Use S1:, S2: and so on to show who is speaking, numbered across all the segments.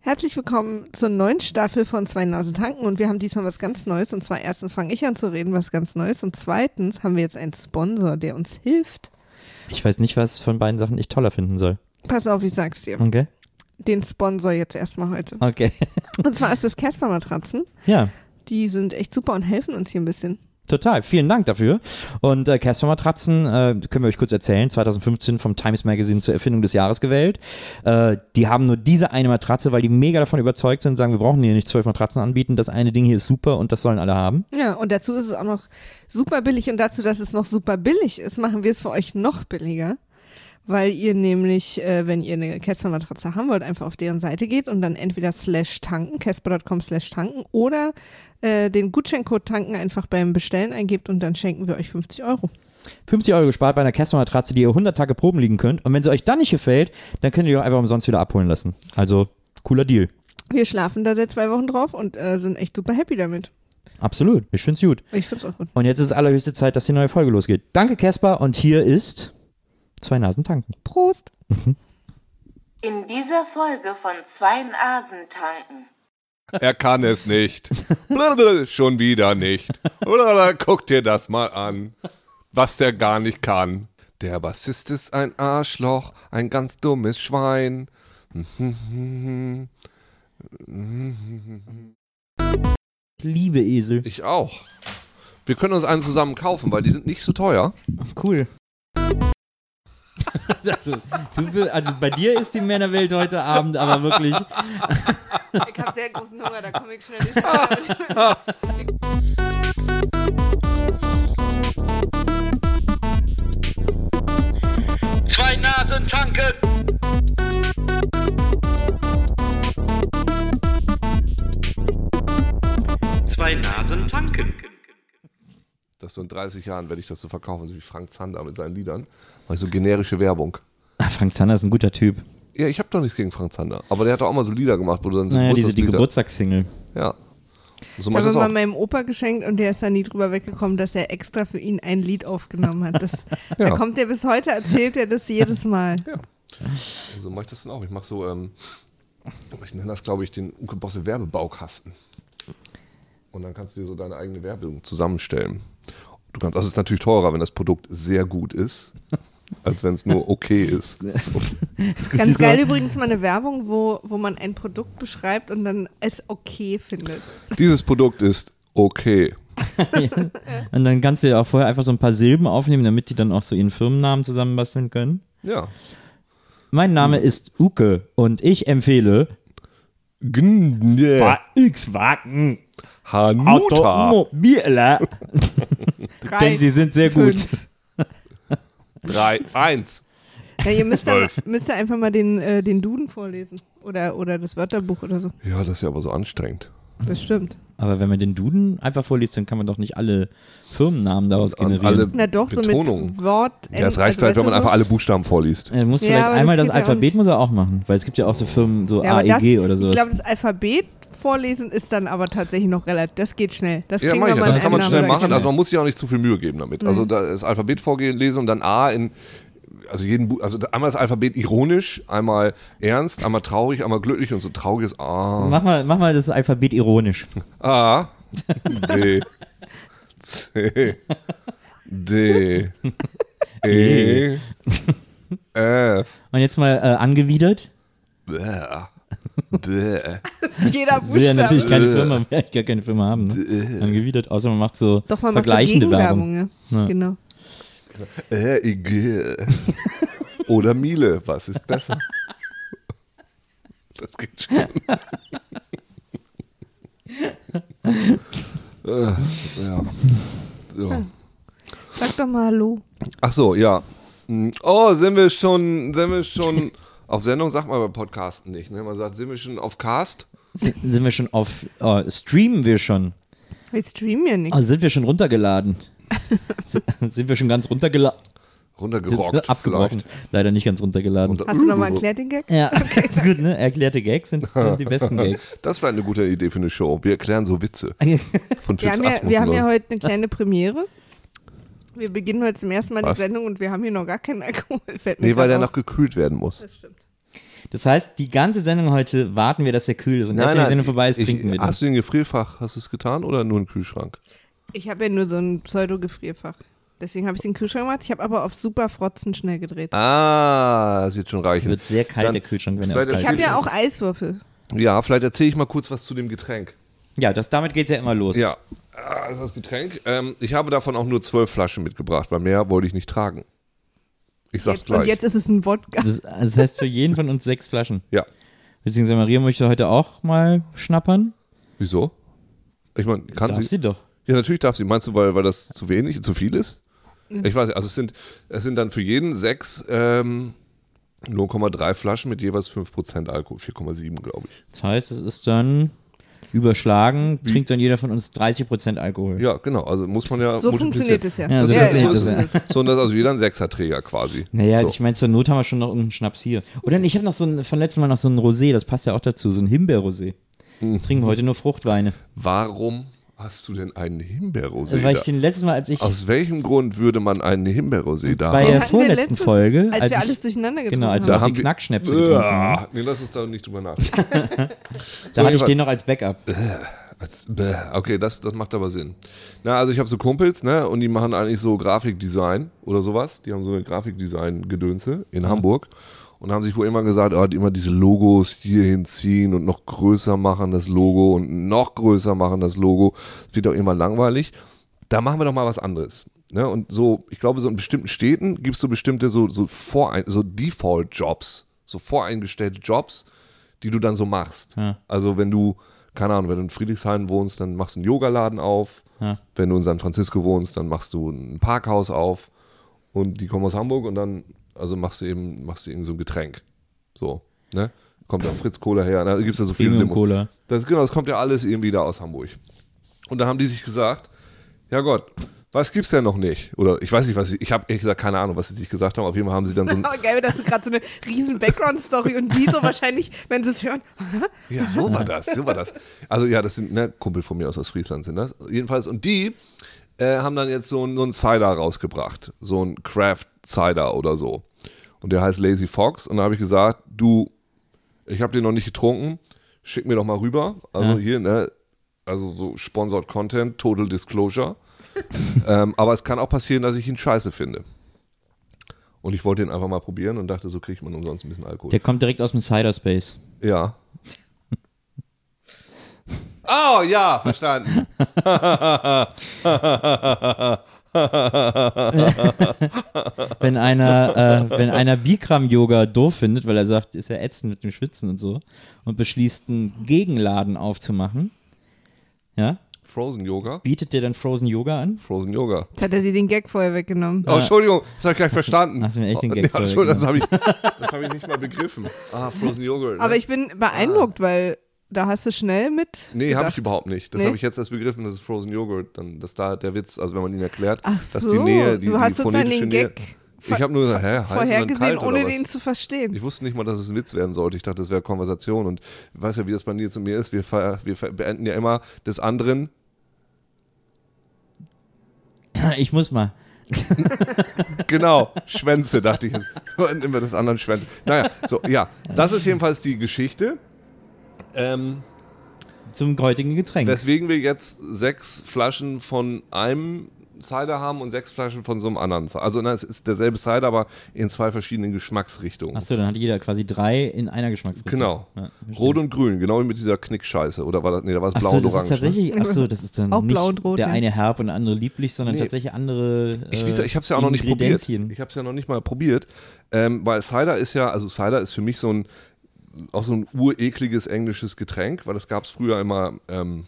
S1: herzlich willkommen zur neuen Staffel von Zwei Nasen tanken und wir haben diesmal was ganz Neues und zwar erstens fange ich an zu reden, was ganz Neues und zweitens haben wir jetzt einen Sponsor, der uns hilft.
S2: Ich weiß nicht, was von beiden Sachen ich toller finden soll.
S1: Pass auf, ich sag's dir.
S2: Okay?
S1: Den Sponsor jetzt erstmal heute.
S2: Okay.
S1: Und zwar ist das Casper Matratzen.
S2: Ja,
S1: Die sind echt super und helfen uns hier ein bisschen.
S2: total. Vielen Dank dafür. Und äh, Casper Matratzen, äh, können wir euch kurz erzählen, 2015 vom Times Magazine zur Erfindung des Jahres gewählt. Äh, die haben nur diese eine Matratze, weil die mega davon überzeugt sind, sagen, wir brauchen hier nicht zwölf Matratzen anbieten. Das eine Ding hier ist super und das sollen alle haben.
S1: Ja, und dazu ist es auch noch super billig und dazu, dass es noch super billig ist, machen wir es für euch noch billiger. Weil ihr nämlich, äh, wenn ihr eine Casper-Matratze haben wollt, einfach auf deren Seite geht und dann entweder slash tanken, casper.com slash tanken oder äh, den Gutscheincode tanken einfach beim Bestellen eingebt und dann schenken wir euch 50 Euro.
S2: 50 Euro gespart bei einer Casper Matratze, die ihr 100 Tage Proben liegen könnt. Und wenn sie euch dann nicht gefällt, dann könnt ihr die auch einfach umsonst wieder abholen lassen. Also, cooler Deal.
S1: Wir schlafen da seit zwei Wochen drauf und äh, sind echt super happy damit.
S2: Absolut. Ich find's gut.
S1: Ich find's auch gut.
S2: Und jetzt ist allerhöchste Zeit, dass die neue Folge losgeht. Danke, Casper. Und hier ist Zwei Nasen tanken.
S1: Prost!
S3: In dieser Folge von Zwei Nasen tanken.
S4: Er kann es nicht. Blablabla, Schon wieder nicht. Blablabla, Guck dir das mal an. Was der gar nicht kann. Der Bassist ist ein Arschloch, ein ganz dummes Schwein.
S2: Ich liebe Esel.
S4: Ich auch. Wir können uns einen zusammen kaufen, weil die sind nicht so teuer.
S2: Cool. Also, du, also bei dir ist die Männerwelt heute Abend aber wirklich.
S1: Ich hab sehr großen Hunger, da komme ich schnell nicht
S5: Zwei Nasen tanken. Zwei Nasen tanken.
S4: Das so in 30 Jahren werde ich das so verkaufen, so wie Frank Zander mit seinen Liedern. Weil so generische Werbung.
S2: Ach, Ah, Frank Zander ist ein guter Typ.
S4: Ja, ich habe doch nichts gegen Frank Zander. Aber der hat doch auch mal so Lieder gemacht, wo du dann so
S2: Naja, diese, die
S4: Geburtstagslieder-
S2: Geburtstagssingle.
S4: Ja.
S1: Ich
S4: So macht
S1: habe
S4: das
S1: mal
S4: auch.
S1: meinem Opa geschenkt und der ist da nie drüber weggekommen, dass er extra für ihn ein Lied aufgenommen hat. Das, Da
S4: Ja.
S1: kommt er bis heute, erzählt er das jedes Mal.
S4: So mache ich das dann auch. Ich mache so, ähm, ich nenne das, glaube ich, den Uke Bosse Werbebaukasten. Und dann kannst du dir so deine eigene Werbung zusammenstellen. Du kannst, das ist natürlich teurer, wenn das Produkt sehr gut ist, als wenn es nur okay ist.
S1: Ganz geil übrigens mal eine Werbung, wo, wo man ein Produkt beschreibt und dann es okay findet.
S4: Dieses Produkt ist okay.
S2: Und dann kannst du ja auch vorher einfach so ein paar Silben aufnehmen, damit die dann auch so ihren Firmennamen zusammenbasteln können.
S4: Ja.
S2: Mein Name ist Uke und ich empfehle
S4: Gn-
S2: X-Wagen
S4: Hanuta.
S2: Automobile,
S1: Drei,
S2: denn sie sind sehr gut.
S1: fünf.
S4: 3, 1.
S1: Ja, ihr müsst, dann,
S4: Zwölf.
S1: müsst ihr einfach mal den, äh, den Duden vorlesen oder, oder das Wörterbuch oder so.
S4: Ja, das ist ja aber so anstrengend.
S1: Das stimmt.
S2: Aber wenn man den Duden einfach vorliest, dann kann man doch nicht alle Firmennamen daraus
S4: An
S2: generieren.
S4: alle-
S1: Na doch, so
S4: Betonung.
S1: mit Wort. also
S4: Ja, es reicht vielleicht, wenn man einfach alle Buchstaben vorliest.
S2: Er muss
S1: Ja,
S2: Äh, vielleicht
S1: aber
S2: einmal
S1: das
S2: das,
S1: geht ja auch nicht.
S2: Alphabet muss er auch machen, weil es gibt ja auch so Firmen, so
S1: ja, aber
S4: E
S1: das,
S2: AEG oder sowas.
S1: Ich glaube, das Alphabet vorlesen ist dann aber tatsächlich noch relativ. Das geht schnell. Das
S4: Ja,
S1: kriegen
S4: mach
S1: wir
S4: ich ja.
S1: mal
S4: Das
S1: in
S4: kann man
S1: einem
S4: schnell
S1: Nachmittag
S4: machen.
S1: hin. Mhm.
S4: Also man muss sich auch nicht zu viel Mühe geben damit. Also da das Alphabet vorgehen, lesen und dann A in also jeden Bu also einmal das Alphabet ironisch, einmal ernst, einmal traurig, einmal glücklich und so trauriges A.
S2: mach, mal, mach mal das Alphabet ironisch.
S4: A D C D E F
S2: Und jetzt mal äh, angewidert.
S4: Bäh. Bäh.
S1: Jeder
S2: Will ja natürlich
S1: Buchstabe.
S4: Äh.
S2: keine Firma, will ich gar keine Firma haben. Ne? Angewidert, außer man macht so
S1: Doch, man macht so
S2: vergleichende Werbung.
S1: Gegenwerbung. Ja. Genau.
S4: Äh, Igel. Oder Miele, was ist besser? Das geht schon. äh, ja. So.
S1: Sag doch mal Hallo.
S4: Ach so, ja. Hm, Oh, sind wir schon, sind wir schon auf Sendung, sagt man bei Podcasten nicht. Ne? Man sagt, sind wir schon auf Cast?
S2: Sind, sind wir schon auf, oh, streamen wir schon.
S1: Wir streamen ja nicht.
S2: Oh, sind wir schon runtergeladen. sind, sind wir schon ganz runtergeladen. äh,
S4: Runtergerockt.
S2: Abgebrochen.
S4: vielleicht.
S2: Leider nicht ganz runtergeladen.
S4: Runter-
S1: Hast du nochmal erklärt den Gag?
S2: Ja, ist gut, ne? Erklärte Gags sind sind die besten Gags.
S4: Das ist vielleicht eine gute Idee für eine Show. Wir erklären so Witze von
S1: Wir
S4: Fitz
S1: haben, ja,
S4: Asmussen.
S1: wir haben ja
S4: oder-
S1: heute eine kleine Premiere. Wir beginnen heute zum ersten Mal
S4: Was?
S1: die Sendung und wir haben hier noch gar keinen Alkohol. Fällt mir
S4: nee, weil
S1: grad
S4: der
S1: auf.
S4: noch gekühlt werden muss.
S1: Das stimmt.
S2: Das heißt, die ganze Sendung heute warten wir, dass der kühl ist. Und erst wenn die Sendung vorbei ist,
S4: ich-
S2: trinken wir den.
S4: Hast du den Gefrierfach, hast du es getan oder nur einen Kühlschrank?
S1: Ich habe ja nur so ein Pseudo-Gefrierfach. Deswegen habe ich den Kühlschrank gemacht. Ich habe aber auf super Frotzen schnell gedreht.
S4: Ah, es wird schon reichen.
S2: Wird sehr kalt, der Kühlschrank, wenn er
S4: vielleicht
S2: auf
S1: Ich
S2: kalt
S1: habe
S4: erzähl
S1: ja auch Eiswürfel.
S4: Ja, vielleicht erzähle ich mal kurz was zu dem Getränk.
S2: Ja, das, damit geht es ja immer los.
S4: Ja, ah, das ist das Getränk. Ähm, ich habe davon auch nur zwölf Flaschen mitgebracht, weil mehr wollte ich nicht tragen. Ich sag's
S1: Jetzt,
S4: gleich.
S1: und jetzt ist es ein Wodka.
S2: Das, das heißt für jeden von uns sechs Flaschen.
S4: Ja.
S2: Beziehungsweise Maria möchte heute auch mal schnappern.
S4: Wieso? Ich meine, kann
S2: Darf
S4: sie,
S2: sie doch.
S4: Ja, natürlich darf sie. Meinst du, weil, weil das zu wenig, zu viel ist?
S1: Mhm.
S4: Ich weiß nicht. Also es sind, es sind dann für jeden sechs ähm, 0,3 Flaschen mit jeweils 5% Alkohol. 4,7, glaube ich.
S2: Das heißt, es ist dann überschlagen, trinkt dann jeder von uns 30% Alkohol.
S4: Ja, genau. Also muss man ja
S1: So
S4: multiplizieren.
S1: funktioniert es ja.
S2: Ja,
S4: Das
S2: so
S4: ist,
S2: Ja,
S4: so
S2: ja,
S4: ist,
S2: ja.
S4: es. So, und das ist also jeder ein Sechserträger quasi.
S2: Naja,
S4: so.
S2: ich meine, zur Not haben wir schon noch irgendeinen Schnaps hier. Oder ich habe noch so ein, von letztem Mal noch so ein Rosé, das passt ja auch dazu, so ein Himbeer-Rosé.
S4: Mhm.
S2: Trinken wir heute nur Fruchtweine.
S4: Warum hast du denn einen Himbeerrosé
S2: Weil ich
S4: da?
S2: den letzten Mal, als ich
S4: Aus welchem Grund würde man einen Himbeerrosé da
S2: bei
S1: Den
S2: der
S1: hatten wir
S2: vorletzten
S1: letztes-
S2: Folge,
S1: Als, wir
S2: ich,
S1: alles durcheinander getrunken
S2: genau, als
S1: haben.
S2: wir
S4: Da
S2: noch die
S4: haben wir-
S2: Knackschnäpse getrunken ne? haben,
S4: Uah, Nee, lass uns da nicht drüber nachdenken.
S2: da hatte ich
S4: jedenfalls-
S2: den noch als Backup.
S4: Das- bäh, Okay, das, das macht aber Sinn. Na, also ich habe so Kumpels, ne, und die machen eigentlich so Grafikdesign oder sowas. Die haben so eine Grafikdesign-Gedönse in Hamburg und haben sich wohl immer gesagt, oh, immer diese Logos hier hinziehen und noch größer machen das Logo und noch größer machen das Logo. Es wird doch immer langweilig. Da machen wir doch mal was anderes. Ne? Und so, ich glaube, so in bestimmten Städten gibt es so bestimmte so, so, vorein, so Default-Jobs, so voreingestellte Jobs, die du dann so machst.
S2: Ja.
S4: Also wenn du, keine Ahnung, wenn du in Friedrichshain wohnst, dann machst du einen Yogaladen auf.
S2: Ja.
S4: Wenn du in San Francisco wohnst, dann machst du ein Parkhaus auf. Und die kommen aus Hamburg und dann, also machst du eben, machst du irgend so ein Getränk. So, ne? Kommt dann Fritz Cola her. Da gibt es ja so viele
S2: Premium
S4: Demos.
S2: Cola.
S4: Das, genau, das kommt ja alles irgendwie da aus Hamburg. Und da haben die sich gesagt, ja Gott, was gibt's denn noch nicht? Oder ich weiß nicht, was sie, ich habe ehrlich gesagt keine Ahnung, was sie sich gesagt haben. Auf jeden Fall haben sie dann so ein,
S1: Aber geil, dass du gerade so eine riesen Background-Story und die so wahrscheinlich, wenn sie es hören, oh,
S4: Ja, so war das, so war das. Also ja, das sind, ne, Kumpel von mir aus Ostfriesland sind das. Jedenfalls, und die äh, haben dann jetzt so, ein- so einen Cider rausgebracht. So einen Craft Cider oder so. Und der heißt Lazy Fox. Und da habe ich gesagt, du, ich habe den noch nicht getrunken, schick mir doch mal rüber. Also hier, ne, also so Sponsored Content, Total Disclosure. ähm, aber es kann auch passieren, dass ich ihn scheiße finde. Und ich wollte ihn einfach mal probieren und dachte, so kriegt man umsonst ein bisschen Alkohol.
S2: Der kommt direkt aus dem Cyberspace.
S4: Ja. Oh ja, verstanden.
S2: Wenn einer, äh, wenn einer Bikram-Yoga doof findet, weil er sagt, ist ja ätzend mit dem Schwitzen und so, und beschließt, einen Gegenladen aufzumachen, ja,
S4: Frozen Yoga?
S2: bietet der dann Frozen Yoga an?
S4: Frozen Yoga.
S1: jetzt hat er dir den Gag vorher weggenommen.
S4: Oh, Entschuldigung, das habe ich gar nicht verstanden.
S2: hast du mir echt den
S4: Oh,
S2: Gag
S4: ja, Entschuldigung, das habe ich, das hab ich nicht mal begriffen. Ah, Frozen Yoga. Ne?
S1: Aber ich bin beeindruckt, weil da hast du schnell mit.
S4: Ah. Nee, habe ich
S1: gedacht.
S4: überhaupt nicht. Das
S1: Nee?
S4: habe ich jetzt erst begriffen, das ist Frozen Joghurt. Dann, dass da der Witz, also wenn man ihn erklärt,
S1: Ach
S4: dass
S1: so,
S4: die Nähe, die,
S1: du hast
S4: die
S1: sozusagen
S4: phonetische
S1: den
S4: Nähe.
S1: Gag
S4: ich habe nur gesagt, hä, heiß und dann
S1: Vorhergesehen,
S4: kalt
S1: ohne
S4: oder was?
S1: den zu verstehen.
S4: Ich wusste nicht mal, dass es ein Witz werden sollte. Ich dachte, das wäre Konversation. Und ich weiß ja, wie das bei Nils und mir ist. Wir, ver- wir ver- beenden ja immer des anderen.
S2: Ich muss mal.
S4: Genau, Schwänze, dachte ich. Wir beenden immer des anderen Schwänze. Naja, so, ja. Das ist jedenfalls die Geschichte, ähm,
S2: Zum heutigen Getränk.
S4: weswegen wir jetzt sechs Flaschen von einem Cider haben und sechs Flaschen von so einem anderen Cider. Also, na, es ist derselbe Cider, aber in zwei verschiedenen Geschmacksrichtungen.
S2: Achso, dann hat jeder quasi drei in einer Geschmacksrichtung.
S4: Genau.
S2: Ja, verstehe.
S4: Rot und grün, genau wie mit dieser Knickscheiße. Oder war das, nee, da war es
S2: Ach
S4: blau
S2: so,
S4: und
S2: das
S4: orange.
S2: ist
S4: ne?
S2: tatsächlich, ach so, das ist dann
S1: Auch
S2: nicht
S1: blau und rot,
S2: der
S1: ja.
S2: eine herb und der andere lieblich, sondern
S4: Nee.
S2: tatsächlich andere
S4: Ich,
S2: äh,
S4: wie gesagt, ich habe es ja auch noch nicht probiert.
S2: Ingredienzien.
S4: Ich habe es ja noch nicht mal probiert, ähm, weil Cider ist ja, also Cider ist für mich so ein auch so ein urekliges englisches Getränk, weil das gab es früher immer. Ähm,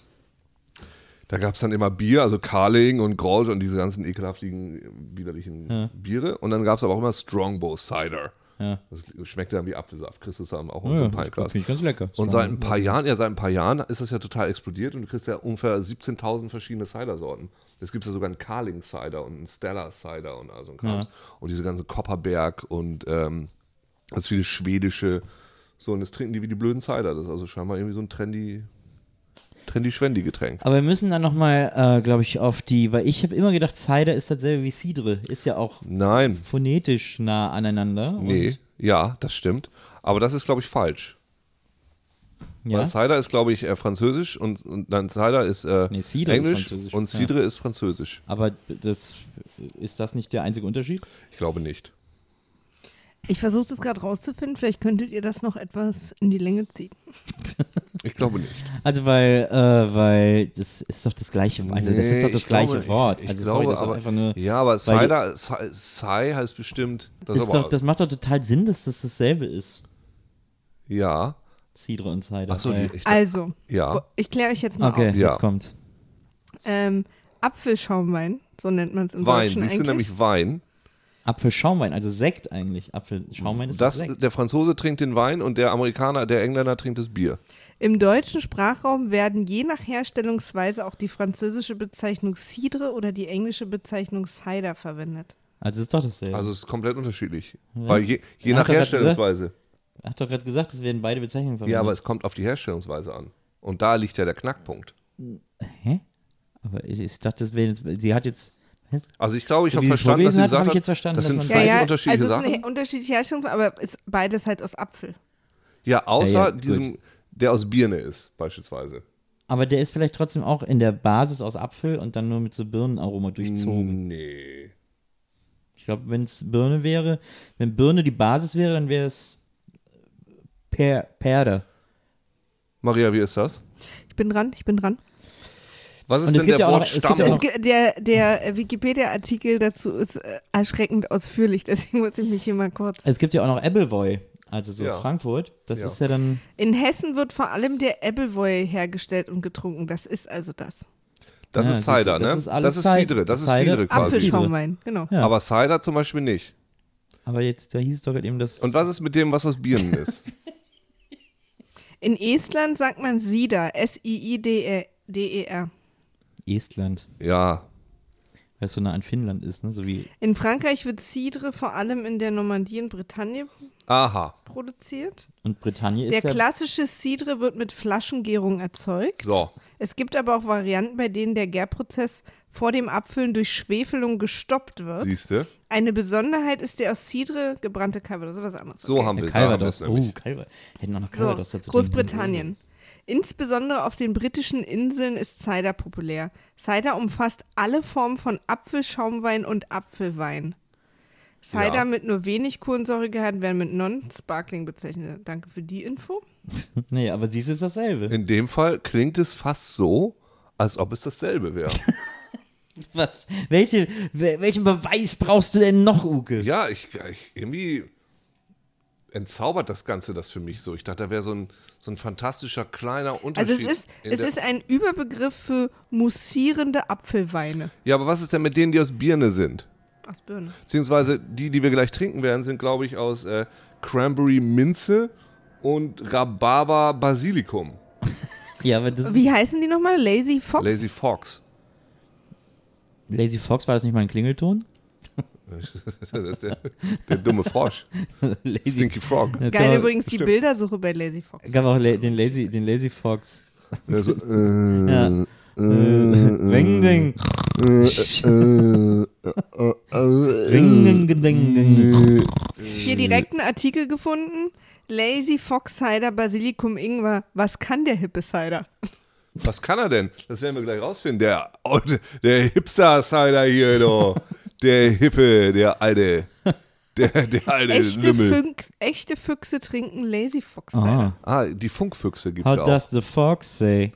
S4: da gab es dann immer Bier, also Carling und Gold und diese ganzen ekelhaftigen, widerlichen Biere. Und dann gab es aber auch immer Strongbow Cider.
S2: Ja.
S4: Das schmeckte dann wie Apfelsaft. Christus haben auch in
S2: Ja,
S4: so einem
S2: das halt
S4: Pintglas.
S2: Finde ich ganz lecker.
S4: Und seit ein paar Jahren, ja, seit ein paar Jahren ist das ja total explodiert und du kriegst ja ungefähr 17.000 verschiedene Cider-Sorten. Es gibt ja sogar einen Carling-Cider und einen Stella-Cider und all so ein Krams. Und diese ganzen Kopperberg und ähm, ganz viele schwedische. So, und das trinken die wie die blöden Cider. Das ist also scheinbar irgendwie so ein trendy, trendy schwendy Getränk.
S2: Aber wir müssen dann nochmal, äh, glaube ich, auf die, weil ich habe immer gedacht, Cider ist dasselbe wie Cidre. Ist ja auch
S4: Nein,
S2: phonetisch nah aneinander.
S4: nee, ja, das stimmt. Aber das ist, glaube ich, falsch.
S2: Ja?
S4: Weil Cider ist, glaube ich, äh, französisch und, und dann Cider ist äh,
S2: Nee, Cidre ist
S4: englisch
S2: französisch.
S4: und
S2: Ja.
S4: Cidre ist französisch.
S2: Aber das, ist das nicht der einzige Unterschied?
S4: Ich glaube nicht.
S1: Ich versuche es gerade rauszufinden. Vielleicht könntet ihr das noch etwas in die Länge ziehen.
S4: Ich glaube nicht.
S2: Also weil, äh, weil das ist doch das gleiche Wort. Also das
S4: Nee,
S2: ist doch das
S4: ich
S2: gleiche
S4: glaube, ich-
S2: Wort.
S4: Ich
S2: also
S4: glaube,
S2: sorry, das ist
S4: aber,
S2: doch einfach nur.
S4: ja, aber
S2: weil-
S4: Cider, Ci- Ci heißt bestimmt. Das,
S2: Das,
S4: ist
S2: ist
S4: aber,
S2: doch, das macht doch total Sinn, dass das dasselbe ist.
S4: ja.
S2: Cidre und Cider.
S4: Achso,
S2: weil-
S4: die, ich,
S1: Also,
S4: ja.
S1: ich kläre euch jetzt mal
S2: Okay,
S1: auf.
S4: Ja.
S2: jetzt kommt.
S1: Ähm, Apfelschaumwein, so nennt man es im
S4: Wein.
S1: Deutschen
S4: Siehst du
S1: eigentlich.
S4: nämlich Wein.
S2: Apfelschaumwein, also Sekt eigentlich. Apfelschaumwein ist
S4: Das,
S2: doch Sekt.
S4: der Franzose trinkt den Wein und der Amerikaner, der Engländer trinkt das Bier.
S1: Im deutschen Sprachraum werden je nach Herstellungsweise auch die französische Bezeichnung Cidre oder die englische Bezeichnung Cider verwendet.
S2: Also ist doch dasselbe.
S4: Also es ist komplett unterschiedlich. Weil je, je
S2: Hat
S4: nach
S2: er grad
S4: Herstellungsweise.
S2: Hat doch gerade gesagt, es werden beide Bezeichnungen verwendet.
S4: Ja, aber es kommt auf die Herstellungsweise an. Und da liegt ja der Knackpunkt.
S2: Hä? Aber ich dachte, das wäre jetzt. Sie hat jetzt. Was?
S4: Also ich glaube, ich
S2: So
S4: habe
S2: wie sie es
S4: verstanden, dass
S2: vorgelesen
S4: sie
S2: hat,
S4: gesagt
S2: habe ich
S4: hat,
S2: jetzt verstanden,
S4: das
S2: dass
S4: sind
S2: man-
S4: zwei
S2: Ja,
S4: unterschiedliche
S1: also es
S4: Sachen.
S1: sind unterschiedliche Herstellungsweise, aber es ist beides halt aus Apfel.
S4: Ja, außer
S2: Ja, ja, gut.
S4: diesem, der aus Birne ist, beispielsweise.
S2: Aber der ist vielleicht trotzdem auch in der Basis aus Apfel und dann nur mit so Birnenaroma durchzogen.
S4: Mm. Nee.
S2: Ich glaube, wenn es Birne wäre, wenn Birne die Basis wäre, dann wäre es per Perde.
S4: Maria, wie ist das?
S1: Ich bin dran, ich bin dran.
S4: Was ist
S2: Und es
S4: denn
S2: gibt
S4: der
S2: ja auch noch- es gibt
S4: Wortstamm?
S2: ja
S1: Es gibt, der der äh, Wikipedia-Artikel dazu ist äh, erschreckend ausführlich, deswegen muss ich mich hier mal kurz.
S4: Also
S2: Es gibt ja auch noch Ebbelwoi, also so
S4: Ja.
S2: Frankfurt. Das
S4: Ja.
S2: ist ja dann.
S1: In Hessen wird vor allem der Ebbelwoi hergestellt und getrunken. Das ist also das.
S2: Ja,
S4: das ist
S2: das ist-
S4: Cider,
S2: das
S4: ne?
S2: ist alles
S4: das ist
S2: Cider.
S4: Cidre, das ist
S2: Cider.
S4: Cidre quasi.
S2: Apfelschorle.
S1: Apfelschaumwein, genau.
S2: Ja.
S4: Aber Cider zum Beispiel nicht.
S2: Aber jetzt, da hieß es doch gerade eben, dass.
S4: Und was ist mit dem, was aus Birnen ist?
S1: In Estland sagt man Sida, E, S-I-I-D-E-R.
S2: Estland.
S4: ja,
S2: Weil es so nah an Finnland ist, ne? So wie.
S1: In Frankreich wird Cidre vor allem in der Normandie in Bretagne
S4: aha.
S1: produziert.
S2: Und Bretagne
S1: Der
S2: ist ja.
S1: klassische Cidre wird mit Flaschengärung erzeugt.
S4: So.
S1: Es gibt aber auch Varianten, bei denen der Gärprozess vor dem Abfüllen durch Schwefelung gestoppt wird.
S4: Siehst du?
S1: Eine Besonderheit ist der aus Cidre gebrannte Calvados, sowas anderes.
S4: So haben wir da haben wir es
S2: Calvados. Oh,
S4: nämlich.
S2: Calvados. Hätten auch noch
S1: So,
S2: Calvados dazu tun
S1: Großbritannien. Insbesondere auf den britischen Inseln ist Cider populär. Cider umfasst alle Formen von Apfelschaumwein und Apfelwein. Cider
S4: Ja.
S1: mit nur wenig Kohlensäuregehalten werden mit Non-Sparkling bezeichnet. Danke für die Info.
S2: können. Nee, aber dies ist dasselbe.
S4: In dem Fall klingt es fast so, als ob es dasselbe wäre.
S2: Was? Welche, wel- welchen Beweis brauchst du denn noch, Uke?
S4: ja, ich, ich irgendwie entzaubert das Ganze das für mich so. Ich dachte, da wäre so ein, so ein fantastischer kleiner
S1: Also es
S4: Unterschied.
S1: ist,
S4: in
S1: es
S4: der-
S1: ist ein Überbegriff für mussierende Apfelweine
S4: ja, aber was ist denn mit denen, die aus Birne sind?
S1: aus Birne.
S4: Beziehungsweise die, die wir gleich trinken werden, sind, glaube ich, aus äh, Cranberry Minze und Rhabarber Basilikum.
S2: Ja, aber das.
S1: Wie heißen die nochmal? Lazy Fox?
S4: Lazy Fox.
S2: Lazy Fox war das nicht mal ein Klingelton?
S4: Das ist der, der dumme Frosch.
S2: Lazy
S4: Stinky Frog.
S2: Das kann
S1: Geil
S2: man-
S1: übrigens die Bildersuche bei Lazy Fox.
S2: Es gab auch La den, Lazy, den Lazy Fox.
S4: Der so, äh,
S2: Ja. Äh, Ring, ding.
S4: äh,
S2: Ring, ding, ding, ding, ding.
S4: Äh.
S1: Hier direkt einen Artikel gefunden. Lazy Fox Cider Basilikum Ingwer. Was kann der hippe Cider?
S4: Was kann er denn? Das werden wir gleich rausfinden. Der, alte- der Hipster-Cider hier, du. Der Hippe, der alte. Der, der alte
S1: Echte,
S4: Äh, Lümmel.
S1: Fünx, echte Füchse trinken Lazy Fox
S2: Ah,
S1: Cider.
S4: Ah, die Funkfüchse gibt's
S2: how
S4: ja auch.
S2: does the fox say?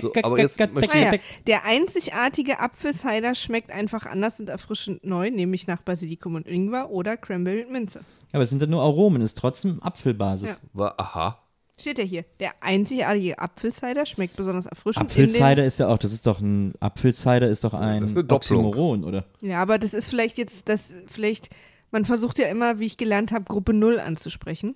S4: So, aber jetzt möchte ich-
S1: Naja, Ah der einzigartige Apfelcider schmeckt einfach anders und erfrischend neu, nämlich nach Basilikum und Ingwer oder Cranberry und Minze.
S2: Aber es sind dann nur Aromen, ist trotzdem Apfelbasis.
S1: Ja.
S4: Wa- Aha.
S1: Steht ja hier. Der einzigartige Apfelcider schmeckt besonders erfrischend. in den-
S2: Apfelcider ist ja auch, das ist doch ein Apfelcider ist doch ein
S4: ist eine Doppelung.
S2: Oxymoron, oder?
S1: Ja, aber das ist vielleicht jetzt, das vielleicht, man versucht ja immer, wie ich gelernt habe, Gruppe Null anzusprechen,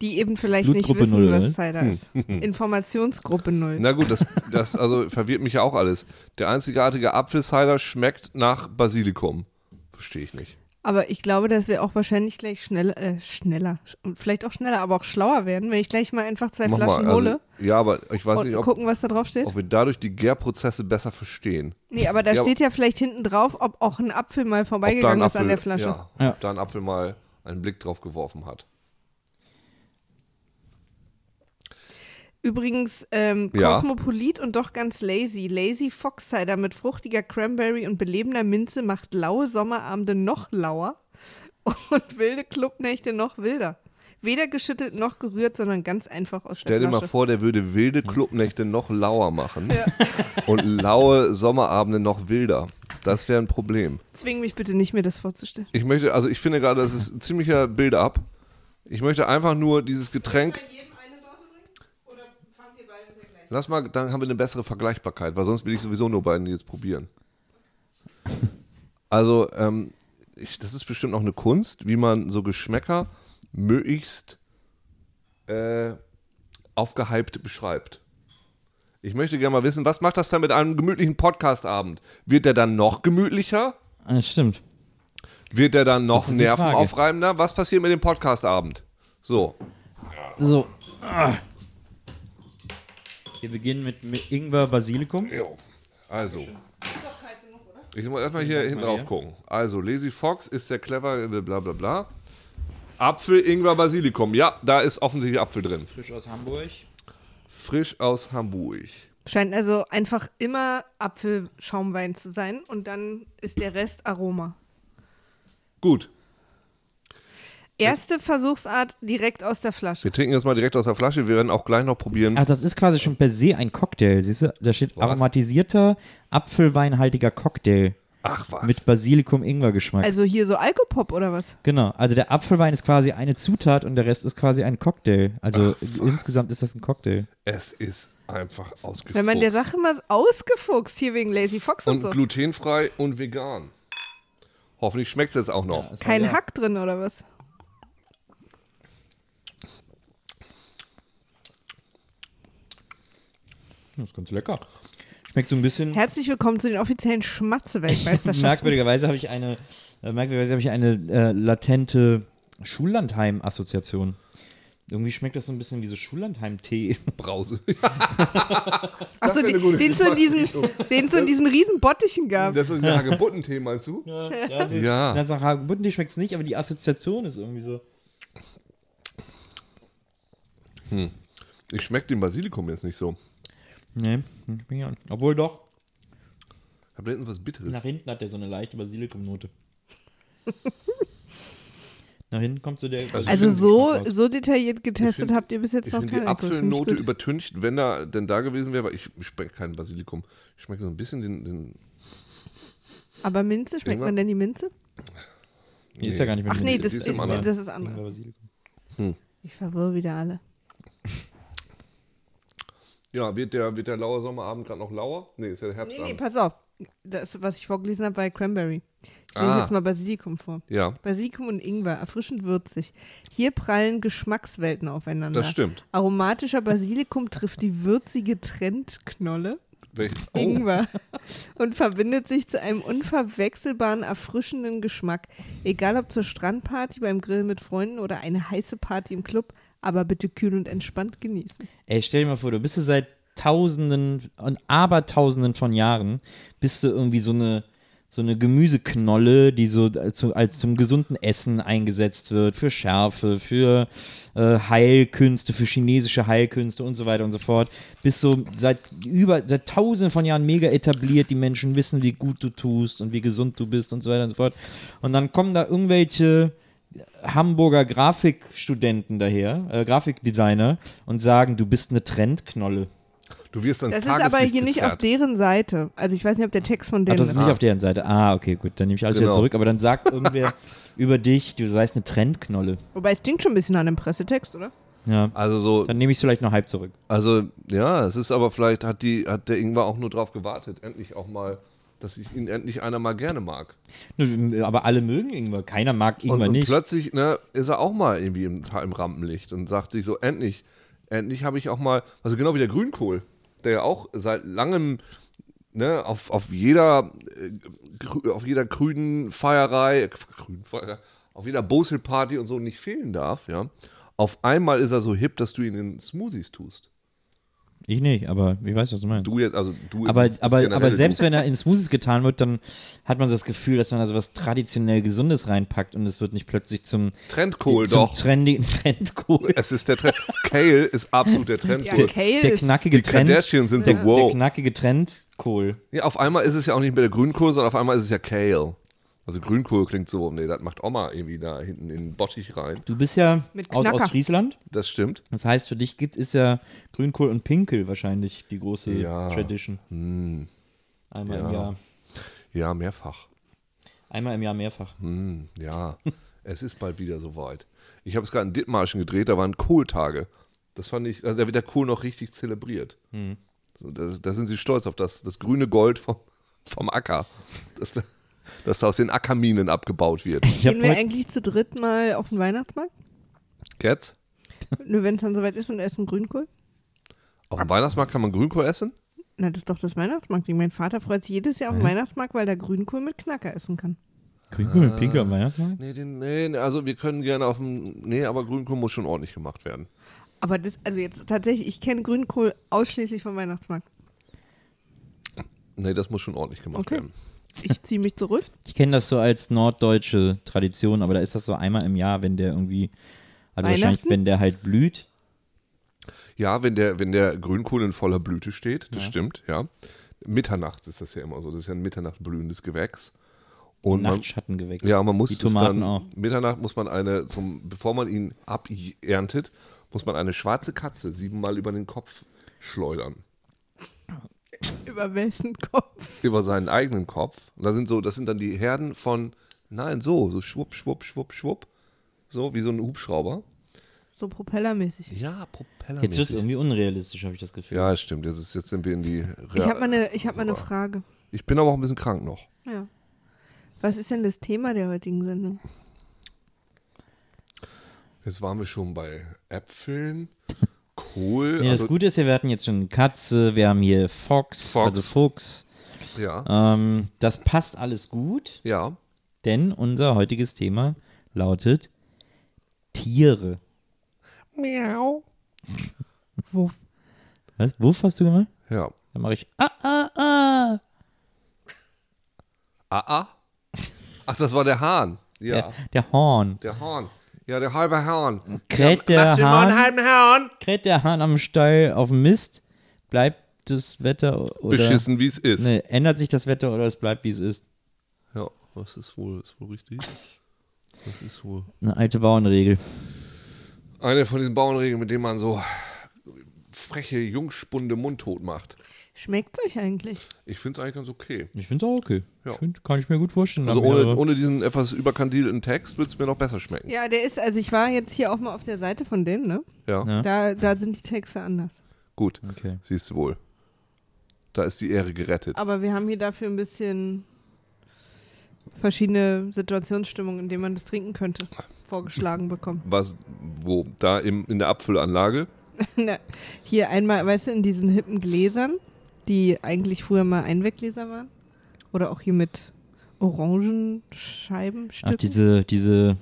S1: die eben vielleicht nicht
S2: Blutgruppe
S1: wissen,
S2: Null,
S1: was
S2: ne?
S1: Cider ist. Informationsgruppe Null.
S4: Na gut, das, das also verwirrt mich ja auch alles. Der einzigartige Apfelcider schmeckt nach Basilikum. Verstehe ich nicht.
S1: Aber ich glaube, dass wir auch wahrscheinlich gleich schnell, äh, schneller, sch- vielleicht auch schneller, aber auch schlauer werden, wenn ich gleich mal einfach zwei
S4: Mach
S1: Flaschen
S4: mal, also-
S1: hole
S4: ja, aber ich weiß
S1: und
S4: nicht, ob,
S1: gucken, was da drauf steht.
S4: ob wir dadurch die Gärprozesse besser verstehen.
S1: Nee, aber da
S4: Ja,
S1: steht ja vielleicht hinten drauf, ob auch ein Apfel mal
S4: Ob da ein
S1: vorbeigegangen ist
S4: Apfel,
S1: an der Flasche.
S4: Ja,
S2: Ja.
S4: Ob da ein Apfel mal einen Blick drauf geworfen hat.
S1: Übrigens, ähm,
S4: Ja.
S1: Kosmopolit und doch ganz lazy. Lazy Fox Cider mit fruchtiger Cranberry und belebender Minze macht laue Sommerabende noch lauer und wilde Clubnächte noch wilder. Weder geschüttelt noch gerührt, sondern ganz einfach aus
S4: Stell dir
S1: der
S4: mal
S1: Flasche.
S4: vor, der würde wilde Clubnächte noch lauer machen und laue Sommerabende noch wilder. Das wäre ein Problem.
S1: Zwing mich bitte nicht, mir das vorzustellen.
S4: Ich möchte, also ich finde gerade, das ist ein ziemlicher Build-up. Ich möchte einfach nur dieses Getränk. Lass mal, dann haben wir eine bessere Vergleichbarkeit, weil sonst will ich sowieso nur beiden jetzt probieren. Also, ähm, ich, das ist bestimmt auch eine Kunst, wie man so Geschmäcker möglichst äh, aufgehypt beschreibt. Ich möchte gerne mal wissen, was macht das dann mit einem gemütlichen Podcastabend? Wird der dann noch gemütlicher?
S2: Ah, stimmt.
S4: Wird er dann noch
S2: ist die Frage.
S4: nervenaufreibender? Was passiert mit dem Podcastabend? So,
S2: So. Ah. Wir beginnen mit, mit Ingwer Basilikum.
S4: also. Ich muss erstmal hier hinten drauf gucken. Also, Lazy Fox ist der clever, äh, bla bla bla. Apfel, Ingwer, Basilikum. Ja, da ist offensichtlich Apfel drin.
S2: Frisch aus Hamburg.
S4: Frisch aus Hamburg.
S1: Scheint also einfach immer Apfelschaumwein zu sein und dann ist der Rest Aroma.
S4: Gut,
S1: Erste Versuchsart direkt aus der Flasche.
S4: wir trinken jetzt mal direkt aus der Flasche. Wir werden auch gleich noch probieren.
S2: Ach, das ist quasi schon per se ein Cocktail, siehst du? Da steht aromatisierter, apfelweinhaltiger Cocktail
S4: Ach was.
S2: mit Basilikum-Ingwer-Geschmack.
S1: Also hier so Alkopop oder was?
S2: genau, also der Apfelwein ist quasi eine Zutat und der Rest ist quasi ein Cocktail. Also insgesamt ist das ein Cocktail.
S4: es ist einfach ausgefuchst.
S1: Wenn man der Sache mal ausgefuchst, hier wegen Lazy Fox und,
S4: Und
S1: so.
S4: glutenfrei und vegan. Hoffentlich schmeckt es jetzt auch noch.
S2: Das war
S1: Kein
S2: ja- also
S1: Hack drin oder was?
S2: Das ist ganz lecker. Schmeckt so ein bisschen.
S1: Herzlich willkommen zu den offiziellen Schmatze-Weltmeisterschaften.
S2: Merkwürdigerweise habe ich eine, äh, merkwürdigerweise habe ich eine äh, latente Schullandheim-Assoziation. Irgendwie schmeckt das so ein bisschen wie so Schullandheim-Tee.
S4: Brause.
S1: Achso,
S4: wär eine gute
S1: den es so in diesen, den so in diesen riesen Bottichen gab.
S4: Das ist dieser Hagebuttentee, meinst du?
S2: Ja, also,
S4: Ja.
S2: Ganz nach Hagebuttentee schmeckt es nicht, aber die Assoziation ist irgendwie so.
S4: Ich schmecke den Basilikum jetzt nicht so.
S2: Nee, schmeckt nicht an. obwohl doch,
S4: Ich habe hinten was Bitteres.
S2: nach hinten hat der so eine leichte Basilikumnote. nach hinten kommt so der.
S1: Also so,
S2: Basilikumgeschmack raus.
S1: so detailliert getestet
S4: Ich
S1: habt ihr bis jetzt
S4: Ich
S1: noch
S4: finde die
S1: keine Alkohol. Finde ich
S4: Apfelnote
S1: gut.
S4: übertüncht, wenn da denn da gewesen wäre, weil ich, ich schmecke keinen Basilikum. Ich schmecke so ein bisschen den. den
S1: Aber Minze, schmeckt
S4: Ingwer?
S1: man denn die Minze?
S2: Nee, ist ja gar nicht mehr
S1: Ach nee,
S4: die
S1: das,
S4: ist
S1: ist,
S4: im anderen.
S1: das ist
S2: Ingwer
S1: andere.
S2: Basilikum.
S1: Ich verwirre wieder alle.
S4: Ja, wird der, wird der laue Sommerabend gerade noch lauer? Nee, ist ja der
S1: Nee, nee,
S4: Herbstabend.
S1: pass auf. Das, was ich vorgelesen habe, war Cranberry. Ich lese
S4: Ah.
S1: jetzt mal Basilikum vor.
S4: ja,
S1: Basilikum und Ingwer, erfrischend würzig. Hier prallen Geschmackswelten aufeinander.
S4: das stimmt.
S1: Aromatischer Basilikum trifft die würzige Trendknolle,
S4: Welches, oh,
S1: Ingwer, und verbindet sich zu einem unverwechselbaren, erfrischenden Geschmack. Egal ob zur Strandparty, beim Grill mit Freunden oder eine heiße Party im Club, aber bitte kühl und entspannt genießen.
S2: Ey, stell dir mal vor, du bist du seit Tausenden und Abertausenden von Jahren, bist du irgendwie so eine, so eine Gemüseknolle, die so als, als zum gesunden Essen eingesetzt wird, für Schärfe, für äh, Heilkünste, für chinesische Heilkünste und so weiter und so fort. Bist so seit über seit Tausenden von Jahren mega etabliert, die Menschen wissen, wie gut du tust und wie gesund du bist und so weiter und so fort. Und dann kommen da irgendwelche Hamburger Grafikstudenten daher, äh, Grafikdesigner, und sagen, du bist eine Trendknolle.
S4: Oh, du wirst dann
S1: Das ist aber hier nicht auf deren Seite. Also ich weiß nicht, ob der Text von
S2: Ach,
S1: denen
S2: Ah, das ist
S1: ist.
S2: nicht auf deren Seite. Ah, okay, gut, dann nehme ich alles wieder
S4: Genau.
S2: zurück. Aber dann sagt irgendwer über dich, du seist eine Trendknolle.
S1: Wobei es klingt schon ein bisschen an einem Pressetext, oder?
S2: Ja,
S4: Also so,
S2: dann nehme ich es vielleicht noch halb zurück.
S4: also ja, es ist aber vielleicht hat die, hat der Ingwer auch nur drauf gewartet, endlich auch mal, dass ich ihn endlich einer mal gerne mag.
S2: Nö, Aber alle mögen Ingwer. Keiner mag
S4: Und,
S2: Ingwer
S4: und
S2: nicht.
S4: plötzlich ne, ist er auch mal irgendwie im, im Rampenlicht und sagt sich so, endlich, endlich habe ich auch mal, also genau wie der Grünkohl, der ja auch seit langem ne, auf, auf jeder äh, grü- auf jeder grünen Feierei, äh, grünen Feierei, auf jeder Boselparty und so nicht fehlen darf, ja. Auf einmal ist er so hip, dass du ihn in Smoothies tust.
S2: Ich nicht, aber ich weiß, was du meinst.
S4: Du jetzt, also du
S2: aber,
S4: das
S2: aber, aber
S4: generelle
S2: selbst
S4: du.
S2: wenn er in Smoothies getan wird, dann hat man so das Gefühl, dass man da so was traditionell Gesundes reinpackt und es wird nicht plötzlich zum,
S4: Trendkohl,
S2: zum
S4: doch.
S2: trendigen Trendkohl.
S4: es ist der Trend. Kale ist absolut der
S1: Ja,
S4: Trendkohl.
S1: Kale
S2: Der
S1: ist,
S2: knackige
S4: Die
S2: Trend.
S4: Kardashians sind so,
S2: Der
S4: wow.
S2: knackige Trendkohl.
S4: Ja, auf einmal ist es ja auch nicht mehr der Grünkohl, sondern auf einmal ist es ja Kale. Also Grünkohl klingt so, nee, das macht Oma irgendwie da hinten in den Bottich rein.
S2: Du bist ja
S1: Mit
S2: aus
S1: Knacker.
S2: Ostfriesland.
S4: Das stimmt.
S2: Das heißt, für dich gibt ist ja Grünkohl und Pinkel wahrscheinlich die große
S4: Ja. Hm.
S2: Tradition. Einmal im
S4: Ja.
S2: Jahr.
S4: Ja, mehrfach.
S2: Einmal im Jahr mehrfach.
S4: Hm, ja, es ist bald wieder soweit. Ich habe es gerade in Dithmarschen gedreht, da waren Kohltage. Das fand ich, also da wird der Kohl noch richtig zelebriert. So, das, da sind sie stolz auf das, das grüne Gold vom, vom Acker, dass da, dass da aus den Ackerminen abgebaut wird.
S2: Ich hab
S1: Gehen wir
S2: heute,
S1: eigentlich zu dritt mal auf den Weihnachtsmarkt?
S4: Jetzt?
S1: Nur wenn es dann soweit ist und essen Grünkohl?
S4: Auf dem Weihnachtsmarkt kann man Grünkohl essen?
S1: Na, das ist doch das Weihnachtsmarktding. Mein Vater freut sich jedes Jahr auf den Weihnachtsmarkt, weil er Grünkohl mit Knacker essen kann.
S2: Grünkohl und Pinkel
S4: Ah.
S2: am Weihnachtsmarkt?
S4: Nee, den, nee, nee, also wir können gerne auf dem. Nee, aber Grünkohl muss schon ordentlich gemacht werden.
S1: Aber das, also jetzt tatsächlich, ich kenne Grünkohl ausschließlich vom Weihnachtsmarkt.
S4: Nee, das muss schon ordentlich gemacht
S1: Okay.
S4: werden.
S1: Ich ziehe mich zurück.
S2: Ich kenne das so als norddeutsche Tradition, aber da ist das so einmal im Jahr, wenn der irgendwie, also wahrscheinlich,
S1: Weihnachten?
S2: wenn der halt blüht.
S4: Ja, wenn der, wenn der Grünkohl in voller Blüte steht, das stimmt, ja. Mitternachts ist das ja immer so. Das ist ja ein Mitternacht blühendes Gewächs. Und man,
S2: Nachtschattengewächs.
S4: ja, man muss
S2: Die Tomaten
S4: es dann,
S2: auch.
S4: Mitternacht muss man eine, zum, bevor man ihn aberntet, muss man eine schwarze Katze siebenmal über den Kopf schleudern.
S1: Über wessen Kopf?
S4: über seinen eigenen Kopf. Und da sind so, das sind dann die Herden von, nein, so, so schwupp, schwupp, schwupp, schwupp. So wie so ein Hubschrauber.
S1: So propellermäßig.
S4: Ja, Propeller.
S2: Jetzt wird es irgendwie unrealistisch, habe ich das Gefühl.
S4: Ja, das stimmt. Jetzt, ist, jetzt sind wir in die. Re
S1: Ich habe mal, eine- ich hab mal eine Frage.
S4: ich bin aber auch ein bisschen krank noch.
S1: Ja. Was ist denn das Thema der heutigen Sendung?
S4: Jetzt waren wir schon bei Äpfeln, Kohl.
S2: Nee, das
S4: also,
S2: Gute ist ja, wir hatten jetzt schon Katze, wir haben hier Fox,
S4: Fox.
S2: also Fuchs.
S4: Ja.
S2: Ähm, das passt alles gut,
S4: Ja.
S2: denn unser heutiges Thema lautet Tiere.
S4: Miau.
S2: Was? Wuff hast du gemacht?
S4: Ja.
S2: Dann mache ich ah, ah, ah.
S4: Ah, ah. Ach, das war der Hahn. Ja.
S2: Der, der Horn.
S4: Der Hahn. Ja, der halbe Hahn.
S2: Kräht der
S4: Machst du mal einen
S2: Hahn,
S4: halben Hahn?
S2: kräht der Hahn am Stall auf dem Mist, bleibt das Wetter oder
S4: Beschissen, wie es ist.
S2: Nee, ändert sich das Wetter oder es bleibt wie es ist.
S4: Ja, das ist wohl, ist wohl richtig. Das ist wohl.
S2: Eine alte Bauernregel.
S4: Eine von diesen Bauernregeln, mit denen man so freche Jungspunde mundtot macht.
S1: Schmeckt euch eigentlich?
S4: Ich finde es eigentlich ganz okay.
S2: Ich finde es auch okay.
S4: Ja.
S2: Ich find, kann ich mir gut vorstellen.
S4: Also
S2: Hab ich
S4: ohne,
S2: aber-
S4: ohne diesen etwas überkandidelten Text würde es mir noch besser schmecken.
S1: Ja, der ist, also ich war jetzt hier auch mal auf der Seite von denen, ne?
S4: Ja,
S2: Ja.
S1: Da, da sind die Texte anders.
S4: gut.
S2: Okay.
S4: Siehst du wohl. Da ist die Ehre gerettet.
S1: Aber wir haben hier dafür ein bisschen verschiedene Situationsstimmungen, in denen man das trinken könnte, vorgeschlagen bekommen.
S4: Was, wo? Da im, in der Abfüllanlage?
S1: Na, hier einmal, weißt du, in diesen hippen Gläsern, die eigentlich früher mal Einweggläser waren. Oder auch hier mit Orangenscheibenstücken.
S2: Ach, diese, diese,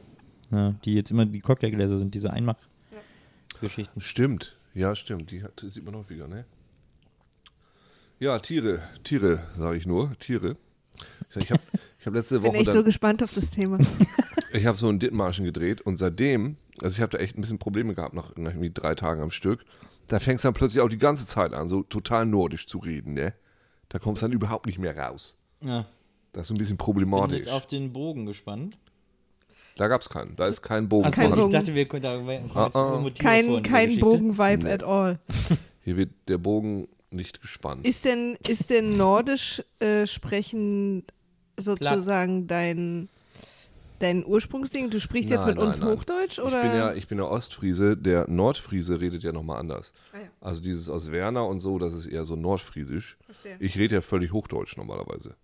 S2: ja, die jetzt immer die Cocktailgläser sind, diese Einmachgeschichten.
S4: Stimmt. Ja, stimmt. Die hat, sieht man häufiger, ne? Ja, Tiere. Tiere, sage ich nur. Tiere. Ich, sag, ich habe ich hab letzte
S1: bin
S4: Woche
S1: echt
S4: dann,
S1: so gespannt auf das Thema.
S4: Ich habe so einen Dithmarschen gedreht und seitdem, also ich habe da echt ein bisschen Probleme gehabt nach, nach irgendwie drei Tagen am Stück. Da fängst du dann plötzlich auch die ganze Zeit an, so total nordisch zu reden, ne? Da kommst du dann überhaupt nicht mehr raus.
S2: Ja,
S4: Das ist so ein bisschen
S2: bin
S4: problematisch.
S2: jetzt auf den Bogen gespannt.
S4: Da gab es keinen. Da ist kein Bogen.
S1: Kein
S4: vorhanden.
S2: ich
S1: Bogen.
S2: dachte, wir können da kommen jetzt
S4: Ah, ah.
S2: irgendwo Tiere vor
S1: Kein,
S2: in der
S1: kein
S2: Geschichte.
S1: Bogen-Vibe at all.
S4: Hier wird der Bogen nicht gespannt.
S1: Ist denn, ist denn nordisch äh, sprechen sozusagen dein, dein Ursprungsding? Du sprichst jetzt
S4: Nein,
S1: mit uns
S4: nein, nein.
S1: Hochdeutsch?
S4: Ich
S1: Oder?
S4: bin, ja, ich bin ja Ostfriese, der Nordfriese redet ja nochmal anders.
S1: Ah ja.
S4: Also dieses aus Werner und so, das ist eher so nordfriesisch.
S1: Verstehe.
S4: Ich rede ja völlig Hochdeutsch normalerweise.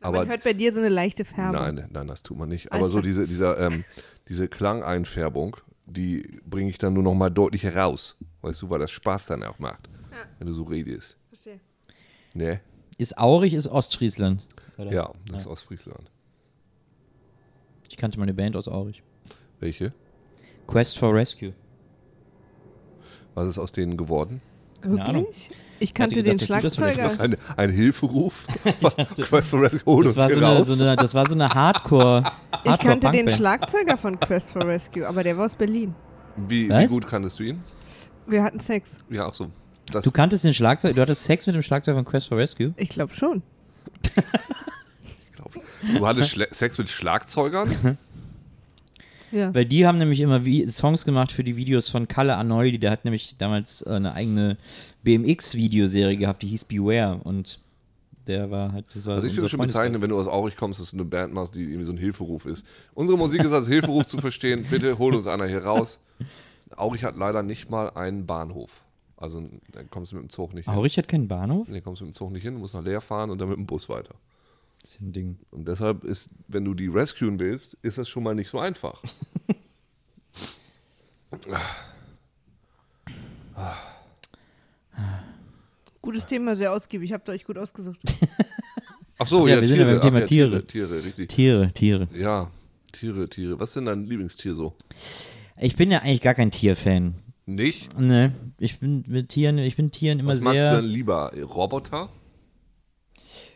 S4: Aber
S1: Man hört bei dir so eine leichte Färbung.
S4: Nein, nein, das tut man nicht.
S1: Alles
S4: Aber so
S1: klar.
S4: diese, dieser, ähm, diese Klangeinfärbung, die bringe ich dann nur noch mal deutlich heraus. Weißt du, weil das Spaß dann auch macht, wenn du so redest.
S1: Verstehe.
S4: Ne?
S2: Ist Aurich, ist Ostfriesland. Oder?
S4: Ja, das ist aus Friesland.
S2: Ich kannte meine Band aus Aurich.
S4: Welche?
S2: Quest for Rescue.
S4: Was ist aus denen geworden?
S2: Ahnung.
S1: Wirklich? Ich kannte
S2: Hätte
S1: den
S2: gedacht, dass du das
S1: Schlagzeuger.
S4: Ein, ein Hilferuf? Quest for Rescue, hol uns
S2: Das war,
S4: hier
S2: so eine,
S4: raus.
S2: so eine, das war so eine Hardcore. Hardcore
S1: Ich kannte den
S2: Punkband.
S1: Schlagzeuger von Quest for Rescue, aber der war aus Berlin.
S4: wie, wie
S2: Was?
S4: gut kanntest du ihn?
S1: Wir hatten Sex.
S4: Ja, ach so. Das,
S2: Du kanntest den Schlagzeug, du hattest Sex mit dem Schlagzeug von Quest for Rescue.
S1: Ich glaube schon.
S4: du hattest Schle Sex mit Schlagzeugern?
S1: Ja.
S2: Weil die haben nämlich immer wie Songs gemacht für die Videos von Kalle Arnoldi. Der hat nämlich damals äh, eine eigene BMX-Videoserie gehabt, die hieß Beware. Und der war halt. Das war
S4: Also ich
S2: unser
S4: finde es schon bezeichnend,
S2: Freundeskreis.
S4: wenn du aus Aurich kommst, dass du eine Band machst, die irgendwie so ein Hilferuf ist. Unsere Musik ist als Hilferuf zu verstehen. Bitte hol uns einer hier raus. Aurich hat leider nicht mal einen Bahnhof. Also da kommst du mit dem Zug nicht hin.
S2: Aurich hat keinen Bahnhof?
S4: Nee, kommst du mit dem Zug nicht hin, du musst nach Leer fahren und dann mit dem Bus weiter.
S2: Das ist ja ein Ding.
S4: Und deshalb ist, wenn du die rescuen willst, ist das schon mal nicht so einfach.
S1: Gutes Thema, sehr ausgiebig. Habt ihr euch gut ausgesucht.
S4: Ach so,
S2: Ja,
S4: ja,
S2: wir sind
S4: Tiere.
S2: ja beim
S4: Ach
S2: Thema
S4: ja,
S2: Tiere.
S4: Tiere. Tiere, richtig.
S2: Tiere, Tiere.
S4: Ja, Tiere, Tiere. Was ist denn dein Lieblingstier so?
S2: Ich bin ja eigentlich gar kein Tierfan.
S4: Nicht?
S2: Ne, ich bin mit Tieren, ich bin Tieren immer
S4: Was magst du denn
S2: sehr.
S4: lieber? Roboter?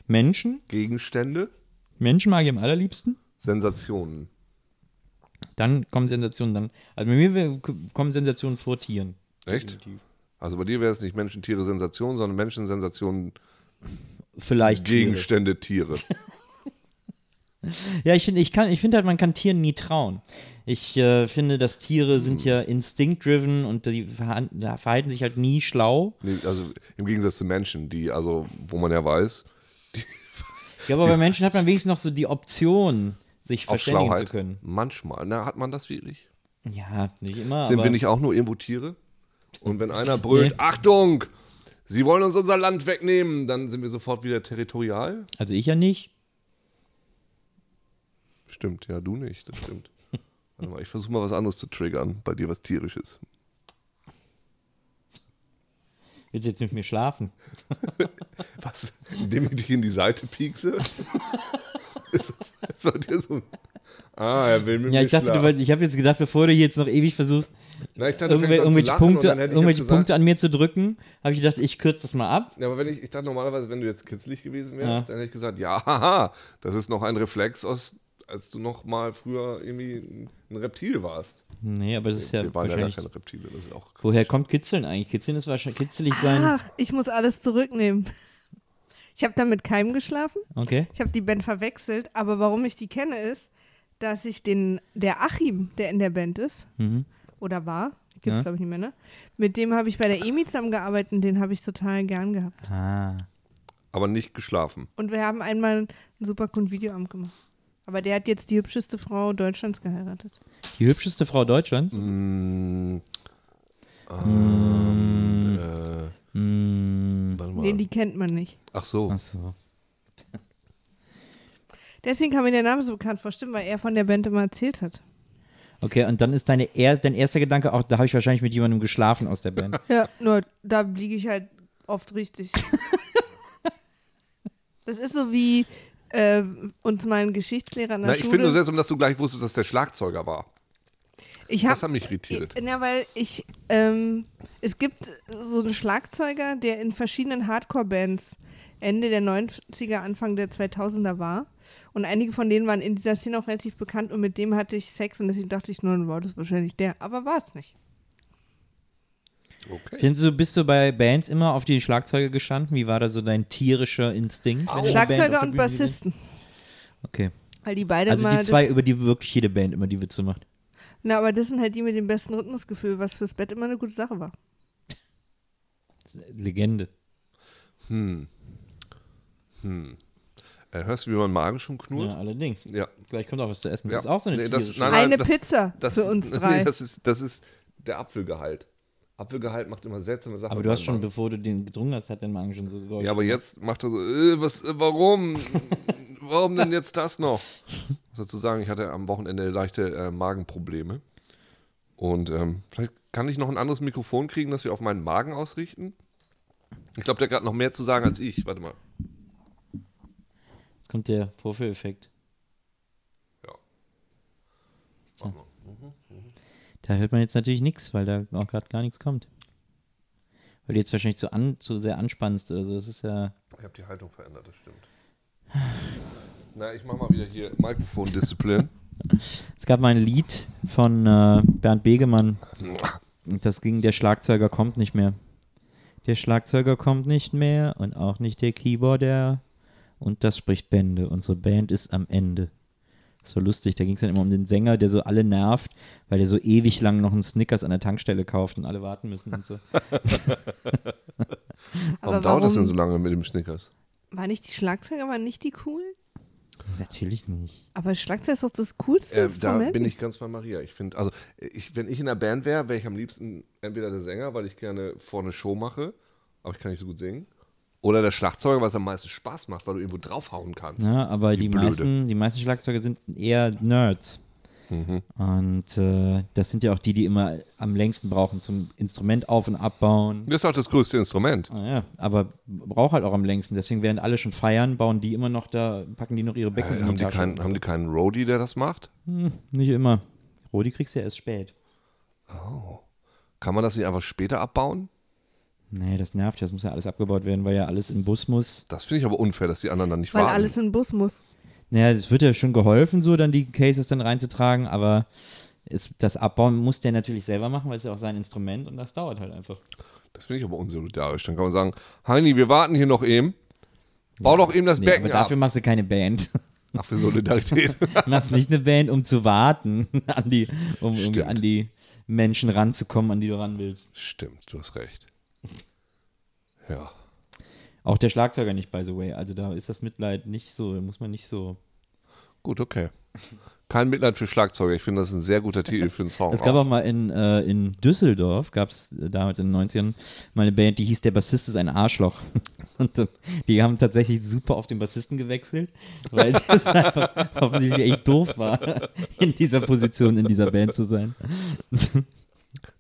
S2: Menschen?
S4: Gegenstände?
S2: Menschen mag ich am allerliebsten.
S4: Sensationen?
S2: Dann kommen Sensationen dann. Also bei mir wär- kommen Sensationen vor Tieren.
S4: Echt? Also bei dir wäre es nicht Menschen, Tiere, Sensationen, sondern Menschen, Sensationen,
S2: Vielleicht Tiere.
S4: Gegenstände, Tiere.
S2: Ja, ich finde, ich kann, ich finde halt, man kann Tieren nie trauen. Ich äh, finde, dass Tiere
S4: Hm.
S2: sind ja instinct-driven und die verhan- ja, verhalten sich halt nie schlau.
S4: Nee, also im Gegensatz zu Menschen, die, also wo man ja weiß,
S2: Ja, aber bei Menschen hat man wenigstens noch so die Option, sich
S4: auf
S2: verständigen zu
S4: Schlauheit,
S2: können.
S4: manchmal, na, hat man das wirklich?
S2: Ja, nicht immer.
S4: Sind
S2: aber
S4: wir nicht auch nur irgendwo Tiere? Und wenn einer brüllt, Achtung, sie wollen uns unser Land wegnehmen, dann sind wir sofort wieder territorial?
S2: Also ich ja nicht.
S4: Stimmt, ja, du nicht, das stimmt. Warte mal, ich versuche mal was anderes zu triggern, bei dir was tierisches.
S2: Willst du jetzt mit mir schlafen?
S4: Was? Indem ich dich in die Seite piekse? ist das, ist bei dir so? Ah, er will mit
S2: Ja,
S4: mir
S2: ich dachte, du,
S4: schlafen.
S2: wolltest- ich habe jetzt gedacht, bevor du hier jetzt noch ewig versuchst,
S4: Na, ich dachte, du
S2: irgendwel
S4: fängst an zu
S2: irgendwelche,
S4: lachen und
S2: Punkte,
S4: dann hätte ich jetzt
S2: irgendwelche
S4: gesagt-
S2: Punkte an mir zu drücken, habe ich gedacht, ich kürze das mal ab.
S4: Ja, aber wenn ich, ich dachte normalerweise, wenn du jetzt kitzlig gewesen wärst, dann hätte ich gesagt, ja, haha, das ist noch ein Reflex aus, als du noch mal früher irgendwie ein Reptil warst.
S2: Nee, aber das ist ja
S4: Wir waren ja gar
S2: wahrscheinlich.
S4: keine Reptile, das ist auch.
S2: Woher kommt Kitzeln eigentlich? Kitzeln ist wahrscheinlich kitzelig sein.
S1: Ach, ich muss alles zurücknehmen. Ich habe da mit keinem geschlafen.
S2: Okay.
S1: Ich habe die Band verwechselt, aber warum ich die kenne ist, dass ich den, der Achim, der in der Band ist, oder war, gibt es
S2: Ja.
S1: glaube ich nicht mehr, ne? Mit dem habe ich bei der EMI zusammengearbeitet und den habe ich total gern gehabt.
S2: Ah.
S4: Aber nicht geschlafen.
S1: Und wir haben einmal ein super Videoamt gemacht. Aber der hat jetzt die hübscheste Frau Deutschlands geheiratet.
S2: Die hübscheste Frau Deutschlands?
S4: Mhm.
S2: Mm.
S4: Mm. Äh,
S2: Mm.
S4: warte mal.
S1: Nee, die kennt man nicht.
S4: Ach so.
S2: Achso.
S1: Deswegen kam mir der Name so bekannt vor, stimmt, weil er von der Band immer erzählt hat.
S2: Okay, und dann ist deine er, dein erster Gedanke auch, da habe ich wahrscheinlich mit jemandem geschlafen aus der Band.
S1: Ja, nur da liege ich halt oft richtig. das ist so wie äh, uns mal ein Geschichtslehrer in der
S4: Na, ich
S1: Schule.
S4: finde nur seltsam, dass du gleich wusstest, dass der Schlagzeuger war.
S1: ich hab,
S4: Das hat mich
S2: Äh,
S4: irritiert.
S1: Na, weil ich, ähm, es gibt so einen Schlagzeuger, der in verschiedenen Hardcore-Bands Ende der 90er, Anfang der 2000er war. Und einige von denen waren in dieser Szene auch relativ bekannt und mit dem hatte ich Sex und deswegen dachte ich nur, wow, das ist wahrscheinlich der. Aber war es nicht.
S4: Okay.
S2: Findest du, bist du bei Bands immer auf die Schlagzeuge gestanden? Wie war da so dein tierischer Instinkt? wenn du eine Band auf
S1: Schlagzeuger
S2: der
S1: und
S2: Bühne gesehen
S1: Bassisten.
S2: hast? Okay.
S1: Weil die beide
S2: Also
S1: mal
S2: die
S1: das-
S2: zwei, über die wirklich jede Band immer die Witze macht.
S1: Na, aber das sind halt die mit dem besten Rhythmusgefühl, was fürs Bett immer eine gute Sache war.
S2: Das ist eine Legende.
S4: Äh, hörst du, wie man magisch
S2: Ja,
S4: umknurrt?
S2: allerdings.
S4: Ja.
S2: Gleich kommt auch was zu essen.
S4: Ja.
S2: Das ist auch so eine
S4: Nee, das-
S2: tierische.
S4: nein,
S1: Eine
S4: das-
S1: Pizza für uns drei.
S4: Nee, das, ist, das ist der Apfelgehalt. Apfelgehalt macht immer seltsame Sachen.
S2: Aber du hast schon,
S4: beim Magen.
S2: bevor du den gedrungen hast, hat dein Magen schon so geäußert.
S4: Ja, aber jetzt macht er so, äh, was, äh, warum? warum denn jetzt das noch? Ich muss dazu sagen, ich hatte am Wochenende leichte äh, Magenprobleme. Und ähm, vielleicht kann ich noch ein anderes Mikrofon kriegen, das wir auf meinen Magen ausrichten. Ich glaube, der hat gerade noch mehr zu sagen als ich. Warte mal.
S2: Jetzt kommt der Vorführeffekt.
S4: Ja.
S2: Da hört man jetzt natürlich nichts, weil da auch gerade gar nichts kommt. Weil Weil du jetzt wahrscheinlich zu, an, zu sehr anspannst oder so. Das ist ja.
S4: Ich habe die Haltung verändert, das stimmt. Na, ich mache mal wieder hier Mikrofondisziplin.
S2: Es gab mal ein Lied von äh, Bernd Begemann. Und das ging, der Schlagzeuger kommt nicht mehr. Der Schlagzeuger kommt nicht mehr und auch nicht der Keyboarder. Und das spricht Bände. Unsere Band ist am Ende. Das war lustig. Da ging es dann immer um den Sänger, der so alle nervt, weil der so ewig lang noch einen Snickers an der Tankstelle kauft und alle warten müssen und so.
S1: Aber
S4: warum dauert das denn so lange mit dem Snickers?
S1: War nicht die Schlagzeuger, waren nicht die coolen?
S2: Natürlich nicht.
S1: Aber Schlagzeug ist doch das coolste
S4: Äh, da
S1: Instrument.
S4: bin ich ganz bei Maria. Ich finde, also, ich, wenn ich in einer Band wäre, wäre ich am liebsten entweder der Sänger, weil ich gerne vorne Show mache, aber ich kann nicht so gut singen. Oder der Schlagzeuger, weil es am meisten Spaß macht, weil du irgendwo draufhauen kannst.
S2: Ja, Ne? aber
S4: Wie
S2: die
S4: blöde.
S2: meisten, die meisten Schlagzeuger sind eher Nerds.
S4: Mhm.
S2: Und äh, das sind ja auch die, die immer am längsten brauchen zum Instrument auf- und abbauen.
S4: Das ist auch das größte Instrument.
S1: Ah,
S2: Naja, aber braucht halt auch am längsten. Deswegen, während alle schon feiern, bauen die immer noch da, packen die noch ihre Becken
S4: Äh,
S2: in
S4: haben,
S2: die
S4: die
S2: Tasche.
S4: keinen, haben die keinen Roadie, der das macht?
S2: Nicht immer. Rodi kriegst du ja erst spät.
S4: Kann man das nicht einfach später abbauen?
S2: Nee, das nervt ja. Das muss ja alles abgebaut werden, weil ja alles im Bus muss.
S4: Das finde ich aber unfair, dass die anderen dann nicht
S1: weil
S4: warten.
S1: alles in den Bus muss.
S2: Naja, es wird ja schon geholfen, so dann die Cases dann reinzutragen, aber es, das Abbauen muss der natürlich selber machen, weil es ist ja auch sein Instrument und das dauert halt einfach.
S4: das finde ich aber unsolidarisch. Dann kann man sagen, Heini, wir warten hier noch eben. Bau doch eben das
S2: Nee, aber
S4: Becken
S2: dafür
S4: ab.
S2: machst du keine Band.
S4: Ach, für Solidarität.
S2: Du machst nicht eine Band, um zu warten, an die, um, um
S4: Stimmt.
S2: an die Menschen ranzukommen, an die du ran willst.
S4: Stimmt, du hast recht. Ja.
S2: Auch der Schlagzeuger nicht, by the way. Also da ist das Mitleid nicht so, muss man nicht so.
S4: Gut, okay. Kein Mitleid für Schlagzeuger. Ich finde, das ist ein sehr guter Titel für einen Song.
S2: Es gab auch
S4: auch.
S2: mal in, äh, in Düsseldorf, gab es damals in den 90ern, mal eine Band, die hieß Der Bassist ist ein Arschloch. Und dann, die haben tatsächlich super auf den Bassisten gewechselt, weil das einfach offensichtlich echt doof war, in dieser Position, in dieser Band zu sein.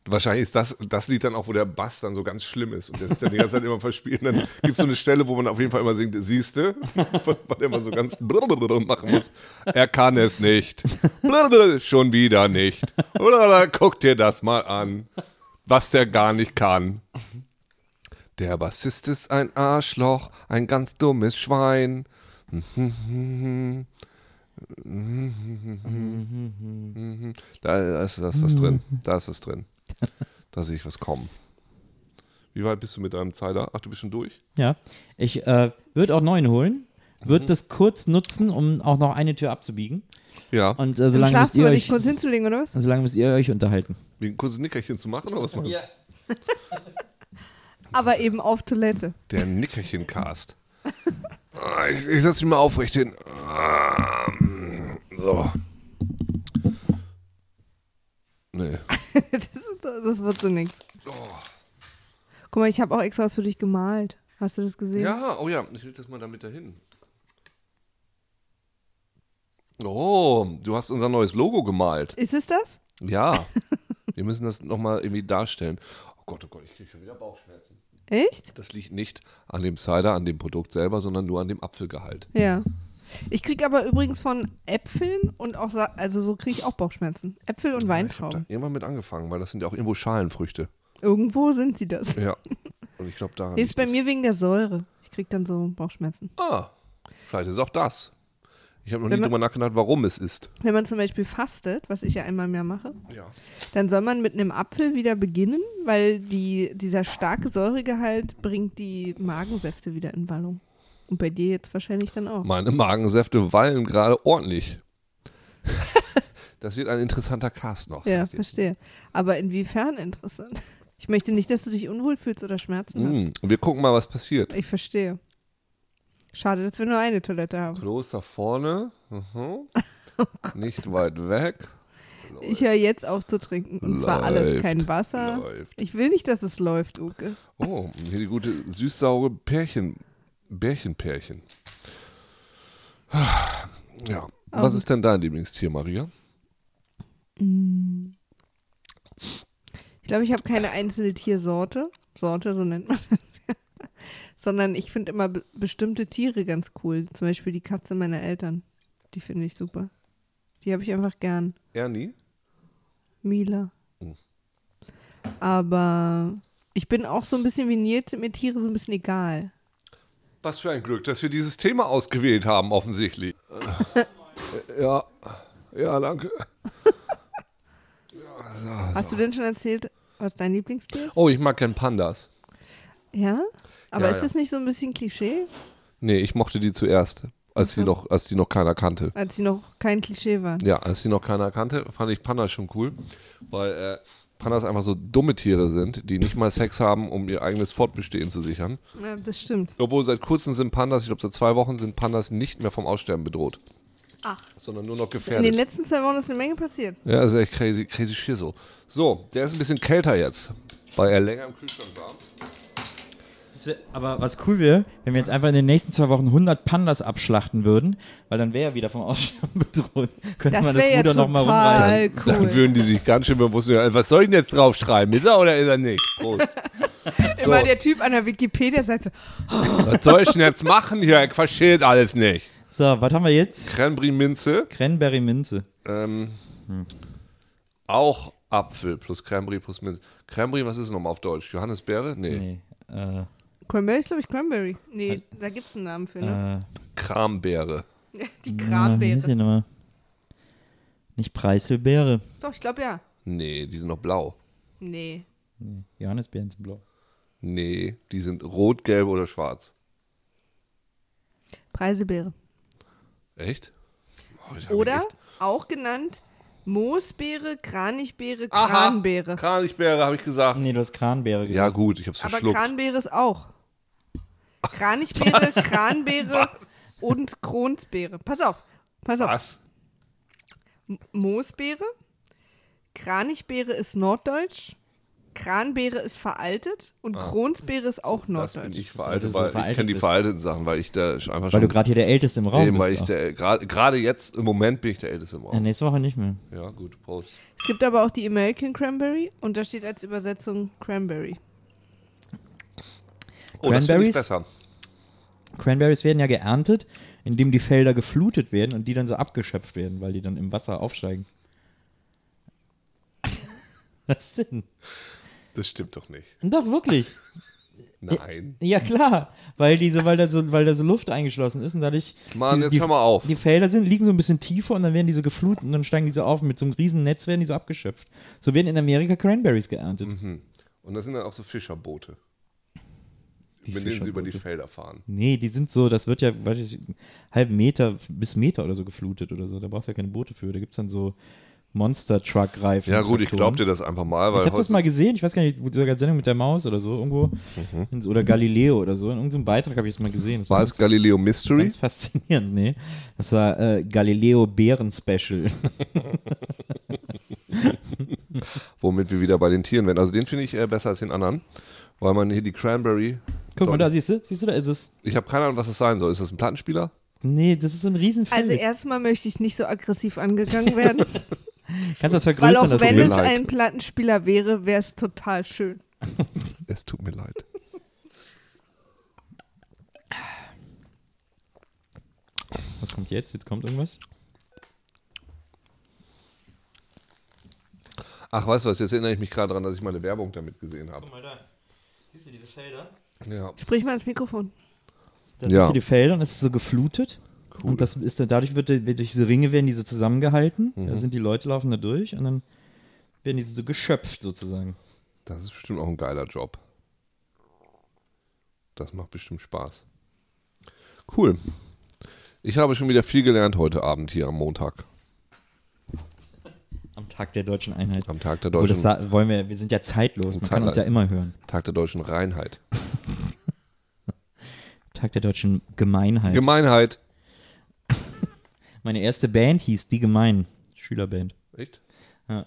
S4: Wahrscheinlich ist das, das Lied dann auch, wo der Bass dann so ganz schlimm ist und der sich dann die ganze Zeit immer verspielt. Und dann gibt es so eine Stelle, wo man auf jeden Fall immer singt, siehste, weil der immer so ganz machen muss. Er kann es nicht. Schon wieder nicht. Oder guck dir das mal an, was der gar nicht kann. Der Bassist ist ein Arschloch, ein ganz dummes Schwein. Da, da, ist, da ist was drin. Da ist was drin. Da sehe ich was kommen. Wie weit bist du mit deinem Zeiler? Ach, du bist schon durch?
S2: Ja, ich äh, würde auch neuen holen,
S1: Mhm.
S2: würde das kurz nutzen, um auch noch eine Tür abzubiegen.
S4: Ja.
S2: Und äh,
S1: Im
S2: solange, müsst ihr
S1: Schlafzimmer dich
S2: euch,
S1: kurz hinzulegen, oder was?
S2: solange müsst ihr euch unterhalten.
S4: Wie ein kurzes Nickerchen zu machen oder was meinst du?
S1: Aber eben auf Toilette.
S4: Der Nickerchen-Cast. Ah, ich ich setze mich mal aufrecht hin. Ah, So. Nee.
S1: das, ist, das wird so nichts.
S4: Oh.
S1: Guck mal, ich habe auch extra was für dich gemalt. Hast du das gesehen?
S4: Ja, oh ja, ich leg das mal damit dahin. Oh, du hast unser neues Logo gemalt.
S1: Ist es das?
S4: Ja. Wir müssen das nochmal irgendwie darstellen. Oh Gott, oh Gott, ich kriege schon wieder Bauchschmerzen.
S1: Echt?
S4: Das liegt nicht an dem Cider, an dem Produkt selber, sondern nur an dem Apfelgehalt.
S1: Ja. Ich krieg aber übrigens von Äpfeln und auch, Sa also so kriege ich auch Bauchschmerzen. Äpfel und
S4: Da
S1: Weintrauben.
S4: irgendwann mit angefangen, weil das sind ja auch irgendwo Schalenfrüchte.
S1: Irgendwo sind sie das.
S4: Ja. Und ich glaube, daran.
S1: Nee, ist
S4: liegt
S1: bei
S4: es.
S1: mir wegen der Säure. Ich krieg dann so Bauchschmerzen.
S4: Ah, vielleicht ist auch das. Ich habe noch
S1: Wenn
S4: nie
S1: man-
S4: drüber nachgedacht, warum es ist.
S1: Wenn man zum Beispiel fastet, was ich ja einmal im Jahr mache,
S4: Ja.
S1: dann soll man mit einem Apfel wieder beginnen, weil die, dieser starke Säuregehalt bringt die Magensäfte wieder in Wallung. Und bei dir jetzt wahrscheinlich dann auch.
S4: Meine Magensäfte wallen gerade ordentlich. das wird ein interessanter Cast noch.
S1: Ja,
S4: sag ich
S1: verstehe. Aber inwiefern interessant? Ich möchte nicht, dass du dich unwohl fühlst oder
S4: dir.
S1: Schmerzen
S4: Mm, wir gucken mal, was passiert.
S1: hast. Ich verstehe. Schade, dass wir nur eine Toilette haben.
S4: Kloster vorne. Mhm.
S1: Oh
S4: Nicht weit weg.
S1: Ich höre jetzt auf zu trinken. Und zwar alles.
S4: Läuft.
S1: Kein Wasser.
S4: Läuft.
S1: Ich will nicht, dass es läuft, Uke.
S4: Oh, hier die gute süß-saure Pärchen. Bärchenpärchen. Ja. Was ist denn dein Lieblingstier, Maria?
S1: Ich glaube, ich habe keine einzelne Tiersorte. Sorte, so nennt man das. Sondern ich finde immer be bestimmte Tiere ganz cool. Zum Beispiel die Katze meiner Eltern. Die finde ich super. Die habe ich einfach gern.
S4: Ernie?
S1: Mila. Aber Ich bin auch so ein bisschen wie Nils, sind mir Tiere so ein bisschen egal.
S4: Was für ein Glück, dass wir dieses Thema ausgewählt haben, offensichtlich. Äh, ja, ja, danke.
S1: Hast du denn schon erzählt, was dein Lieblingstier ist?
S4: Also. Oh, ich mag keinen Pandas.
S1: Ja? Aber
S4: Ja,
S1: ist
S4: ja.
S1: das nicht so ein bisschen Klischee,
S4: Nee, ich mochte die zuerst, als die noch, als die noch keiner kannte.
S1: als sie noch kein Klischee waren?
S4: Ja, als die noch keiner kannte, fand ich Pandas schon cool, weil äh, Pandas einfach so dumme Tiere sind, die nicht mal Sex haben, um ihr eigenes Fortbestehen zu sichern.
S1: Ja, das stimmt.
S4: Obwohl seit kurzem sind Pandas, ich glaube seit zwei Wochen, sind Pandas nicht mehr vom Aussterben bedroht.
S1: Ach.
S4: Sondern nur noch
S1: In den
S4: gefährdet.
S1: letzten zwei Wochen ist eine Menge passiert.
S4: Ja, ist echt crazy, crazy Schisso. So, der ist ein bisschen kälter jetzt, weil er länger im Kühlschrank war.
S2: Das wär- Aber was cool wäre, wenn wir jetzt einfach in den nächsten zwei Wochen 100 Pandas abschlachten würden, weil dann wäre er wieder vom Aussterben bedroht. Könnte
S1: Das
S2: man das
S1: wäre ja
S2: Ruder noch nochmal rumreißen.
S1: total
S4: Dann
S1: cool.
S4: würden die sich ganz schön bewusst werden, was soll ich denn jetzt draufschreiben? Ist er oder ist er nicht? Prost.
S1: Immer der Typ an der Wikipedia-Seite.
S4: Was soll ich denn jetzt machen hier? Er Quatschiert alles nicht.
S2: So, was haben wir jetzt?
S4: Cranberry-Minze,
S2: Cranberry Minze.
S4: ähm, auch Apfel plus Cranberry plus Minze. Cranberry, was ist nochmal auf Deutsch? Johannisbeere? Nee.
S2: Nee. Äh,
S1: Cranberry ist, glaube ich, Cranberry. Nee, da gibt es einen Namen für, ne?
S2: äh,
S4: Krambeere.
S1: Die
S2: na, wie ist
S1: Granbeere.
S2: die nochmal? Nicht Preiselbeere.
S1: Doch, ich glaube ja.
S4: Nee, die sind noch blau.
S1: Nee.
S2: Johannisbeeren sind blau.
S4: Nee, die sind rot, gelb oder schwarz.
S1: Preisebeere.
S4: Echt? Oh, ich hab
S1: Oder
S4: echt-
S1: auch genannt Moosbeere, Kranichbeere,
S4: Aha,
S1: Kranbeere.
S4: Kranbeere habe ich gesagt.
S2: Nee, du hast Kranbeere gesagt.
S4: Ja gut, ich habe es
S1: Aber
S4: verschluckt.
S1: Kranbeere ist auch. Kranichbeere, Kranbeere und Kronsbeere. Pass auf, pass auf.
S4: was?
S1: M- Moosbeere, Kranichbeere ist norddeutsch, Kranbeere ist veraltet und Kronsbeere ist auch
S4: Ah. Das bin
S1: norddeutsch.
S4: ich
S2: dass
S4: veraltet,
S2: du
S4: weil ich
S2: veraltet
S4: kenne die
S2: bist.
S4: veralteten Sachen, weil ich da schon einfach
S2: Weil du
S4: schon...
S2: gerade hier der Älteste im Raum
S4: eben, weil ich
S2: bist. auch.
S4: der- gerade gerade jetzt im Moment bin ich der Älteste im
S2: Ja,
S4: Raum.
S2: nächste Woche nicht mehr.
S4: Ja gut, Prost. Oh,
S1: Es gibt aber auch die American Cranberry und da steht als Übersetzung Cranberry.
S4: Oh, das finde ich
S2: Cranberries?
S4: besser.
S2: Cranberries werden ja geerntet, indem die Felder geflutet werden und die dann so abgeschöpft werden, weil die dann im Wasser aufsteigen. Was denn?
S4: Das stimmt doch nicht.
S2: Doch, wirklich.
S4: Nein.
S2: Ja, klar. Weil, diese, weil, da so, weil da so Luft eingeschlossen ist und dadurch.
S4: Mann,
S2: diese-
S4: jetzt
S2: die,
S4: hör mal auf.
S2: Die Felder sind, liegen so ein bisschen tiefer und dann werden die so geflutet und dann steigen die so auf. Mit so einem riesen Netz werden die so abgeschöpft. So werden in Amerika Cranberries geerntet.
S4: Und das sind dann auch so Fischerboote,
S2: Die
S4: mit denen sie über die
S2: Fischerboote.
S4: Felder fahren.
S2: Nee, die sind so, das wird ja, weiß ich, einen halben Meter bis Meter oder so geflutet oder so. Da brauchst du ja keine Boote für. Da gibt es dann so Monster-Truck-Reifen.
S4: Ja gut, ich glaube dir das einfach mal, weil
S2: Ich habe das mal gesehen, ich weiß gar nicht, sogar eine Sendung mit der Maus oder so, irgendwo. In, oder Galileo oder so. In irgendeinem Beitrag habe ich das mal gesehen. Das
S4: Mhm. war es
S2: ganz,
S4: Galileo Mystery?
S2: ganz faszinierend, nee. Das war äh, Galileo-Bären-Special.
S4: womit wir wieder bei den Tieren werden. Also den finde ich äh, besser als den anderen, weil man hier die Cranberry.
S2: Guck mal,
S4: Doch.
S2: da siehst du, siehst du, da ist es.
S4: Ich habe keine Ahnung, was das sein soll. Ist das ein Plattenspieler?
S2: Nee, das ist ein Riesenfeld.
S1: Also erstmal möchte ich nicht so aggressiv angegangen werden,
S2: Kannst du das
S1: weil
S2: vergrößern,
S1: auch
S2: das
S1: wenn
S2: Problem?
S1: es
S4: leid.
S1: ein Plattenspieler wäre, wäre es total schön.
S4: Es tut mir leid.
S2: Was kommt jetzt? Jetzt kommt irgendwas?
S4: Ach, weißt du was? Jetzt erinnere ich mich gerade daran, dass ich meine Werbung damit gesehen habe.
S2: mal da. Siehst du diese Felder?
S4: Ja.
S1: Sprich mal ins Mikrofon.
S2: Da
S4: Ja.
S2: siehst du die Felder und es ist so geflutet. Und das ist dann, dadurch wird wird durch diese Ringe werden die so zusammengehalten.
S4: Mhm.
S2: Da sind die Leute laufen da durch und dann werden die so geschöpft sozusagen.
S4: Das ist bestimmt auch ein geiler Job. Das macht bestimmt Spaß. Cool. Ich habe schon wieder viel gelernt heute Abend hier am Montag,
S2: Am Tag der deutschen Einheit.
S4: am Tag der
S2: Obwohl, das
S4: deutschen,
S2: sa- wollen wir, wir sind ja zeitlos, man kann uns ja
S4: Zeitreisen.
S2: immer hören.
S4: Tag der deutschen Reinheit.
S2: Tag der deutschen Gemeinheit.
S4: Gemeinheit.
S2: Meine erste Band hieß Die Gemein. Schülerband.
S4: Echt?
S2: Ja.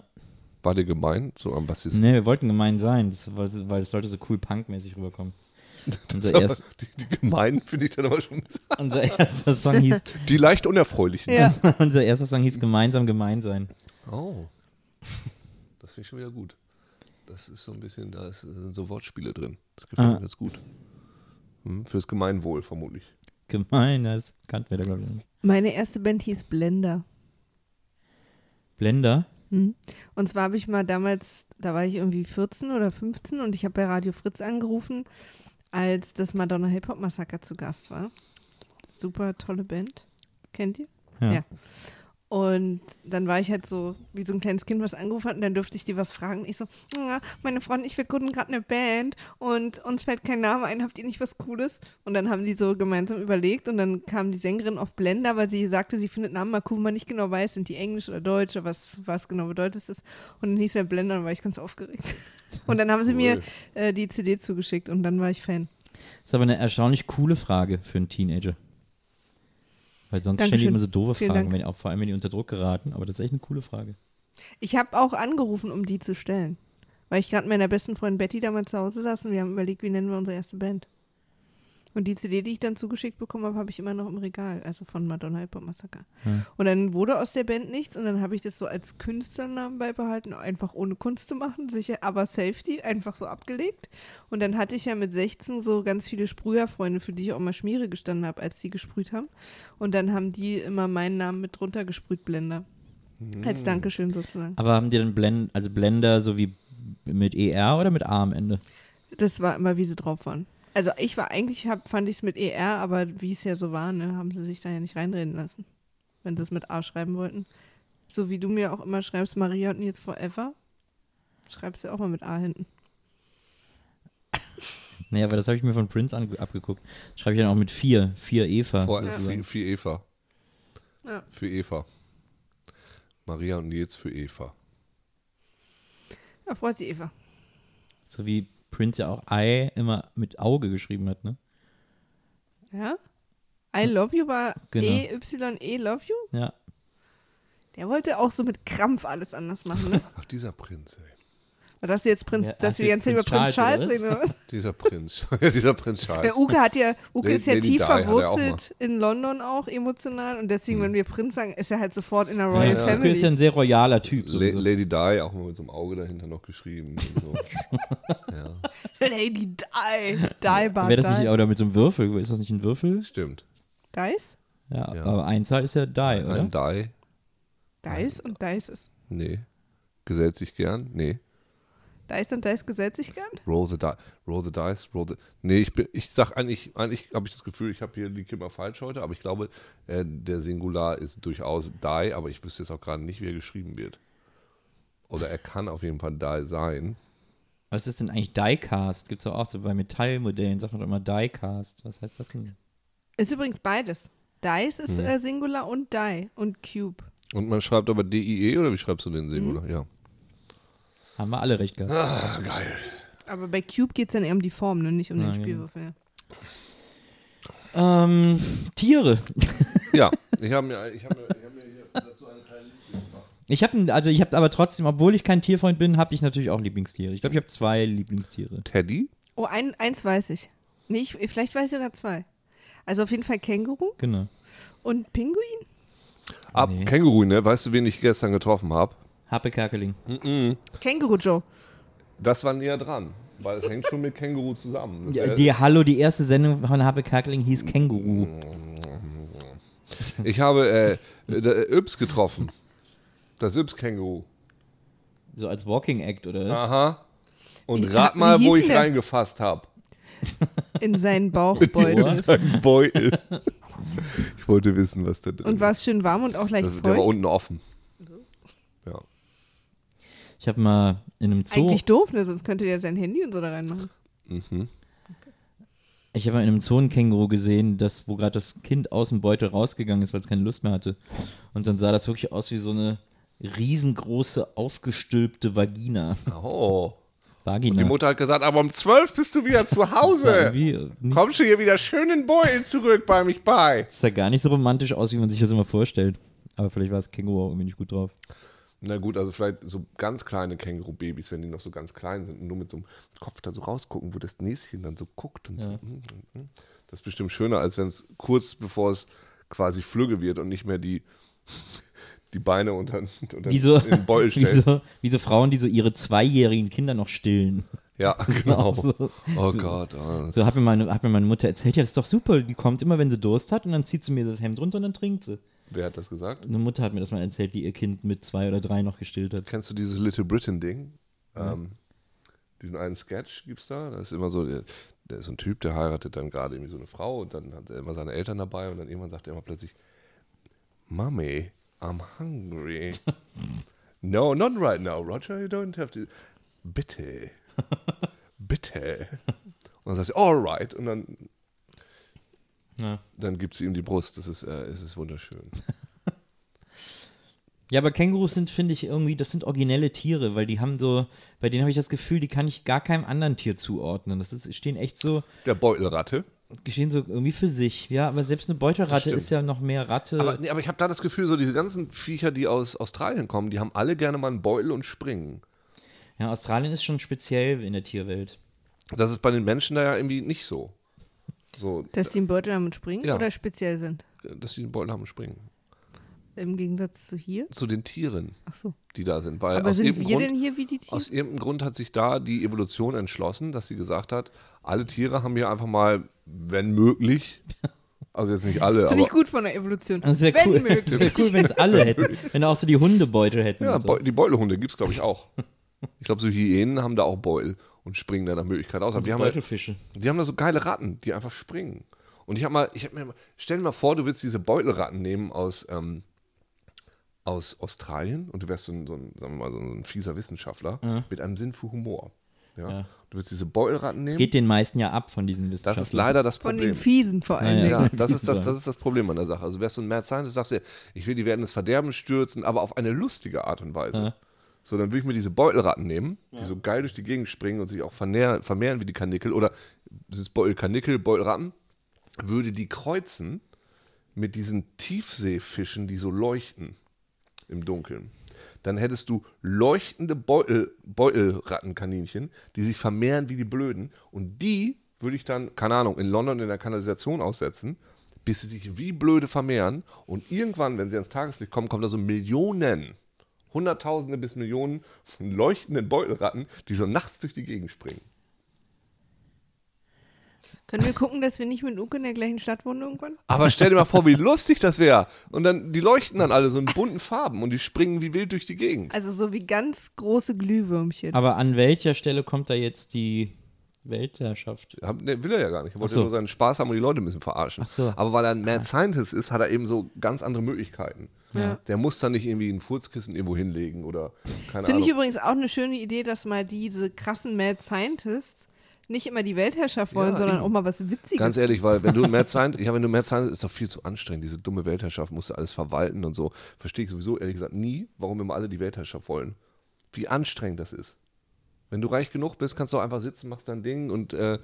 S4: War dir gemein? So am Bassisten.
S2: Ne, wir wollten gemein sein, das, weil, weil es sollte so cool punkmäßig rüberkommen.
S4: Das ist
S2: Unser,
S4: aber-
S2: erst,
S4: die, die gemeinen finde ich dann aber schon.
S2: unser erster Song hieß
S4: Die leicht unerfreulichen.
S1: Ja.
S2: unser erster Song hieß Gemeinsam gemein sein.
S4: Oh. Das finde ich schon wieder gut. Das ist so ein bisschen, da ist, sind so Wortspiele drin. Das gefällt
S2: Ah.
S4: mir ganz gut. Hm, fürs Gemeinwohl vermutlich.
S2: Gemein, das kannten wir da glaube ich. nicht.
S1: Meine erste Band hieß Blender.
S2: Blender.
S1: Und zwar habe ich mal damals, da war ich irgendwie 14 oder 15 und ich habe bei Radio Fritz angerufen, als das Madonna Hip Hop Massaker zu Gast war. Super tolle Band. Kennt ihr?
S2: Ja.
S1: Und dann war ich halt so, wie so ein kleines Kind, was angerufen hat und dann durfte ich die was fragen. Ich so, "Ja, meine Freundin, ich wir gründen gerade eine Band und uns fällt kein Name ein, habt ihr nicht was Cooles? Und dann haben die so gemeinsam überlegt und dann kam die Sängerin auf Blender, weil sie sagte, sie findet Namen mal cool, wo man nicht genau weiß, sind die Englisch oder Deutsch oder was, was genau bedeutet es. Und dann hieß mir Blender und dann war ich ganz aufgeregt. Und dann haben sie mir
S4: Cool.
S1: äh, die CD zugeschickt und dann war ich Fan.
S2: Das ist aber eine erstaunlich coole Frage für einen Teenager. Weil sonst stellen die
S1: Dankeschön.
S2: immer so doofe
S1: Vielen
S2: Fragen,
S1: Dank.
S2: wenn, auch vor allem wenn die unter Druck geraten. Aber das ist echt eine coole Frage.
S1: Ich habe auch angerufen, um die zu stellen. Weil ich gerade mit meiner besten Freundin Betty damals zu Hause saß und wir haben überlegt, wie nennen wir unsere erste Band. Und die CD, die ich dann zugeschickt bekommen habe, habe ich immer noch im Regal, also von Madonna Hyper Massaker. Und dann wurde aus der Band nichts und dann habe ich das so als Künstlernamen beibehalten, einfach ohne Kunst zu machen, sicher, aber Safety, einfach so abgelegt. Und dann hatte ich ja mit 16 so ganz viele Sprüherfreunde, für die ich auch mal Schmiere gestanden habe, als die gesprüht haben. Und dann haben die immer meinen Namen mit drunter gesprüht, Blender. Als Dankeschön sozusagen.
S2: Aber haben die dann Blend, also Blender so wie mit ER oder mit A am Ende?
S1: Das war immer, wie sie drauf waren. Also ich war eigentlich, hab, fand ich es mit ER, aber wie es ja so war, ne, haben sie sich da ja nicht reinreden lassen, wenn sie es mit A schreiben wollten. So wie du mir auch immer schreibst, Maria und jetzt Forever, schreibst du auch mal mit A hinten.
S2: Naja, aber das habe ich mir von Prince ange- abgeguckt. Schreibe ich dann auch mit 4. 4 Eva. Also
S4: Vor allem
S2: sozusagen.
S4: für, für Eva.
S1: Ja.
S4: Für Eva. Maria und Nils für Eva.
S1: Da freut sich Eva.
S2: So wie Prince ja auch I immer mit Auge geschrieben hat, ne?
S1: Ja? I love you war
S2: Genau.
S1: E-Y-E love you?
S2: Ja.
S1: Der wollte auch so mit Krampf alles anders machen, ne?
S4: Ach, dieser Prinz, ey.
S1: War das jetzt Prinz,
S2: Ja,
S1: dass
S2: ach,
S1: wir die ganze Zeit über Prinz Charles reden oder was?
S4: Dieser Prinz. dieser Prinz Charles.
S1: Der Uke hat ja, Uke
S4: Lady-
S1: ist ja
S4: Lady
S1: tief
S4: Di hat er auch Hm.
S1: verwurzelt in London auch emotional und deswegen, wenn wir Prinz sagen, ist er halt sofort in der
S2: ja,
S1: Royal
S2: ja. Uke
S1: Family.
S2: ist ja ein sehr royaler Typ.
S4: La
S2: sowieso.
S4: Lady Di, auch mal mit so einem Auge dahinter noch geschrieben. Und so.
S1: Lady Di, Di Bar
S2: Wäre das
S1: Di.
S2: nicht, oder mit so einem Würfel? Ist das nicht ein Würfel?
S4: Stimmt.
S1: Dice?
S2: Ja,
S4: Ja.
S2: aber Einzahl ist ja Die, oder?
S4: Ein Di?
S1: Dice und Dice ist.
S4: Nee. Gesellt sich gern? Nee.
S1: Dice und Dice gesellt sich gern?
S4: Roll the, di roll the Dice, roll the. Nee, ich, bin, ich sag eigentlich, eigentlich habe ich das Gefühl, ich habe hier die Kimmer falsch heute, aber ich glaube, äh, der Singular ist durchaus die, aber ich wüsste jetzt auch gerade nicht, wie er geschrieben wird. Oder er kann auf jeden Fall die sein.
S2: Was ist denn eigentlich Diecast? Gibt es auch so bei Metallmodellen, sagt man doch immer Diecast. Was heißt das denn?
S1: Ist übrigens beides. Dice
S4: Mhm.
S1: ist äh, Singular und Die und Cube.
S4: Und man schreibt aber D-I-E oder wie schreibst du den Singular?
S2: Mhm.
S4: Ja.
S2: Haben wir alle recht gehabt.
S4: Ah, geil.
S1: Aber bei Cube geht es dann eher um die Form, ne? nicht um
S2: Ja,
S1: den
S2: genau.
S1: Spielwürfel. ja.
S2: Ähm, Tiere.
S4: Ja, ich habe mir, ich hab mir, ich hab mir hier dazu eine kleine Liste gemacht.
S2: Ich habe also ich habe aber trotzdem, obwohl ich kein Tierfreund bin, habe ich natürlich auch Lieblingstiere. Ich glaube, ich habe zwei Lieblingstiere.
S4: Teddy?
S1: Oh, ein, eins weiß ich. Nee, ich. Vielleicht weiß ich sogar zwei. Also auf jeden Fall Känguru
S2: Genau.
S1: und Pinguin.
S4: Ah,
S2: Nee.
S4: Känguru, ne? Weißt du, wen ich gestern getroffen habe?
S2: Happe Kerkeling.
S1: Känguru Joe.
S4: Das war näher dran, weil es hängt schon mit Känguru zusammen. Das
S2: Die,
S4: wär-
S2: die, hallo, die erste Sendung von Happe Kerkeling hieß Känguru.
S4: Ich habe äh, äh, Yps getroffen. Das Yps-Känguru.
S2: So als Walking Act, oder? was?
S4: Aha. Und
S1: Wie-
S4: rat
S1: wie
S4: mal, wo
S1: hieß
S4: ich
S1: denn der?
S4: reingefasst habe.
S1: In seinen Bauchbeutel.
S4: Sein Beutel. Ich wollte wissen, was da drin
S1: Und war es schön warm und auch leicht
S4: Das, Also, Der war
S1: feucht?
S4: unten offen. Ja.
S2: Ich habe mal in einem Zoo.
S1: Eigentlich doof, ne? Sonst könnte der sein Handy und so da reinmachen.
S2: Ich habe mal in einem Zonenkänguru gesehen, das, wo gerade das Kind aus dem Beutel rausgegangen ist, weil es keine Lust mehr hatte. Und dann sah das wirklich aus wie so eine riesengroße, aufgestülpte Vagina.
S4: Oh.
S2: Vagina.
S4: Die Mutter hat gesagt, aber um 12 bist du wieder zu
S2: Das sah
S4: Hause.
S2: irgendwie nicht,
S4: Kommst du hier wieder schön in den Beutel zurück bei mich bei.
S2: das sah gar nicht so romantisch aus, wie man sich das immer vorstellt. Aber vielleicht war das Känguru auch irgendwie nicht gut drauf.
S4: Na gut, also vielleicht so ganz kleine Känguru-Babys, wenn die noch so ganz klein sind und nur mit so einem Kopf da so rausgucken, wo das Näschen dann so guckt und so.
S2: Ja.
S4: mm, mm, mm. Das ist bestimmt schöner, als wenn es kurz bevor es quasi flügge wird und nicht mehr die, die Beine unter, unter
S2: Wie so,
S4: in den Beutel
S2: wie,
S4: stellt.
S2: so, wie so Frauen, die so ihre zweijährigen Kinder noch stillen.
S4: Ja, genau.
S2: Also, So,
S4: Oh Gott. ah.
S2: so hat, mir meine, hat mir meine Mutter erzählt, ja, das ist doch super. Die kommt immer, wenn sie Durst hat und dann zieht sie mir das Hemd runter und dann trinkt sie.
S4: Wer hat das gesagt?
S2: Eine Mutter hat mir das mal erzählt, die ihr Kind mit zwei oder drei noch gestillt hat.
S4: Kennst du dieses Little Britain-Ding? Ähm, diesen einen Sketch gibt's da. Da ist immer so, der, der ist so ein Typ, der heiratet dann gerade irgendwie so eine Frau und dann hat er immer seine Eltern dabei und dann irgendwann sagt er immer plötzlich, Mommy, I'm hungry. no, not right now, Roger, you don't have to. Bitte. Bitte. Und dann sagt sie, alright. Und dann,
S2: Ja.
S4: dann gibt sie ihm die Brust. Das ist, äh, es ist wunderschön.
S2: Ja, aber Kängurus sind, finde ich, irgendwie, das sind originelle Tiere, weil die haben so, bei denen habe ich das Gefühl, die kann ich gar keinem anderen Tier zuordnen. Das ist, stehen echt so,
S4: Der Beutelratte.
S2: stehen so irgendwie für sich. Ja, aber selbst eine Beutelratte
S4: stimmt.
S2: ist ja noch mehr Ratte.
S4: Aber, nee, aber ich habe da das Gefühl, so diese ganzen Viecher, die aus Australien kommen, die haben alle gerne mal einen Beutel und springen.
S2: ja, Australien ist schon speziell in der Tierwelt.
S4: Das ist bei den Menschen da ja irgendwie nicht so. So,
S1: Dass die im Beutel damit springen
S4: Ja.
S1: oder speziell sind?
S4: dass die einen Beutel haben und springen.
S1: Im Gegensatz zu hier?
S4: Zu den Tieren,
S1: Ach so.
S4: die da sind. Weil
S1: Aber
S4: aus
S1: sind
S4: irgendeinem
S1: wir
S4: Grund,
S1: denn hier wie die Tiere?
S4: Aus irgendeinem Grund hat sich da die Evolution entschlossen, dass sie gesagt hat, alle Tiere haben hier einfach mal, wenn möglich, also jetzt nicht alle,
S1: Das finde
S4: aber
S1: ich gut von der Evolution.
S2: Das wäre
S1: Wenn
S2: cool, Das wär
S1: möglich.
S2: cool wenn es alle hätten. Wenn auch so die Hundebeutel hätten.
S4: ja,
S2: und so.
S4: Beu- die Beutelhunde gibt es, glaube ich, auch. Ich glaube, so Hyänen haben da auch Beutel und springen da nach Möglichkeit aus. Aber die haben halt,
S2: Beutelfische.
S4: Die haben da so geile Ratten, die einfach springen. Und ich habe mal, ich hab mir mal, stell dir mal vor, du willst diese Beutelratten nehmen aus, ähm, aus Australien und du wärst so ein, so ein, sagen wir mal, so ein fieser Wissenschaftler mit einem Sinn für Humor. Ja? Du willst diese Beutelratten nehmen.
S2: Geht den meisten ja ab von diesen
S4: das
S2: Wissenschaftlern.
S4: ist leider das
S1: Von
S4: Problem.
S1: den Fiesen vor allem.
S2: Naja.
S4: ja, das ist das, das ist das Problem an der Sache. Also wärst du ein Mad Scientist, sagst du, ich will die werden ins Verderben stürzen, aber auf eine lustige Art und Weise. So, dann würde ich mir diese Beutelratten nehmen, die so geil durch die Gegend springen und sich auch vermehren, vermehren wie die Karnickel oder dieses Beutelkarnickel, Beutelratten, würde die kreuzen mit diesen Tiefseefischen, die so leuchten im Dunkeln. Dann hättest du leuchtende Beutel, Beutelrattenkaninchen, die sich vermehren wie die Blöden. Und die würde ich dann, keine Ahnung, in London in der Kanalisation aussetzen, bis sie sich wie Blöde vermehren. Und irgendwann, wenn sie ans Tageslicht kommen, kommen da so Millionen, Hunderttausende bis Millionen von leuchtenden Beutelratten, die so nachts durch die Gegend springen.
S1: Können wir gucken, dass wir nicht mit Uke in der gleichen Stadt wohnen irgendwann?
S4: Aber stell dir mal vor, wie lustig das wäre. Und dann, die leuchten dann alle so in bunten Farben und die springen wie wild durch die Gegend.
S1: Also so wie ganz große Glühwürmchen.
S2: Aber an welcher Stelle kommt da jetzt die Weltherrschaft?
S4: Hab- Nee, will er ja gar nicht. Er wollte
S2: Ach so.
S4: nur seinen Spaß haben und die Leute ein bisschen verarschen.
S2: Ach so. Ah.
S4: Aber weil er ein Mad Scientist ist, hat er eben so ganz andere Möglichkeiten. Der muss dann nicht irgendwie ein Furzkissen irgendwo hinlegen oder keine
S1: Finde ich
S4: Ahnung.
S1: übrigens auch eine schöne Idee, dass mal diese krassen Mad Scientists nicht immer die Weltherrschaft wollen,
S4: Ja,
S1: sondern
S4: eben.
S1: auch mal was Witziges.
S4: Ganz e- ehrlich, weil wenn du ein Mad Scientist, ja, wenn du ein Mad Scientist ist doch viel zu anstrengend. Diese dumme Weltherrschaft musst du alles verwalten und so. Verstehe ich sowieso ehrlich gesagt nie, warum immer alle die Weltherrschaft wollen. Wie anstrengend das ist. Wenn du reich genug bist, kannst du auch einfach sitzen, machst dein Ding und äh,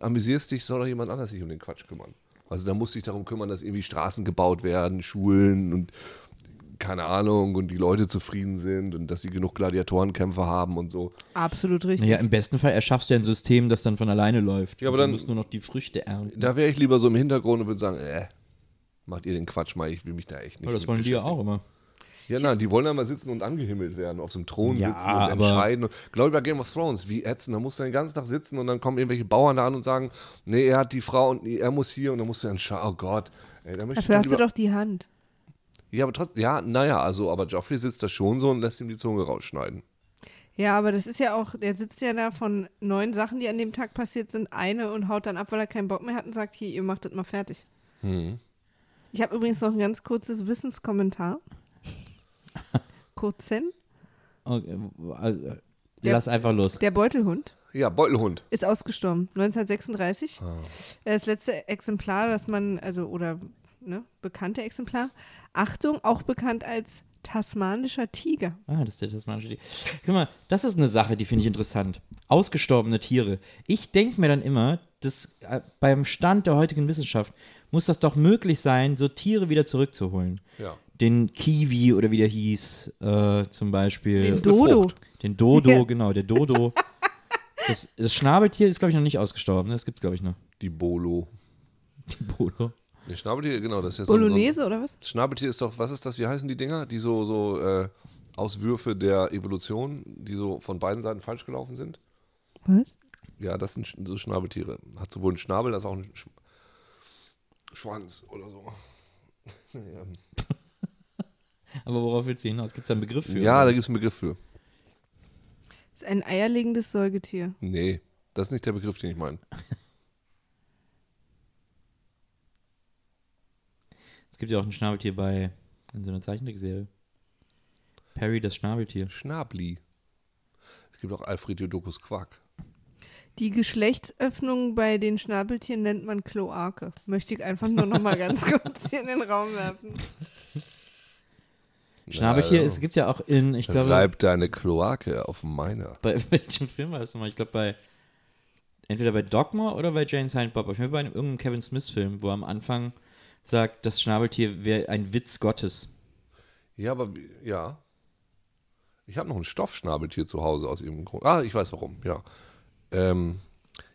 S4: amüsierst dich, soll doch jemand anders sich um den Quatsch kümmern. Also da muss sich darum kümmern, dass irgendwie Straßen gebaut werden, Schulen und keine Ahnung und die Leute zufrieden sind und dass sie genug Gladiatorenkämpfe haben und so.
S1: Absolut richtig.
S2: Naja, im besten Fall erschaffst du ja ein System, das dann von alleine läuft.
S4: Ja, aber
S2: Und
S4: dann-
S2: du musst nur noch die Früchte ernten.
S4: Da wäre ich lieber so im Hintergrund und würde sagen, äh, macht ihr den Quatsch mal, ich will mich da echt nicht.
S2: Aber Oh, das
S4: mit
S2: wollen die ja
S4: beschäftigen.
S2: auch immer.
S4: Ja, nein, die wollen ja mal sitzen und angehimmelt werden, auf so einem Thron
S2: Ja,
S4: sitzen und
S2: aber-
S4: entscheiden. Und, Glaube ich bei Game of Thrones, wie ätzend, da musst du den ganzen Tag sitzen und dann kommen irgendwelche Bauern da an und sagen, nee, er hat die Frau und nee, er muss hier und dann musst du entscheiden. Oh Gott, ey, da möchte
S1: Dafür
S4: ich dann
S1: hast du
S4: lieber-
S1: doch die Hand.
S4: Ja, aber trotzdem, ja, naja, also, aber Joffrey sitzt da schon so und lässt ihm die Zunge rausschneiden.
S1: Ja, aber das ist ja auch, der sitzt ja da von neun Sachen, die an dem Tag passiert sind, eine und haut dann ab, weil er keinen Bock mehr hat und sagt, hier, ihr macht das mal fertig.
S4: Hm.
S1: Ich habe übrigens noch ein ganz kurzes Wissenskommentar. Kurzen.
S2: Okay, also,
S1: Der-
S2: lass einfach los.
S1: Der Beutelhund
S4: Ja, Beutelhund.
S1: ist ausgestorben, 1936.
S4: Ah.
S1: Äh, Das letzte Exemplar, das man, also, oder ne, bekannte Exemplar. Achtung, auch bekannt als tasmanischer Tiger.
S2: Ah, das ist der tasmanische Tiger. Guck mal, das ist eine Sache, die finde ich interessant. Ausgestorbene Tiere. Ich denke mir dann immer, dass äh, beim Stand der heutigen Wissenschaft muss das doch möglich sein, so Tiere wieder zurückzuholen.
S4: Ja.
S2: Den Kiwi oder wie der hieß, äh, zum Beispiel.
S1: Den
S4: ist eine
S1: Dodo.
S4: Frucht.
S2: Den Dodo, genau, der Dodo. Das, das Schnabeltier ist, glaube ich, noch nicht ausgestorben. ne? Das gibt es, glaube ich, noch.
S4: Die Bolo.
S2: Die Bodo.
S4: Der Schnabeltier, genau, das ist ja so ein-
S1: Bolognese oder was?
S4: Schnabeltier ist doch, was ist das, wie heißen die Dinger? Die so, so äh, Auswürfe der Evolution, die so von beiden Seiten falsch gelaufen sind?
S1: Was?
S4: Ja, das sind Sch- so Schnabeltiere. Hat sowohl einen Schnabel als auch einen Sch Schwanz oder so. Naja.
S2: Aber worauf willst du hinaus? Gibt es da einen Begriff für?
S4: Ja, da gibt es einen Begriff für.
S1: Ist ein eierlegendes Säugetier.
S4: Nee, das ist nicht der Begriff, den ich meine.
S2: es gibt ja auch ein Schnabeltier bei, in so einer Zeichentrickserie. Perry, das Schnabeltier.
S4: Schnabli. Es gibt auch Alfred Jodokus Quack.
S1: Die Geschlechtsöffnung bei den Schnabeltieren nennt man Kloake. Möchte ich einfach nur noch mal ganz kurz hier in den Raum werfen.
S2: Schnabeltier,
S4: Ja, oh.
S2: es gibt ja auch in, ich glaube,
S4: Bleibt also, deine Kloake auf meiner.
S2: bei welchem Film war das nochmal? Ich glaube, bei entweder bei Dogma oder bei Jane Silent Bob. Ich bin bei einem, irgendeinem Kevin Smith-Film, wo er am Anfang sagt, das Schnabeltier wäre ein Witz Gottes.
S4: Ja, aber wie- ja. Ich habe noch ein Stoffschnabeltier zu Hause aus irgendeinem Grund. Ah, ich weiß warum, ja. Ähm,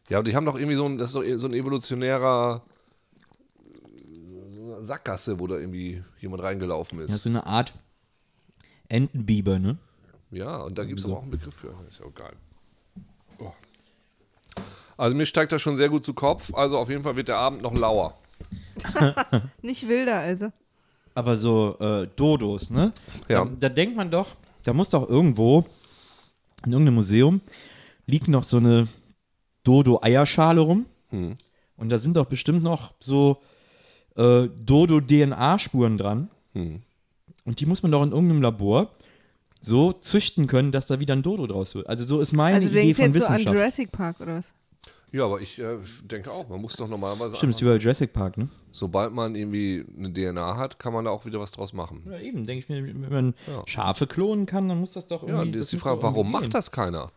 S4: ja, aber die haben doch irgendwie so ein, das ist so, so ein evolutionärer äh, Sackgasse, wo da irgendwie jemand reingelaufen
S2: Das ist
S4: ist.
S2: so eine Art Entenbiber, ne?
S4: Ja, und da gibt es aber auch einen Begriff für. Ist ja auch geil. Oh. Also mir steigt das schon sehr gut zu Kopf. Also auf jeden Fall wird der Abend noch lauer.
S1: Nicht wilder also.
S2: Aber so äh, Dodos, ne?
S4: Ja.
S2: Da, da denkt man doch, da muss doch irgendwo in irgendeinem Museum liegt noch so eine Dodo-Eierschale rum.
S4: Hm.
S2: Und da sind doch bestimmt noch so äh, Dodo-DNA-Spuren dran.
S4: Hm.
S2: Und die muss man doch in irgendeinem Labor so züchten können, dass da wieder ein Dodo draus wird. Also so ist meine
S1: Also du
S2: Idee
S1: denkst
S2: von
S1: jetzt so an
S2: Wissenschaft.
S1: Jurassic Park oder was?
S4: Ja, aber ich äh, denke auch, man muss doch normalerweise
S2: Stimmt, ist wie
S4: einfach,
S2: bei Jurassic Park, ne?
S4: sobald man irgendwie eine DNA hat, kann man da auch wieder was draus machen.
S2: Ja, eben, denke ich mir, wenn man Schafe klonen kann, dann muss das doch
S4: Ja,
S2: irgendwie...
S4: und
S2: Oh das
S4: ist die
S2: muss
S4: Frage,
S2: doch irgendwie
S4: warum
S2: gehen.
S4: macht das keiner?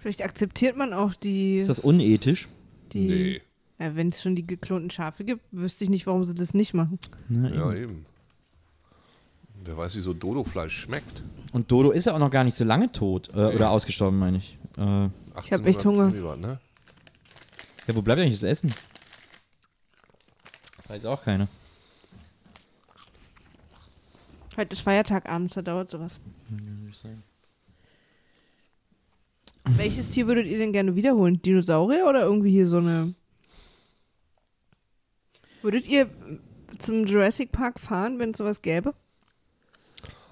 S1: Vielleicht akzeptiert man auch die.
S2: Ist das unethisch?
S1: die
S4: Nee.
S1: ja, Wenn es schon die geklonten Schafe gibt, wüsste ich nicht, warum sie das nicht machen.
S4: Ja, eben. Wer weiß, wieso Dodo-Fleisch schmeckt.
S2: Und Dodo ist ja auch noch gar nicht so lange tot. Äh, oder ausgestorben, meine ich. Äh, ja,
S1: Ich hab echt Hunger.
S4: 1800 irgendwie was, Ne?
S2: wo bleibt eigentlich das Essen? Weiß auch keiner.
S1: Heute ist Feiertag abends, da dauert sowas. Welches Tier würdet ihr denn gerne wiederholen? Dinosaurier oder irgendwie hier so eine. Würdet ihr zum Jurassic Park fahren, wenn es sowas gäbe?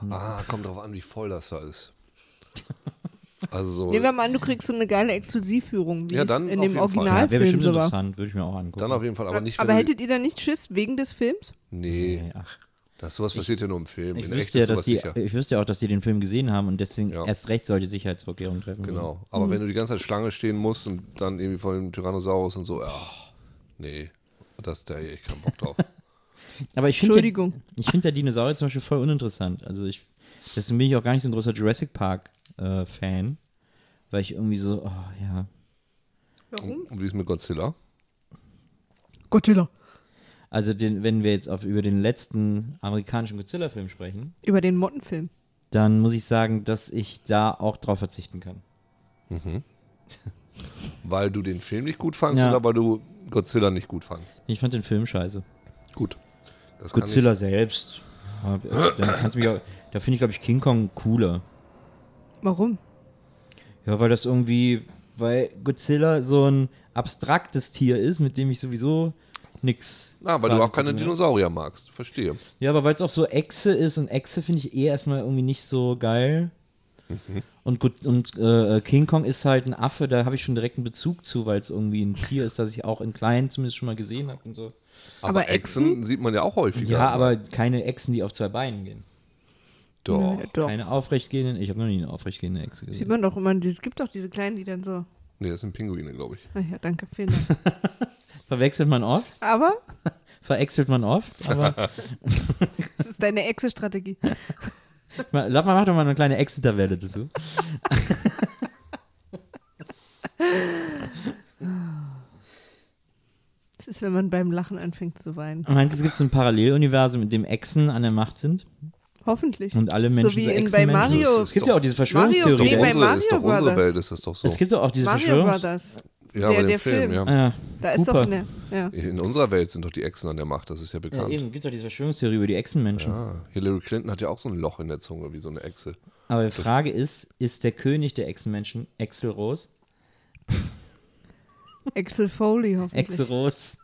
S2: Hm.
S4: Ah, kommt drauf an, wie voll das da ist. Also so,
S1: Nehmen wir mal an, du kriegst so eine geile Exklusivführung, wie
S4: Ja,
S1: es
S4: dann
S1: in
S4: auf
S1: dem
S4: jeden Fall.
S2: Ja,
S1: Originalfilm
S2: Wäre bestimmt
S1: so war.
S2: interessant, würde ich mir auch angucken.
S4: dann auf jeden Fall, aber nicht
S1: Aber
S4: wenn
S1: hättet ihr da nicht Schiss wegen des Films?
S4: Nee,
S2: Nee, ach.
S4: das sowas passiert ja nur im Film.
S2: Ich
S4: In echt
S2: wüsste,
S4: ist
S2: ja, dass
S4: sowas
S2: die,
S4: sicher.
S2: ich wüsste ja auch, dass die den Film gesehen haben und deswegen
S4: Ja.
S2: erst recht solche Sicherheitsvorkehrungen treffen. würden.
S4: Genau. Aber wenn du die ganze Zeit Schlange stehen musst und dann irgendwie vor dem Tyrannosaurus und so, ja, nee, das da ich keinen Bock drauf.
S2: Aber ich finde ja,
S1: Entschuldigung.
S2: ich find ja Dinosaurier zum Beispiel voll uninteressant. Also ich, deswegen bin ich auch gar nicht so ein großer Jurassic Park-Fan. weil ich irgendwie so, oh ja,
S4: und, und wie ist mit Godzilla?
S1: Godzilla.
S2: Also den, wenn wir jetzt auf, über den letzten amerikanischen Godzilla-Film sprechen,
S1: Über den Mottenfilm.
S2: dann muss ich sagen, dass ich da auch drauf verzichten kann.
S4: Weil du den Film nicht gut fandst
S2: Ja.
S4: oder weil du Godzilla nicht gut fandst?
S2: Ich fand den Film scheiße.
S4: Gut. Das kann ich-
S2: Godzilla selbst. ja, Da, kannst du mich auch- da finde ich, glaube ich, King Kong cooler.
S1: Warum?
S2: Ja, weil das irgendwie, weil Godzilla so ein abstraktes Tier ist, mit dem ich sowieso nix.
S4: Ah, weil du
S2: quasi
S4: auch keine
S2: zu tun habe.
S4: Dinosaurier magst. Verstehe.
S2: Ja, aber weil es auch so Echse ist und Echse finde ich eh erstmal irgendwie nicht so geil.
S4: Mhm.
S2: Und, gut, und äh, King Kong ist halt ein Affe, da habe ich schon direkt einen Bezug zu, weil es irgendwie ein Tier ist, das ich auch in klein zumindest schon mal gesehen habe und so.
S4: Aber,
S1: Aber
S4: Echsen, sieht man ja auch häufiger.
S2: Ja, aber keine Echsen, die auf zwei Beinen gehen.
S4: Doch.
S1: Äh, Doch.
S2: Keine aufrechtgehenden, ich habe noch nie eine aufrechtgehende Echse
S1: Sieht
S2: gesehen.
S1: man doch immer, es gibt doch diese kleinen, die dann so.
S4: Nee, das sind Pinguine, glaube ich.
S1: Na ja, danke, vielen Dank.
S2: Verwechselt man oft,
S1: Aber
S2: verexelt man oft, aber
S1: das ist deine Exe-Strategie.
S2: man, lass mal, mach doch mal eine kleine Echse-Tabelle dazu.
S1: Das ist, wenn man beim Lachen anfängt zu weinen.
S2: Meinst du, es gibt so ein Paralleluniversum, in dem Echsen an der Macht sind
S1: Hoffentlich.
S2: und alle Menschen
S1: so wie
S2: so
S1: in, bei
S2: Echsenmenschen?
S1: Mario.
S4: Es
S2: Es gibt ja auch diese Verschwörungstheorie.
S1: Mario- Nee,
S2: der
S1: bei
S4: unsere, ist doch
S1: Mario
S4: unsere
S1: Brothers.
S4: Welt, ist das doch so.
S2: Es gibt doch auch diese
S1: Mario
S2: Verschwörungs...
S1: Brothers.
S4: ja,
S1: der-
S4: bei dem
S1: der
S4: Film,
S1: Film.
S4: ja.
S2: Ah,
S1: Da ist doch
S2: Cooper.
S1: eine. Ja.
S4: In unserer Welt sind doch die Echsen an der Macht, das ist ja
S2: ja,
S4: bekannt.
S2: eben, gibt doch diese Verschwörungstheorie über die Echsenmenschen.
S4: ah, Hillary Clinton hat ja auch so ein Loch in der Zunge, wie so eine Echse.
S2: Aber die Frage ist, ist der König der Echsenmenschen Exelros?
S1: Axel Foley hoffentlich.
S2: Exelros.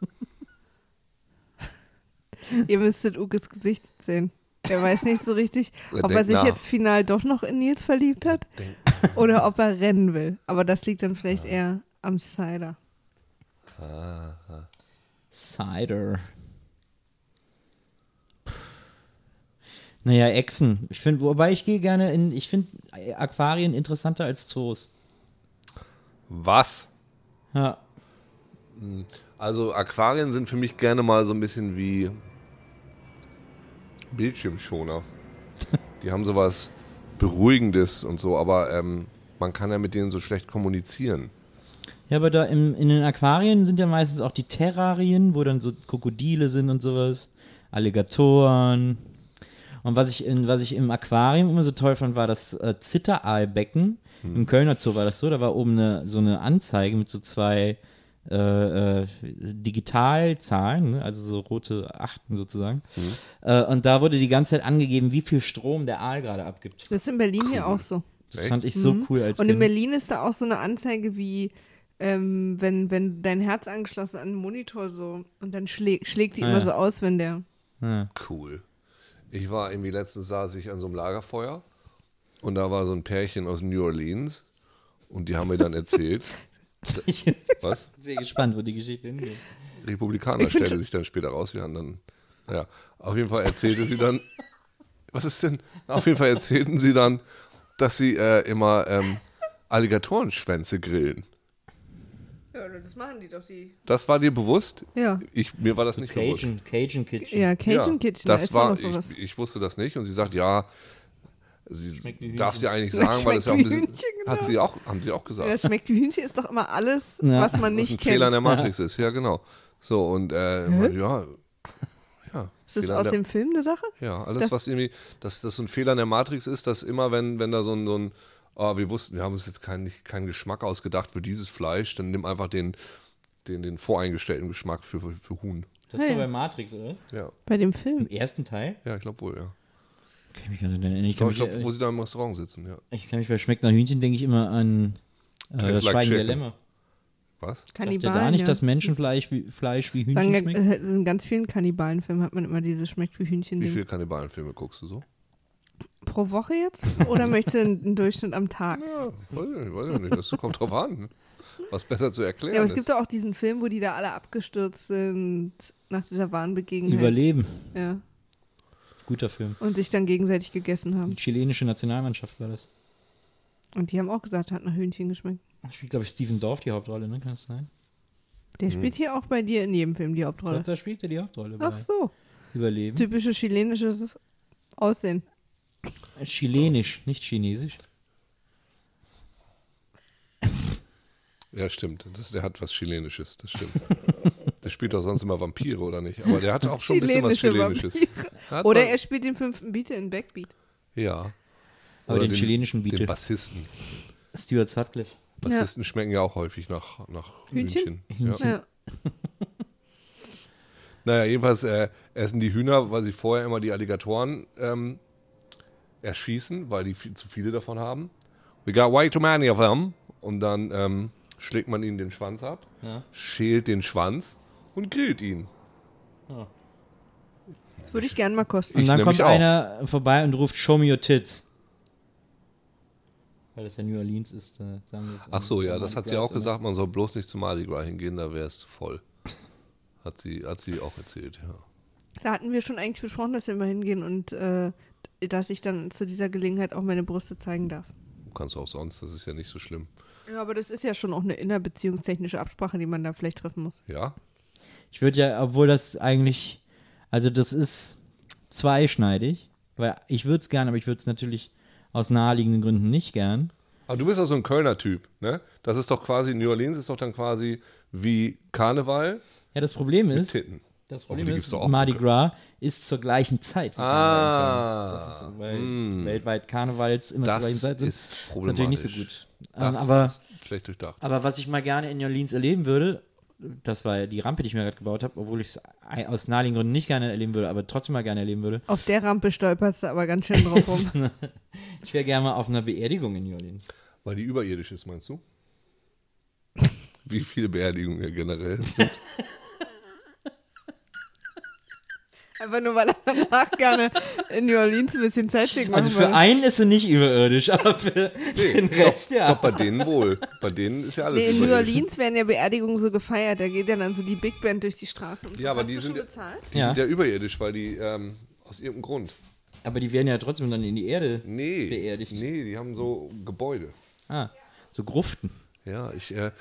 S1: Ihr müsstet Ukes Gesicht sehen. Der weiß nicht so richtig,
S4: Er
S1: ob er
S4: denkt
S1: sich
S4: nach.
S1: jetzt final doch noch in Nils verliebt hat oder ob er rennen will. Aber das liegt dann vielleicht eher am Cider.
S2: Cider. Naja, Echsen. Ich finde, wobei ich gehe gerne in, ich finde Aquarien interessanter als Zoos.
S4: Was?
S2: Ja.
S4: Also Aquarien sind für mich gerne mal so ein bisschen wie Bildschirmschoner. Die haben sowas Beruhigendes und so, aber ähm, man kann ja mit denen so schlecht kommunizieren.
S2: Ja, aber da im, in den Aquarien sind ja meistens auch die Terrarien, wo dann so Krokodile sind und sowas, Alligatoren. Und was ich, in, was ich im Aquarium immer so toll fand, war das äh, Zitteraalbecken. Im Kölner Zoo war das so, da war oben eine, so eine Anzeige mit so zwei äh, äh, Digitalzahlen, ne? also so rote Achten sozusagen. Äh, und da wurde die ganze Zeit angegeben, wie viel Strom der Aal gerade abgibt.
S1: Das ist in Berlin hier auch so.
S2: Das
S4: Echt?
S2: fand ich so cool als
S1: Mhm. Und in
S2: Kind.
S1: Berlin ist da auch so eine Anzeige wie, ähm, wenn, wenn dein Herz angeschlossen an den Monitor so und dann schlä schlägt die
S2: Ah,
S1: immer
S2: ja.
S1: so aus, wenn der.
S4: Cool. Ich war irgendwie letztens saß ich an so einem Lagerfeuer und da war so ein Pärchen aus New Orleans und die haben mir dann erzählt,
S2: Ich bin
S4: was?
S2: sehr gespannt, wo die Geschichte hingeht.
S4: Republikaner stellte sich dann später raus. Wir haben dann, naja, auf jeden Fall erzählte sie dann, was ist denn? Auf jeden Fall erzählten sie dann, dass sie äh, immer ähm, Alligatorenschwänze grillen.
S1: Ja, das machen die doch die.
S4: Das war dir bewusst?
S1: Ja.
S4: Ich, mir war das nicht bewusst.
S2: Cajun, Cajun Kitchen.
S1: Ja, Cajun
S4: ja,
S1: Kitchen, da
S4: das
S1: ist
S4: war,
S1: noch sowas.
S4: ich, ich wusste das nicht und sie sagt, ja, sie
S2: wie
S4: darf sie eigentlich sagen, weil das ja auch ein
S1: Schmeckt wie
S4: bisschen,
S1: Hühnchen, genau.
S4: hat sie auch, haben sie auch gesagt.
S1: ja, schmeckt wie Hühnchen ist doch immer alles,
S2: Ja.
S1: was man
S4: was ein
S1: nicht
S4: Fehler in
S1: kennt.
S4: der Matrix ist, ja genau. So und äh, ja, ja.
S1: Ist das
S4: Fehler in
S1: aus
S4: der-
S1: dem Film eine Sache?
S4: Ja, alles,
S1: Das-
S4: was irgendwie, dass das so ein Fehler in der Matrix ist, dass immer, wenn, wenn da so ein, so ein ah, wir wussten, wir haben uns jetzt keinen nicht- keinen Geschmack ausgedacht für dieses Fleisch, dann nimm einfach den, den, den voreingestellten Geschmack für, für, für Huhn.
S2: Das war bei Matrix, oder?
S4: Ja,
S1: Bei dem Film.
S2: Im ersten Teil?
S4: ja ich glaube wohl, ja.
S2: Kann ich mich gar nicht erinnern. Ich
S4: Ich
S2: kann,
S4: glaube, glaub,
S2: mich,
S4: wo sie da im Restaurant sitzen, ja.
S2: ich kann mich bei Schmeckt nach Hühnchen denke ich immer an äh, das
S4: like
S2: Schweigen der
S4: chicken.
S2: Lämmer.
S4: Was?
S2: Sagt ihr
S1: Kannibalen.
S2: da nicht,
S1: ja.
S2: dass Menschenfleisch wie, Fleisch wie Hühnchen
S1: Sagen ja,
S2: schmeckt?
S1: äh, in ganz vielen Kannibalenfilmen hat man immer dieses schmeckt wie Hühnchen
S4: Wie
S1: Ding.
S4: viele Kannibalenfilme guckst du so?
S1: Pro Woche jetzt? Oder möchtest du einen einen Durchschnitt am Tag?
S4: Ja, weiß ich nicht, weiß ich nicht. Das kommt drauf an. Was besser zu erklären
S1: Ja, aber es
S4: ist.
S1: gibt doch auch diesen Film, wo die da alle abgestürzt sind nach dieser Wahnbegegnung.
S2: Überleben.
S1: Ja.
S2: Guter Film.
S1: Und sich dann gegenseitig gegessen haben.
S2: Die chilenische Nationalmannschaft war das.
S1: Und die haben auch gesagt, hat nach Hühnchen geschmeckt.
S2: Da Spielt, glaube ich, Stephen Dorff die Hauptrolle, ne? Kann das sein?
S1: Der
S4: Hm.
S1: spielt hier auch bei dir in jedem Film die Hauptrolle.
S2: Da spielt er die Hauptrolle bei
S1: Ach so.
S2: Überleben.
S1: Typisches chilenisches Aussehen.
S2: Chilenisch, nicht chinesisch.
S4: Ja, stimmt. Das, der hat was Chilenisches, das stimmt. der spielt doch sonst immer Vampire, oder nicht? Aber der hat auch schon ein bisschen was
S1: Chilenische
S4: Chilenisches. Der hat
S1: Oder
S4: mal-
S1: er spielt den fünften Beat in Backbeat.
S4: Ja.
S2: Aber den chilenischen Beatle.
S4: Den Bassisten.
S2: Stuart Sutcliffe.
S4: Bassisten schmecken ja auch häufig nach, nach
S1: Hühnchen?
S4: Hühnchen. Ja.
S1: Ja.
S4: Naja, jedenfalls äh, essen die Hühner, weil sie vorher immer die Alligatoren ähm, erschießen, weil die viel, zu viele davon haben. We got way too many of them. Und dann ähm, schlägt man ihnen den Schwanz ab,
S2: Ja.
S4: schält den Schwanz und grillt ihn.
S1: Das würde ich gerne mal kosten.
S2: Und
S4: Ich
S2: dann
S4: nämlich
S2: kommt
S4: auch.
S2: einer vorbei und ruft Show me your tits. Weil das ja New Orleans ist. Da sagen wir jetzt
S4: Ach so,
S2: an-
S4: ja,
S2: an
S4: das hat
S2: Mardi
S4: sie
S2: Gras
S4: auch
S2: immer.
S4: gesagt, man soll bloß nicht zum Mardi Gras hingehen, da wäre es zu voll. Hat sie, hat sie auch erzählt, ja.
S1: Da hatten wir schon eigentlich besprochen, dass wir immer hingehen und äh, dass ich dann zu dieser Gelegenheit auch meine Brüste zeigen darf.
S4: Kannst du auch sonst, das ist ja nicht so schlimm.
S1: Ja, aber das ist ja schon auch eine innerbeziehungstechnische Absprache, die man da vielleicht treffen muss.
S4: Ja?
S2: Ich würde ja, obwohl das eigentlich, also das ist zweischneidig, weil ich würde es gern, aber ich würde es natürlich aus naheliegenden Gründen nicht gern.
S4: Aber du bist auch so ein Kölner Typ, ne? Das ist doch quasi, New Orleans ist doch dann quasi wie Karneval
S2: Ja, das Problem
S4: mit
S2: ist,
S4: Titten.
S2: das
S4: Aber die
S2: Problem
S4: gibt's
S2: ist,
S4: doch auch.
S2: Mardi Gras ist zur gleichen Zeit. wie Karneval in
S4: Ah. mm.
S2: Köln. das ist, weil weltweit Karnevals immer zur
S4: Das
S2: gleichen Zeit sind.
S4: ist
S2: natürlich nicht so
S4: problematisch.
S2: gut.
S4: Das
S2: Ähm, aber
S4: ist schlecht durchdacht.
S2: Aber was ich mal gerne in New Orleans erleben würde, das war ja die Rampe, die ich mir gerade gebaut habe, obwohl ich es aus naheliegenden Gründen nicht gerne erleben würde, aber trotzdem mal gerne erleben würde.
S1: Auf der Rampe stolperst du aber ganz schön drauf rum.
S2: Ich wäre gerne mal auf einer Beerdigung in New Orleans.
S4: Weil die überirdisch ist, meinst du? Wie viele Beerdigungen ja generell sind.
S1: Einfach nur, weil er danach gerne in New Orleans ein bisschen Sightseeing machen
S2: Also für
S1: will.
S2: einen ist sie nicht überirdisch, aber für den Rest ja.
S4: Doch bei denen wohl. Bei denen ist ja alles
S1: Nee, in New
S4: überirdisch.
S1: Orleans werden ja Beerdigungen so gefeiert. Da geht ja dann so die Big Band durch die Straßen. Und so.
S4: Ja, aber
S1: Hast
S4: die
S1: du
S4: sind
S1: schon
S4: ja-
S1: bezahlt?
S4: Die
S2: Ja.
S4: sind ja überirdisch, weil die ähm, aus irgendeinem Grund.
S2: Aber die werden ja trotzdem dann in die Erde
S4: Nee.
S2: beerdigt.
S4: Nee, die haben so Gebäude.
S2: Ah, so Gruften.
S4: Ja, ich, äh,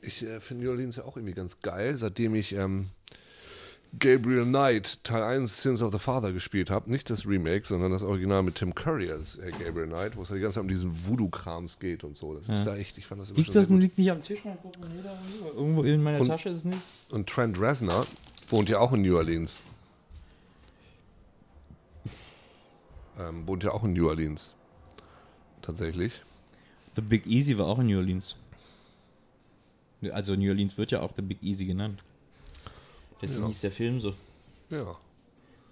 S4: ich äh, finde New Orleans ja auch irgendwie ganz geil, seitdem ich ähm, Gabriel Knight Teil 1 Sins of the Father gespielt habe. Nicht das Remake, sondern das Original mit Tim Curry als äh, Gabriel Knight, wo es ja die ganze Zeit um diesen Voodoo-Krams geht und so. Das ist ja echt, ich fand das immer
S2: Liegt
S4: schon
S2: das
S4: sehr gut.
S2: liegt nicht am Tisch? Mal gucken, nee, da irgendwo- irgendwo in meiner
S4: Und-
S2: Tasche ist es nicht.
S4: Und Trent Reznor wohnt ja auch in New Orleans. Ähm, wohnt ja auch in New Orleans. Tatsächlich.
S2: The Big Easy war auch in New Orleans. Also New Orleans wird ja auch The Big Easy genannt. Deswegen
S4: Ja.
S2: hieß der Film so.
S4: Ja.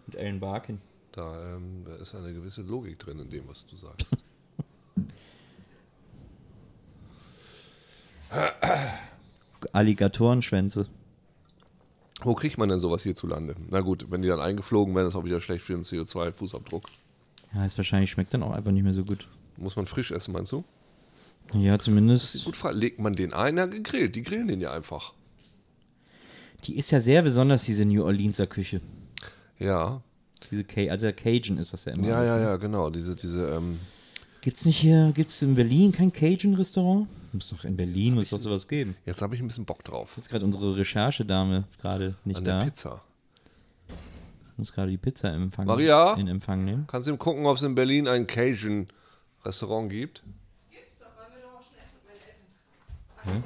S2: Mit Alan Barkin.
S4: Da, ähm, da ist eine gewisse Logik drin in dem, was du sagst.
S2: Alligatorenschwänze.
S4: Wo kriegt man denn sowas hierzulande? Na gut, wenn die dann eingeflogen werden, ist auch wieder schlecht für den CO2-Fußabdruck.
S2: Ja, ist wahrscheinlich schmeckt dann auch einfach nicht mehr so gut.
S4: Muss man frisch essen, meinst du?
S2: Ja, zumindest.
S4: Gut, Frage. legt man den ein? Ja, gegrillt. Die grillen den ja einfach.
S2: Die ist ja sehr besonders, diese New Orleanser Küche.
S4: Ja.
S2: Diese Ca also Cajun ist das ja immer.
S4: Ja,
S2: alles,
S4: ja,
S2: ne?
S4: ja, genau. Diese, diese, ähm,
S2: Gibt's nicht hier, gibt's in Berlin kein Cajun-Restaurant? Muss doch in Berlin, muss doch sowas geben.
S4: jetzt habe ich ein bisschen Bock drauf.
S2: Jetzt ist gerade unsere Recherchedame gerade nicht
S4: An
S2: da.
S4: der Pizza.
S2: Muss gerade die Pizza in Empfang,
S4: Maria?
S2: in Empfang nehmen.
S4: Kannst du eben gucken, ob es in Berlin ein Cajun-Restaurant gibt? Hm?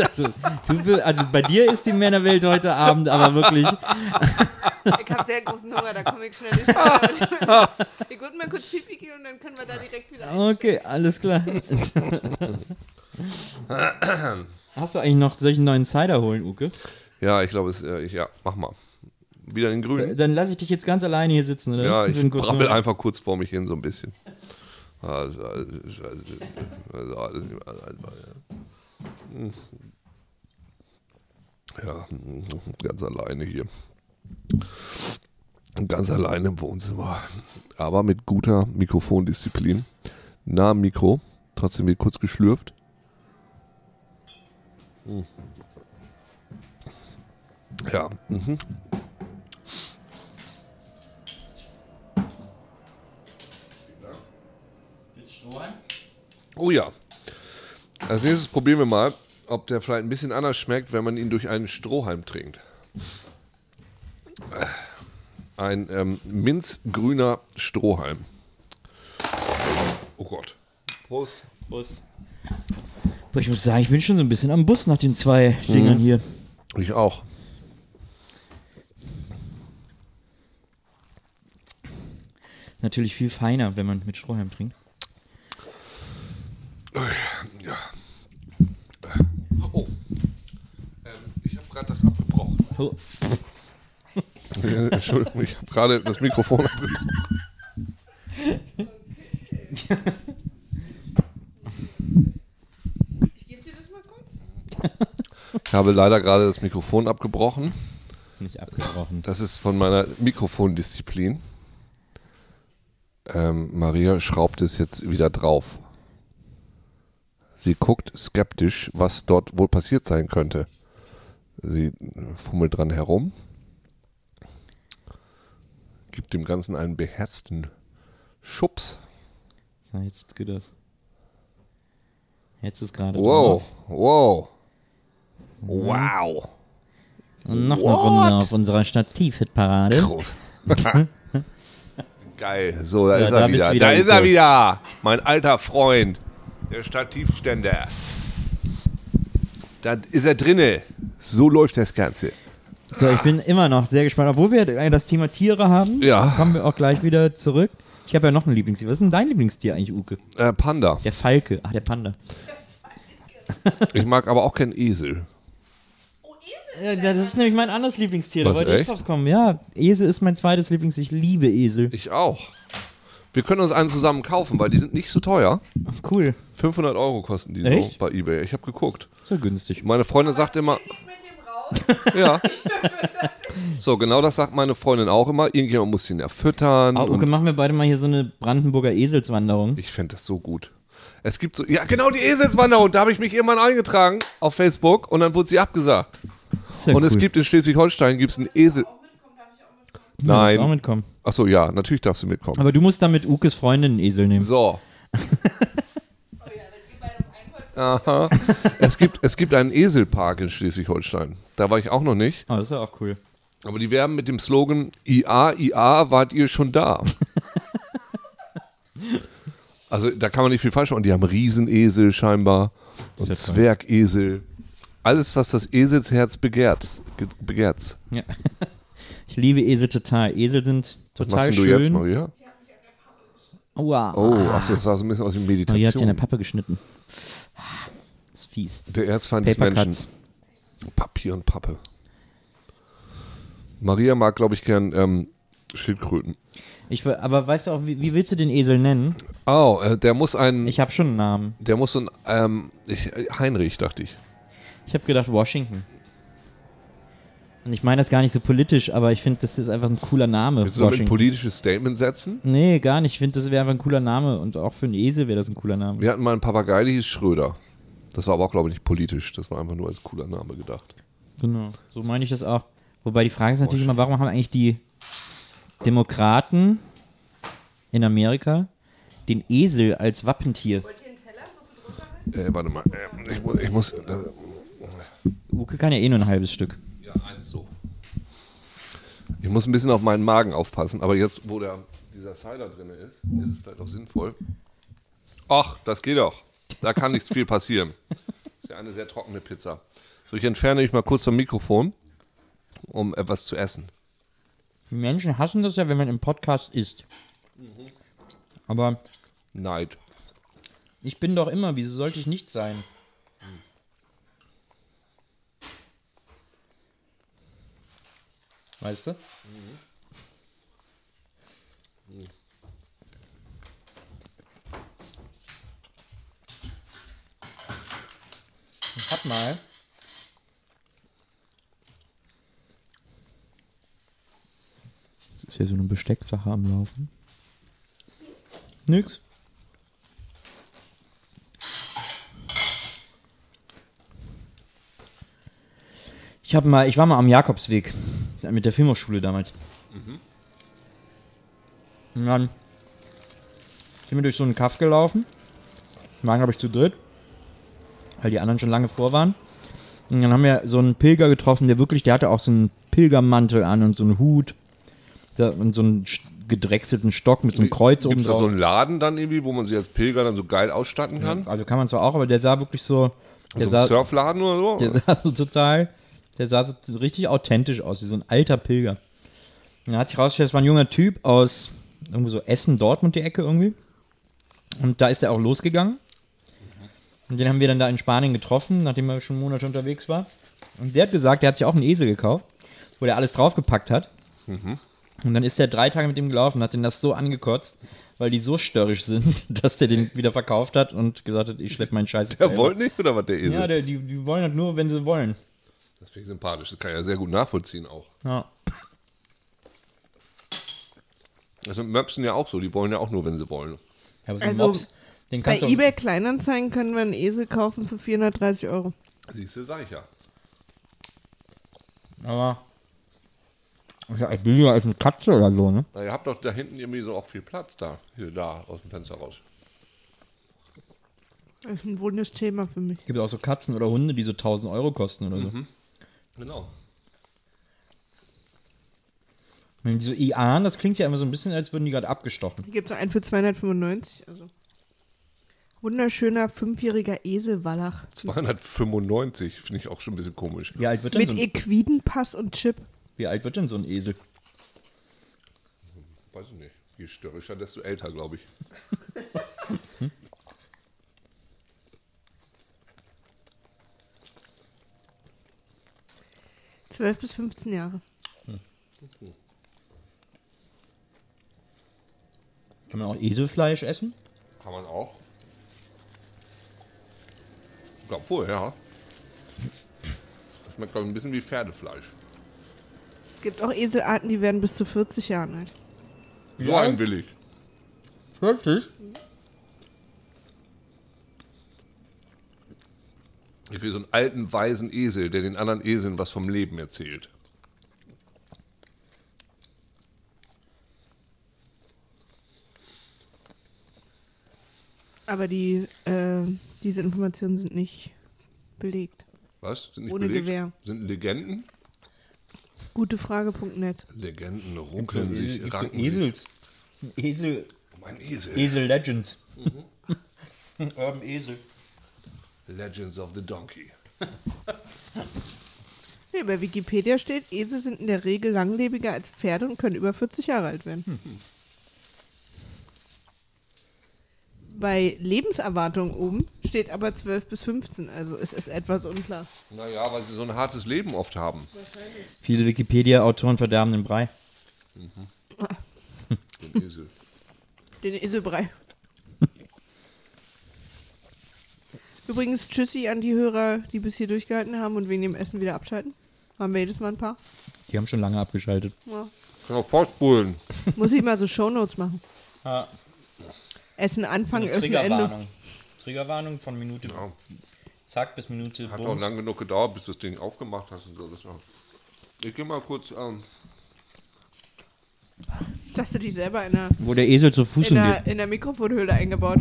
S2: Also, du, will- also bei dir ist die Männerwelt heute Abend aber wirklich.
S1: Ich habe sehr großen Hunger, da komme ich schnell nicht weiter. Wir könnten mal kurz Pipi gehen und dann können wir da direkt wieder ein.
S2: Okay, alles klar. Hast du eigentlich noch solchen neuen Cider holen, Uke?
S4: Ja, ich glaube, es, äh, ich, ja, mach mal. Wieder in grün.
S2: Dann lasse ich dich jetzt ganz alleine hier sitzen. Oder?
S4: Ja,
S2: was? Für
S4: ich
S2: einen kurzen
S4: brabbel
S2: Moment.
S4: einfach kurz vor mich hin so ein bisschen. Also, also, also, also, alles nicht mehr einfach, ja. ja, ganz alleine hier. Ganz alleine im Wohnzimmer. Aber mit guter Mikrofondisziplin. Nah am Mikro. Trotzdem wird kurz geschlürft. Hm. Ja, mhm. Oh ja. Als nächstes probieren wir mal, ob der vielleicht ein bisschen anders schmeckt, wenn man ihn durch einen Strohhalm trinkt. Ein ähm, minzgrüner Strohhalm. Oh Gott. Prost.
S2: Bus. Boah, ich muss sagen, ich bin schon so ein bisschen am Bus nach den zwei
S4: Mhm.
S2: Dingern hier.
S4: Ich auch.
S2: Natürlich viel feiner, wenn man mit Strohhalm trinkt.
S4: Ja. Oh. Ähm, ich habe gerade das abgebrochen.
S2: Oh,
S4: Äh, Entschuldigung, ich habe gerade das Mikrofon abgebrochen.
S1: Ich gebe dir das mal kurz.
S4: Ich habe leider gerade das Mikrofon abgebrochen.
S2: nicht abgebrochen.
S4: Das ist von meiner Mikrofondisziplin. Ähm, Maria schraubt es jetzt wieder drauf. Sie guckt skeptisch, was dort wohl passiert sein könnte. Sie fummelt dran herum, gibt dem Ganzen einen beherzten Schubs.
S2: So, jetzt geht das. Jetzt ist gerade.
S4: Wow,
S2: drauf.
S4: wow, wow.
S2: Und noch eine Runde auf unserer Stativ-Hitparade.
S4: Groß. Geil, so, da
S2: Ja,
S4: ist
S2: da
S4: er
S2: bist
S4: wieder.
S2: du wieder,
S4: Da ist er
S2: Uwe.
S4: wieder. Mein alter Freund, der Stativständer. Da ist er drinne. So läuft das Ganze.
S2: So, ich bin immer noch sehr gespannt. Obwohl wir äh, das Thema Tiere haben,
S4: Ja.
S2: kommen wir auch gleich wieder zurück. Ich habe ja noch ein Lieblingstier. Was ist denn dein Lieblingstier eigentlich, Uke?
S4: Äh, Panda.
S2: Der Falke. Ah, der Panda.
S4: Ich mag aber auch keinen Esel.
S2: Äh, Das ist nämlich mein anderes Lieblingstier. Da
S4: Was,
S2: wollte ich
S4: echt?
S2: drauf kommen. Ja, Esel ist mein zweites Lieblings. Ich liebe Esel.
S4: Ich auch. Wir können uns einen zusammen kaufen, weil die sind nicht so teuer.
S2: Cool.
S4: 500 Euro kosten die
S2: Echt?
S4: so bei eBay. Ich habe geguckt.
S2: So günstig.
S4: Meine Freundin sagt immer,
S1: Mit dem Raum.
S4: Ja. So, genau das sagt meine Freundin auch immer. Irgendjemand muss ihn ja füttern.
S2: Ah,
S4: und-
S2: Uke, machen wir beide mal hier so eine Brandenburger Eselswanderung.
S4: Ich fände das so gut. Es gibt so, ja genau, die Eselswanderung, da habe ich mich irgendwann eingetragen auf Facebook und dann wurde sie abgesagt.
S2: Das ist ja
S4: und es
S2: cool.
S4: gibt in Schleswig-Holstein gibt's einen Esel.
S2: Ja, darfst auch
S4: Nein.
S2: mitkommen.
S4: Achso, ja, natürlich darfst du mitkommen.
S2: Aber du musst dann mit Ukes Freundin einen Esel nehmen.
S4: So. Aha. Es gibt, es gibt einen Eselpark in Schleswig-Holstein. Da war ich auch noch nicht.
S2: Ah, das ist ja auch cool.
S4: Aber die werben mit dem Slogan IA, IA, wart ihr schon da? also da kann man nicht viel falsch machen. Die haben Riesenesel scheinbar und
S2: ja toll.
S4: Zwergesel. Alles, was das Eselsherz begehrt. ge- begehrt.
S2: Ja. Ich liebe Esel total. Esel sind
S4: Was
S2: total
S4: machst denn du
S2: schön.
S4: jetzt, Maria?
S2: Aua.
S4: Oh, achso, das sah so ein bisschen aus wie
S2: Maria hat sich in der
S4: Meditation.
S2: Pappe geschnitten. Das ist fies.
S4: Der Erzfeind des
S2: Paper
S4: Menschen.
S2: Cuts.
S4: Papier und Pappe. Maria mag, glaube ich, gern ähm, Schildkröten.
S2: Ich, will- aber weißt du auch, wie, wie willst du den Esel nennen?
S4: Oh, äh, der muss einen,
S2: Ich habe schon einen Namen.
S4: der muss so ein, ähm, ich, Heinrich, dachte ich.
S2: Ich habe gedacht Washington. Und ich meine das gar nicht so politisch, aber ich finde, das ist einfach ein cooler Name.
S4: Willst du damit ein
S2: Washington.
S4: politisches Statement setzen?
S2: Nee, gar nicht. Ich finde, das wäre einfach ein cooler Name. Und auch für einen Esel wäre das ein cooler Name.
S4: Wir hatten mal einen Papagei, der hieß Schröder. Das war aber auch, glaube ich, nicht politisch. Das war einfach nur als cooler Name gedacht.
S2: Genau, so meine ich das auch. Wobei die Frage ist natürlich immer, warum haben eigentlich die Demokraten in Amerika den Esel als Wappentier?
S4: Äh, warte mal. Äh, ich muss. Ich muss äh,
S2: Uke kann ja eh nur ein halbes Stück.
S4: ja, eins so. Ich muss ein bisschen auf meinen Magen aufpassen, aber jetzt, wo der, dieser Cider drin ist, ist es vielleicht auch sinnvoll. Ach, das geht doch. Da kann nichts viel passieren. Ist ja eine sehr trockene Pizza. So, ich entferne mich mal kurz zum Mikrofon, um etwas zu essen.
S2: Die Menschen hassen das ja, wenn man im Podcast isst. Aber
S4: Neid.
S2: ich bin doch immer, wieso sollte ich nicht sein? Weißt du? Ich hab mal. Das ist hier so eine Bestecksache am Laufen. Nix. Ich hab mal, ich war mal am Jakobsweg mit der Filmhochschule damals.
S4: Mhm.
S2: Und dann sind wir durch so einen Kaff gelaufen. Wir waren, glaube ich, zu dritt, weil die anderen schon lange vor waren. Und dann haben wir so einen Pilger getroffen, der wirklich, der hatte auch so einen Pilgermantel an und so einen Hut da- und so einen sch- gedrechselten Stock mit so einem Kreuz oben
S4: Gibt's da
S2: drauf.
S4: so einen Laden dann irgendwie, wo man sich als Pilger dann so geil ausstatten kann?
S2: also kann man zwar auch, aber der sah wirklich so. Der
S4: so ein
S2: sah,
S4: Surfladen oder so?
S2: Der sah so total, der sah so richtig authentisch aus, wie so ein alter Pilger. Und dann hat sich rausgestellt, es war ein junger Typ aus irgendwo so Essen, Dortmund, die Ecke irgendwie. Und da ist er auch losgegangen. Und den haben wir dann da in Spanien getroffen, nachdem er schon Monate unterwegs war. Und der hat gesagt, der hat sich auch einen Esel gekauft, wo der alles draufgepackt hat.
S4: Mhm.
S2: Und dann ist er drei Tage mit ihm gelaufen, hat den das so angekotzt, weil die so störrisch sind, dass der den wieder verkauft hat und gesagt hat, ich schlepp meinen Scheiß. jetzt
S4: der
S2: selber.
S4: wollte nicht oder was der Esel?
S2: Ja, der, die, die wollen halt nur, wenn sie wollen.
S4: das finde ich sympathisch. Das kann ich ja sehr gut nachvollziehen auch.
S2: Ja.
S4: Das sind Also Möpsen ja auch so. Die wollen ja auch nur, wenn sie wollen.
S2: Ja, aber so
S1: Also,
S2: also, Mops, den
S1: Bei
S2: kannst du auch,
S1: eBay Kleinanzeigen können wir einen Esel kaufen für 430 Euro.
S4: Siehst du, sag ich ja.
S2: aber ist ja echt billiger als eine Katze oder so, ne?
S4: Na, ihr habt doch da hinten irgendwie so auch viel Platz da. Hier, da, aus dem Fenster raus.
S1: Das ist ein wundes Thema für mich.
S2: Es gibt auch so Katzen oder Hunde, die so 1000 Euro kosten oder so.
S4: Genau.
S2: Wenn die so Ian, E das klingt ja immer so ein bisschen, als würden die gerade abgestochen.
S1: Hier gibt es einen für 295. Also. Wunderschöner fünfjähriger Eselwallach.
S4: 295 finde ich auch schon ein bisschen komisch.
S2: Wie alt wird denn,
S1: Mit E-
S2: so ein,
S1: Equidenpass und Chip.
S2: wie alt wird denn so ein Esel?
S4: Weiß ich nicht. Je störrischer, desto älter, glaube ich.
S1: zwölf bis 15 Jahre.
S2: Kann man auch Eselfleisch essen?
S4: Kann man auch. Ich glaube wohl, ja. Schmeckt, glaube ich, ein bisschen wie Pferdefleisch.
S1: Es gibt auch Eselarten, die werden bis zu 40 Jahren alt.
S4: So ein Willig.
S2: Wirklich?
S4: Ich will so einen alten, weisen Esel, der den anderen Eseln was vom Leben erzählt.
S1: Aber die, äh, diese Informationen sind nicht belegt.
S4: Was? Sind nicht
S1: Ohne
S4: belegt?
S1: Gewehr.
S4: Sind Legenden?
S1: Gutefrage.net.
S4: Legenden runkeln sich, ranken sich. Oh,
S2: Esels. Esel,
S4: Mein Esel.
S2: Esel Legends. Urban Esel.
S4: Legends of the Donkey.
S1: Nee, bei Wikipedia steht, Esel sind in der Regel langlebiger als Pferde und können über 40 Jahre alt werden. Bei Lebenserwartung oben steht aber 12 bis 15, also es ist etwas unklar.
S4: Naja, weil sie so ein hartes Leben oft haben.
S2: Viele Wikipedia-Autoren verderben den Brei.
S4: Den Esel.
S1: Den Eselbrei. Übrigens, tschüssi an die Hörer, die bis hier durchgehalten haben und wegen dem Essen wieder abschalten. Haben wir jedes Mal ein paar.
S2: Die haben schon lange abgeschaltet.
S1: Ja.
S4: Kann auch vorspulen.
S1: Muss ich mal so Shownotes machen. Essen Anfang, Essen Ende.
S2: Triggerwarnung von Minute
S4: Ja.
S2: zack bis Minute
S4: Genau. Hat auch lang genug gedauert, bis du das Ding aufgemacht hast und so. Das war- Ich gehe mal kurz. Ähm,
S1: Dass du dich selber in der,
S2: Wo der Esel zu Fuß
S1: in
S2: geht.
S1: der, in der Mikrofonhöhle eingebaut.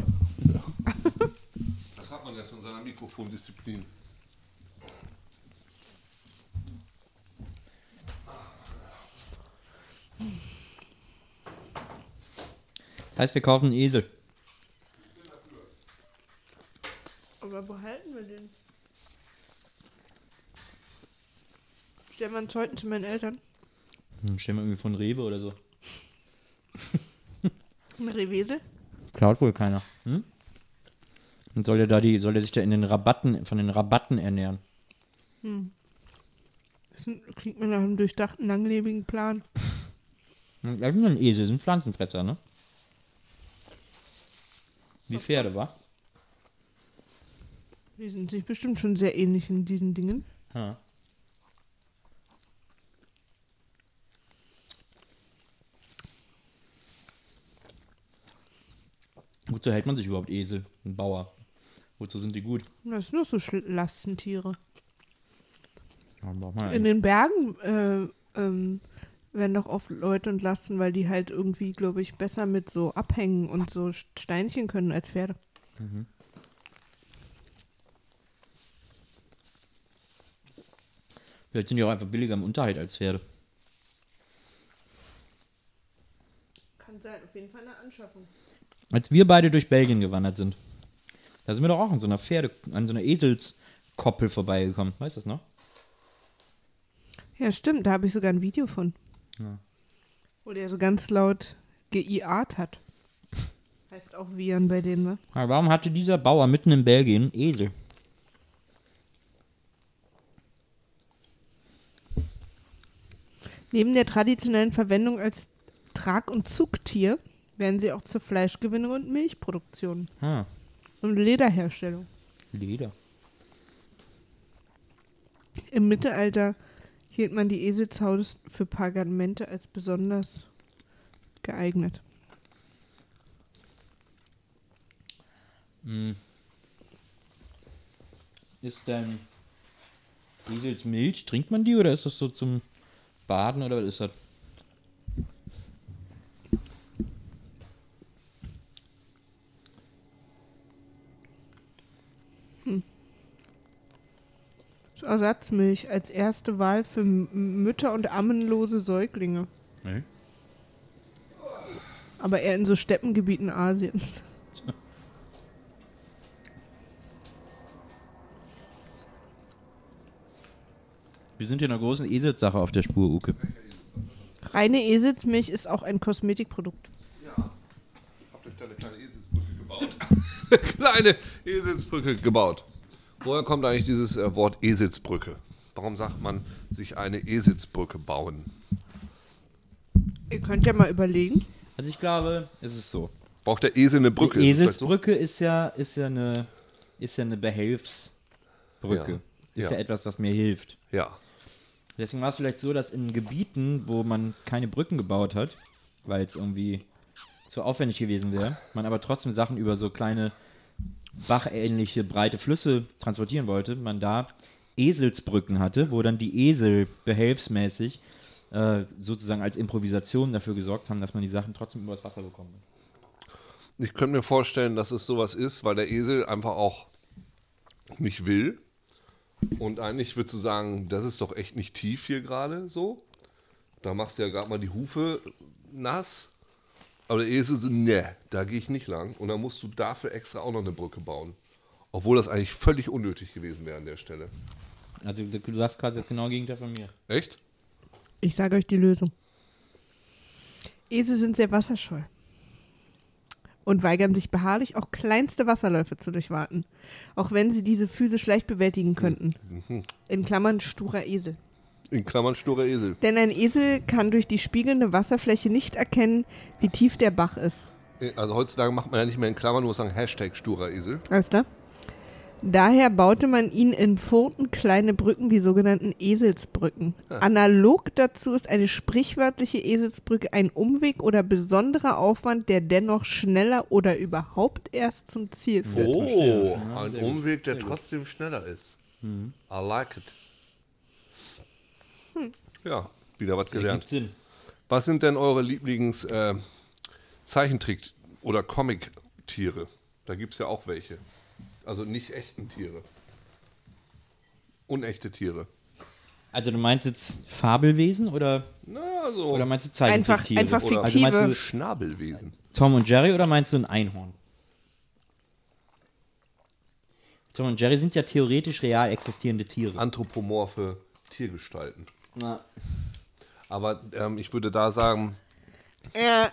S4: das hat man jetzt von seiner Mikrofondisziplin.
S2: Heißt, wir kaufen einen Esel.
S1: Aber behalten wir den? Stellen wir uns heute zu meinen Eltern.
S2: Hm, stellen wir irgendwie von Rewe oder so.
S1: Ein Rewesel.
S2: Klaut wohl keiner. Hm? Und soll er da die, soll er sich da in den Rabatten, von den Rabatten ernähren?
S1: Das ist- klingt mir nach einem durchdachten, langlebigen Plan.
S2: Hm, Das ist nur ein Esel, sind Pflanzenfresser, ne? Wie Pferde, wa?
S1: Die sind sich bestimmt schon sehr ähnlich in diesen Dingen.
S2: Ja. Wozu hält man sich überhaupt Esel? Ein Bauer. Wozu sind die gut?
S1: Das sind doch so Schl- Lastentiere.
S2: Ja, braucht man ja
S1: In den Bergen äh, ähm, werden doch oft Leute entlasten, weil die halt irgendwie, glaube ich, besser mit so Abhängen und so Steinchen können als Pferde.
S2: Vielleicht sind die auch einfach billiger im Unterhalt als Pferde.
S1: Kann sein, auf jeden Fall eine Anschaffung.
S2: Als wir beide durch Belgien gewandert sind, da sind wir doch auch an so einer Pferde, an so einer Eselskoppel vorbeigekommen. Weißt du das noch?
S1: Ja, stimmt, da habe ich sogar ein Video von. Wo der so ganz laut geiart hat. Heißt auch Viren bei denen, ne?
S2: Ja, Warum hatte dieser Bauer mitten in Belgien Esel?
S1: Neben der traditionellen Verwendung als Trag- und Zugtier werden sie auch zur Fleischgewinnung und Milchproduktion
S2: Ah,
S1: und Lederherstellung.
S2: Leder.
S1: Im Mittelalter hielt man die Eselshaut für Pergamente als besonders geeignet.
S2: Ist denn Eselsmilch, trinkt man die oder ist das so zum Baden oder was ist das?
S1: Ersatzmilch als erste Wahl für M- Mütter und ammenlose Säuglinge.
S2: Nee.
S1: Aber eher in so Steppengebieten Asiens.
S2: Wir sind hier einer großen Eselsache auf der Spur, Uke.
S1: Reine Eselsmilch ist auch ein Kosmetikprodukt.
S4: Habt euch da eine kleine Eselsbrücke gebaut. kleine Eselsbrücke gebaut. Woher kommt eigentlich dieses äh, Wort Eselsbrücke? Warum sagt man sich eine Eselsbrücke bauen?
S1: Ihr könnt ja mal überlegen.
S2: Also ich glaube, es ist so.
S4: Braucht der Esel eine Brücke?
S2: Die
S4: Ist es vielleicht so?
S2: Eselsbrücke ist ja, ist ja eine, ist ja eine Behelfsbrücke.
S4: Ja.
S2: Ist ja.
S4: Ja.
S2: etwas, was mir hilft.
S4: Ja.
S2: Deswegen war es vielleicht so, dass in Gebieten, wo man keine Brücken gebaut hat, weil es irgendwie zu aufwendig gewesen wäre, man aber trotzdem Sachen über so kleine bachähnliche breite Flüsse transportieren wollte, man da Eselsbrücken hatte, wo dann die Esel behelfsmäßig äh, sozusagen als Improvisation dafür gesorgt haben, dass man die Sachen trotzdem übers Wasser bekommt.
S4: Ich könnte mir vorstellen, dass es sowas ist, weil der Esel einfach auch nicht will. Und eigentlich würdest du sagen, das ist doch echt nicht tief hier gerade so. Da machst du ja gerade mal die Hufe nass. Aber der Esel so, ne, da gehe ich nicht lang. Und dann musst du dafür extra auch noch eine Brücke bauen. Obwohl das eigentlich völlig unnötig gewesen wäre an der Stelle.
S2: Also du du sagst gerade das genaue Gegenteil von mir.
S4: Echt?
S1: Ich sage euch die Lösung. Esel sind sehr wasserscheu und weigern sich beharrlich, auch kleinste Wasserläufe zu durchwaten, auch wenn sie diese physisch leicht bewältigen könnten. In Klammern sturer Esel.
S4: In Klammern sturer Esel.
S1: Denn ein Esel kann durch die spiegelnde Wasserfläche nicht erkennen, wie tief der Bach ist.
S4: Also heutzutage macht man ja nicht mehr in Klammern, nur sagen Hashtag sturer Esel.
S1: Alles klar? Daher baute man ihnen in Pfoten kleine Brücken, die sogenannten Eselsbrücken.
S4: Ah.
S1: Analog dazu ist eine sprichwörtliche Eselsbrücke ein Umweg oder besonderer Aufwand, der dennoch schneller oder überhaupt erst zum Ziel führt.
S4: Oh, ein Umweg, der trotzdem schneller ist. I like it. Ja, wieder was gelernt.
S2: Sinn.
S4: Was sind denn eure Lieblings äh, Zeichentrick- oder Comic-Tiere? Da gibt es ja auch welche. Also nicht echten Tiere. Unechte Tiere.
S2: Also du meinst jetzt Fabelwesen oder,
S4: Naja, so
S2: oder meinst du Zeichentricktiere?
S1: Einfach- einfach
S2: oder,
S1: fiktive-
S2: Also meinst du
S4: Schnabelwesen.
S2: Tom und Jerry oder meinst du ein Einhorn? Tom und Jerry sind ja theoretisch real existierende Tiere.
S4: Anthropomorphe Tiergestalten. Aber ähm, ich würde da sagen,
S1: Äh,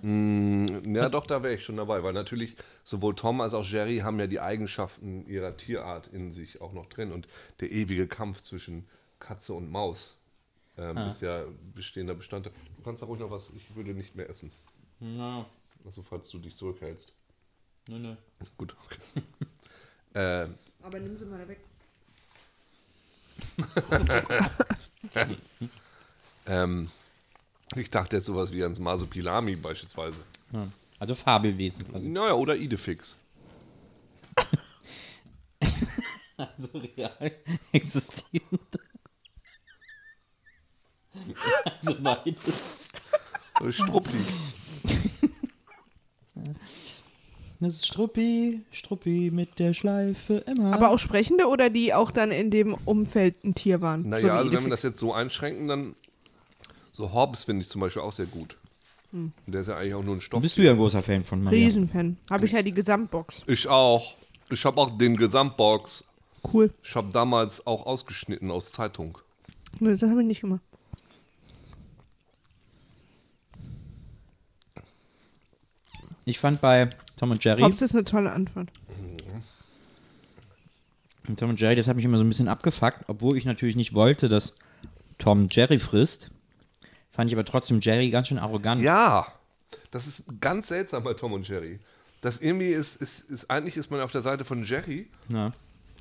S4: Ja, doch, da wäre ich schon dabei, weil natürlich sowohl Tom als auch Jerry haben ja die Eigenschaften ihrer Tierart in sich auch noch drin und der ewige Kampf zwischen Katze und Maus ähm, ist ja bestehender Bestandteil. Du kannst da ruhig noch was, ich würde nicht mehr essen.
S2: Na,
S4: Also, falls du dich zurückhältst.
S2: Hm, nö, nö.
S4: Gut, okay. äh,
S1: aber nimm sie mal weg.
S4: ähm, ich dachte jetzt sowas wie ans Masopilami beispielsweise.
S2: Ja. Also Fabelwesen quasi.
S4: Naja, oder Idefix.
S2: Also real existierende. Also beides.
S4: Oder Struppi.
S2: Das ist Struppi, Struppi mit der Schleife immer.
S1: Aber auch Sprechende oder die auch dann in dem Umfeld ein Tier waren?
S4: Naja,
S1: wie
S4: also wenn wir
S1: Idefix?
S4: das jetzt so einschränken, dann so Hobbes finde ich zum Beispiel auch sehr gut. Der ist ja eigentlich auch nur ein Stoff.
S2: Hm. Bist du ja ein großer Fan von Maria.
S1: Riesenfan. Habe ich ja die Gesamtbox.
S4: Ich auch. Ich habe auch den Gesamtbox.
S1: Cool.
S4: Ich habe damals auch ausgeschnitten aus Zeitung.
S1: Nö, das habe ich nicht gemacht.
S2: Ich fand bei Tom und Jerry,
S1: Hobbs ist eine tolle Antwort.
S2: Tom und Jerry, das hat mich immer so ein bisschen abgefuckt, obwohl ich natürlich nicht wollte, dass Tom Jerry frisst. Fand ich aber trotzdem Jerry ganz schön arrogant.
S4: Ja, das ist ganz seltsam bei Tom und Jerry. Das irgendwie ist, ist, ist eigentlich ist man auf der Seite von Jerry,
S2: Ja.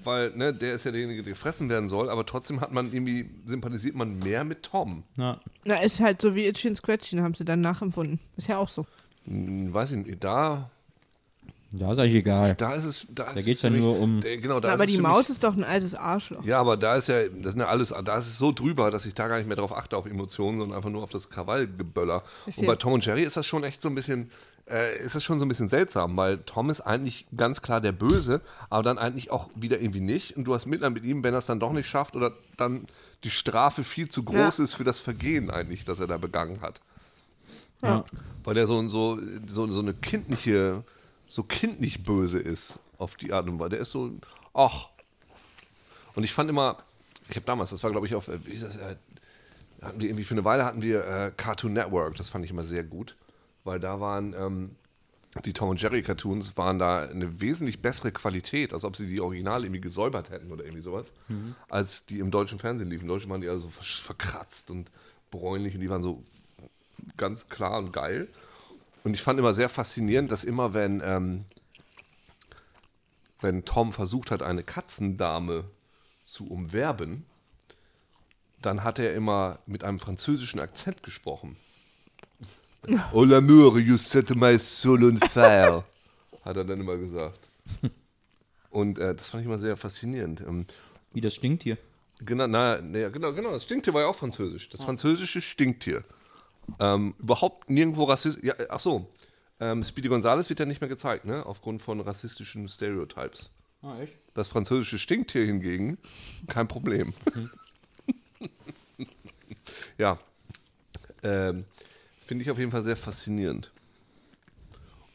S4: weil ne, der ist ja derjenige, der gefressen werden soll, aber trotzdem hat man irgendwie, sympathisiert man mehr mit Tom.
S2: Ja.
S1: Na, ist halt so wie Itchin Scratchin, haben sie dann nachempfunden. Ist ja auch so.
S4: Hm, Weiß ich nicht, da,
S2: Da ist eigentlich egal.
S4: da ist es. Da, ist es
S2: geht's
S4: für
S2: ja
S4: mich-
S2: nur um-
S4: der- Genau, da
S1: Na,
S4: ist
S1: aber
S4: es
S1: die
S4: für
S1: Maus ist doch ein altes Arschloch.
S4: Ja, aber da ist ja, das sind ja alles, da ist es so drüber, dass ich da gar nicht mehr drauf achte auf Emotionen, sondern einfach nur auf das Krawallgeböller. Und bei Tom und Jerry ist das schon echt so ein bisschen, äh, ist das schon so ein bisschen seltsam, weil Tom ist eigentlich ganz klar der Böse, aber dann eigentlich auch wieder irgendwie nicht. Und du hast Mitleid mit ihm, wenn er es dann doch nicht schafft oder dann die Strafe viel zu groß
S1: Ja.
S4: ist für das Vergehen eigentlich, das er da begangen hat.
S2: Ja.
S4: Weil der so, so, so, so eine kindliche, so kindlich böse ist auf die Art und Weise. Der ist so, ach. Und ich fand immer, ich habe damals, das war glaube ich auf, äh, wie ist das, äh, hatten wir irgendwie für eine Weile hatten wir äh, Cartoon Network, das fand ich immer sehr gut, weil da waren ähm, die Tom und Jerry Cartoons waren da eine wesentlich bessere Qualität, als ob sie die Originale irgendwie gesäubert hätten oder irgendwie sowas, als die im deutschen Fernsehen liefen. Im Deutschen waren die also so versch- verkratzt und bräunlich und die waren so ganz klar und geil. Und ich fand immer sehr faszinierend, dass immer, wenn, ähm, wenn Tom versucht hat, eine Katzendame zu umwerben, dann hat er immer mit einem französischen Akzent gesprochen. Oh l'amour, you set my soul on fire, hat er dann immer gesagt. Und äh, das fand ich immer sehr faszinierend. Ähm,
S2: Wie das stinkt hier.
S4: Genau, na, na, genau, genau. Das Stinktier war ja auch französisch. Das französische Stinktier. Ähm, überhaupt nirgendwo rassistisch. Ja, ach so. Ähm, Speedy Gonzales wird ja nicht mehr gezeigt, ne? Aufgrund von rassistischen Stereotypes.
S2: Ah, echt?
S4: Das französische Stinktier hingegen, kein Problem. ja. Ähm, Finde ich auf jeden Fall sehr faszinierend.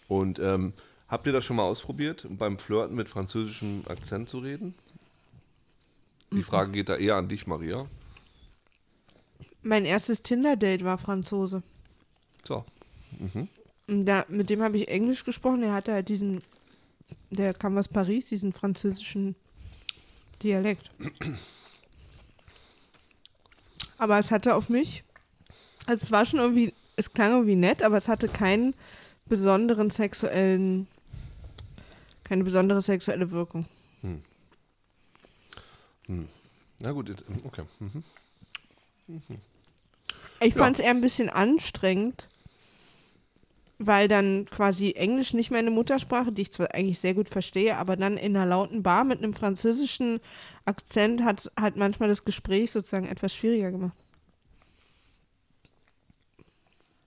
S4: Und ähm, habt ihr das schon mal ausprobiert, beim Flirten mit französischem Akzent zu reden? Die Frage geht da eher an dich, Maria.
S1: Mein erstes Tinder-Date war Franzose.
S4: So.
S1: Und da, mit dem habe ich Englisch gesprochen. Er hatte halt diesen, der kam aus Paris, diesen französischen Dialekt. Aber es hatte auf mich, also es war schon irgendwie, es klang irgendwie nett, aber es hatte keinen besonderen sexuellen, keine besondere sexuelle Wirkung.
S4: Na gut, jetzt, okay. Mhm.
S1: Ich fand es eher ein bisschen anstrengend, weil dann quasi Englisch nicht meine Muttersprache, die ich zwar eigentlich sehr gut verstehe, aber dann in einer lauten Bar mit einem französischen Akzent hat, hat manchmal das Gespräch sozusagen etwas schwieriger gemacht.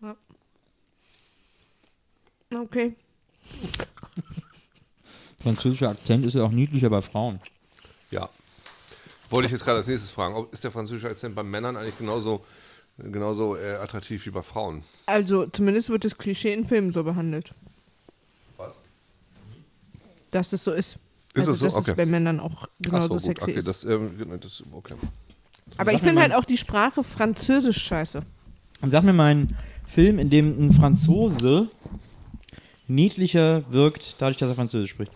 S1: Ja. Okay.
S2: Französischer Akzent ist ja auch niedlicher bei Frauen.
S4: Ja. Wollte ich jetzt gerade als nächstes fragen, ob, ist der französische Akzent bei Männern eigentlich genauso, genauso äh, attraktiv wie bei Frauen?
S1: Also zumindest wird das Klischee in Filmen so behandelt,
S4: Was?
S1: dass es so ist.
S4: Ist
S1: also,
S4: es so?
S1: Dass
S4: Okay.
S1: es bei Männern auch genauso
S4: Achso, gut,
S1: sexy
S4: okay,
S1: ist.
S4: das, ähm, genau, das, okay.
S1: Aber ich
S2: mir
S1: finde
S2: mal-
S1: halt auch die Sprache Französisch scheiße.
S2: Und sag mir mal einen Film, in dem ein Franzose niedlicher wirkt, dadurch, dass er Französisch spricht.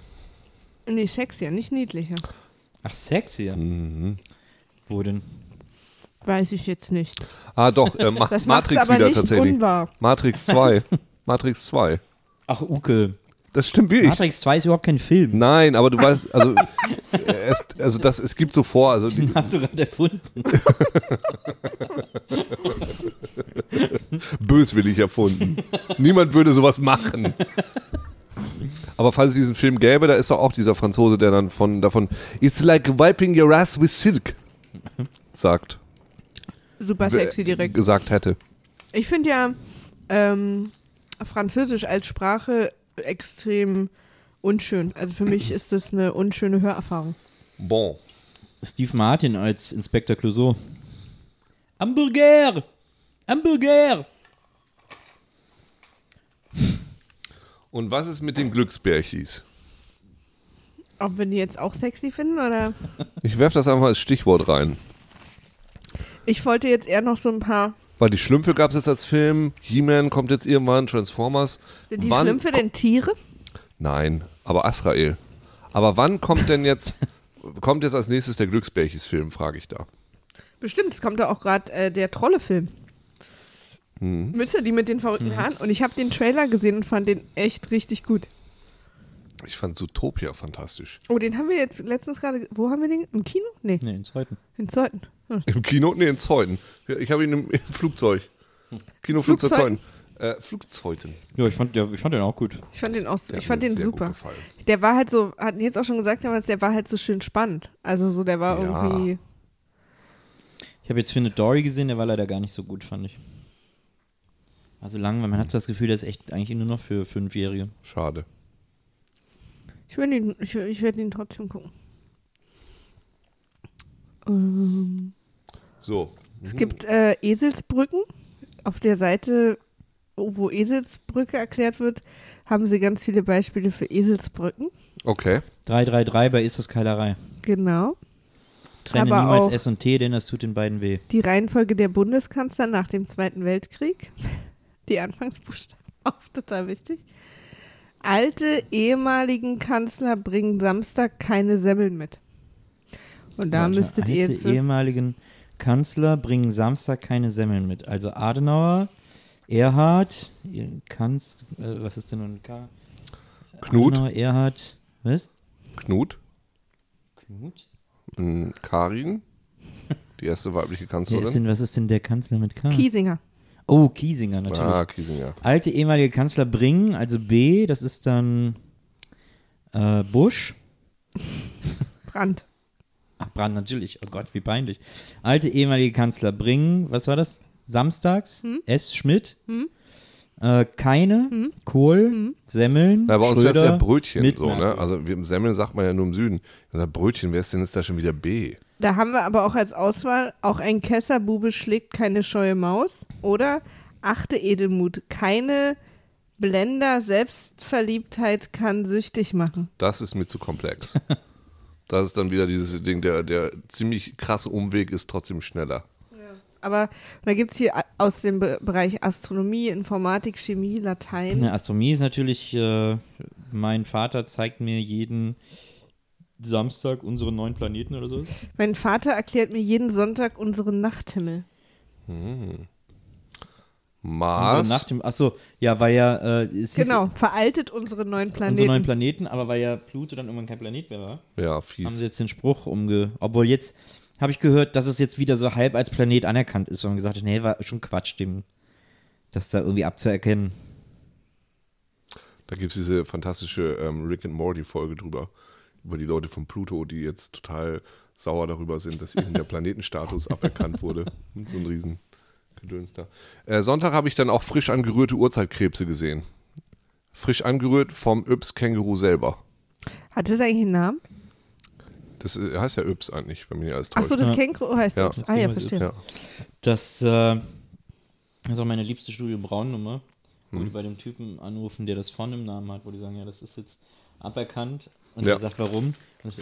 S1: Nee, sexier, nicht niedlicher.
S2: Ach, sexier. Wo denn?
S1: Weiß ich jetzt nicht.
S4: Ah, doch, äh, Ma
S1: Das macht
S4: Matrix
S1: aber
S4: wieder
S1: nicht
S4: tatsächlich.
S1: unwahr.
S4: Matrix 2. Matrix 2.
S2: Ach, Uke.
S4: Das stimmt wirklich.
S2: Matrix 2 ist überhaupt kein Film.
S4: Nein, aber du weißt, also, äh, es, also das, es gibt so vor, also die,
S2: Hast du gerade erfunden?
S4: böswillig erfunden. Niemand würde sowas machen. Aber falls es diesen Film gäbe, da ist doch auch dieser Franzose, der dann von davon It's like wiping your ass with silk sagt. Äh,
S1: Super sexy direkt.
S4: Gesagt hätte.
S1: Ich finde ja ähm, Französisch als Sprache extrem unschön. Also für mich ist das eine unschöne Hörerfahrung.
S4: Bon.
S2: Steve Martin als Inspektor Clouseau. Hamburger! Hamburger!
S4: Und was ist mit den Glücksbärchis?
S1: Ob wir die jetzt auch sexy finden oder?
S4: Ich werfe das einfach als Stichwort rein.
S1: Ich wollte jetzt eher noch so ein paar.
S4: Weil die Schlümpfe gab es jetzt als Film, He-Man kommt jetzt irgendwann, Transformers.
S1: Sind die
S4: Wann
S1: Schlümpfe denn Tiere?
S4: Nein, aber Asrael. Aber wann kommt denn jetzt, kommt jetzt als nächstes der Glücksbärchis-Film, frage ich da.
S1: Bestimmt, es kommt ja auch gerade äh, der Trolle-Film. Müsste die mit den verrückten Haaren? Und ich habe den Trailer gesehen und fand den echt richtig gut.
S4: Ich fand Zootopia fantastisch.
S1: Oh, den haben wir jetzt letztens gerade. Wo haben wir den? Im Kino? Nee,
S2: Nee, den zweiten.
S1: in Zeuthen. Hm.
S4: Im Kino? Nee, in Zeuthen. Ja, Ich habe ihn im, im Flugzeug. Kinoflugzeug Zeuthen.
S1: Flugzeug?
S4: Äh, Flugzeuthen.
S2: Ja, ich fand, ja, ich fand den auch gut.
S1: Ich fand den auch,
S4: Der
S1: ich
S4: hat
S1: fand
S4: mir
S1: den
S4: sehr gut
S1: super.
S4: gefallen.
S1: Der war halt so, hatten jetzt auch schon gesagt damals, der war halt so schön spannend. Also so, der war
S4: Ja.
S1: irgendwie.
S2: Ich habe jetzt Findet Dory gesehen, der war leider gar nicht so gut, fand ich. Also lang, weil man hat das Gefühl, der ist echt eigentlich nur noch für Fünfjährige.
S4: Schade.
S1: Ich werde ihn, ich, ich werd ihn trotzdem gucken.
S4: So.
S1: Es gibt äh, Eselsbrücken. Auf der Seite, wo Eselsbrücke erklärt wird, haben sie ganz viele Beispiele für Eselsbrücken.
S4: Okay.
S2: 333 bei Ist das Keilerei.
S1: Genau.
S2: Trenne
S1: Aber
S2: niemals
S1: auch-
S2: S und T, denn das tut den beiden weh.
S1: Die Reihenfolge der Bundeskanzler nach dem Zweiten Weltkrieg. Die Anfangsbuchstaben. Auch total wichtig. Alte ehemaligen Kanzler bringen Samstag keine Semmeln mit. Und da
S2: Warte,
S1: müsstet
S2: alte
S1: ihr jetzt.
S2: ehemaligen Kanzler bringen Samstag keine Semmeln mit. Also Adenauer, Erhard, Kanz, äh, was ist denn nun? K
S4: Knut.
S2: Genau, Adenauer, Erhard, was?
S4: Knut.
S2: Knut?
S4: mh, Hm, Karin, die erste weibliche
S2: Wer ist
S4: Kanzlerin.
S2: denn, was ist denn der Kanzler mit K?
S1: Kiesinger.
S2: oh, Kiesinger natürlich.
S4: Ah, Kiesinger.
S2: Alte ehemalige Kanzler Bringen, also B, das ist dann äh, Bush.
S1: Brandt.
S2: Ach, Brand natürlich. Oh Gott, wie peinlich. Alte ehemalige Kanzler Bringen, was war das? Samstags, S. Schmidt, äh, Keine, Kohl, Semmeln,
S4: Na, bei uns wäre es
S2: Schröder,
S4: ja Brötchen so,
S2: Mittner.
S4: ne? Also wir- Semmeln sagt man ja nur im Süden. Also Brötchen, wer ist denn jetzt da schon wieder B?
S1: Da haben wir aber auch als Auswahl auch ein Kesserbube schlägt keine scheue Maus oder achte Edelmut, keine Blender Selbstverliebtheit kann süchtig machen.
S4: Das ist mir zu komplex. Das ist dann wieder dieses Ding, der, der ziemlich krasse Umweg ist trotzdem schneller.
S1: Aber da gibt es hier a- aus dem Be Bereich Astronomie, Informatik, Chemie, Latein.
S2: Na, Astronomie ist natürlich, äh, mein Vater zeigt mir jeden Samstag unsere neuen Planeten oder so.
S1: Mein Vater erklärt mir jeden Sonntag unseren Nachthimmel.
S4: Mars,
S2: Unsere Nacht im, achso, ja, weil ja, äh, es hieß
S1: Genau, veraltet unsere neuen
S2: unsere neuen
S1: Planeten.
S2: Planeten, aber weil ja Pluto dann irgendwann kein Planet mehr war.
S4: ja,
S2: haben
S4: fies.
S2: sie jetzt den Spruch umge. Obwohl jetzt habe ich gehört, dass es jetzt wieder so halb als Planet anerkannt ist, weil man gesagt hat, nee, war schon Quatsch, dem das da irgendwie abzuerkennen.
S4: Da gibt es diese fantastische ähm, Rick and Morty-Folge drüber, über die Leute von Pluto, die jetzt total sauer darüber sind, dass ihnen der Planetenstatus aberkannt wurde. Und so ein riesen Gedöns da. Äh, Sonntag habe ich dann auch frisch angerührte Urzeitkrebse gesehen. Frisch angerührt vom Yps-Känguru selber.
S1: Hat das eigentlich einen Namen?
S4: Das äh, heißt ja Yps eigentlich, wenn mich nicht alles täuscht.
S1: Achso, das Känguru heißt
S4: Ja.
S1: Ups. Ah ja,
S2: Das
S1: verstehe.
S4: ja.
S2: Das, äh, das ist auch meine liebste Studio Braun-Nummer, wo die bei dem Typen anrufen, der das vorne im Namen hat, wo die sagen, ja, das ist jetzt aberkannt. Und
S4: Ja.
S2: er sagt, warum?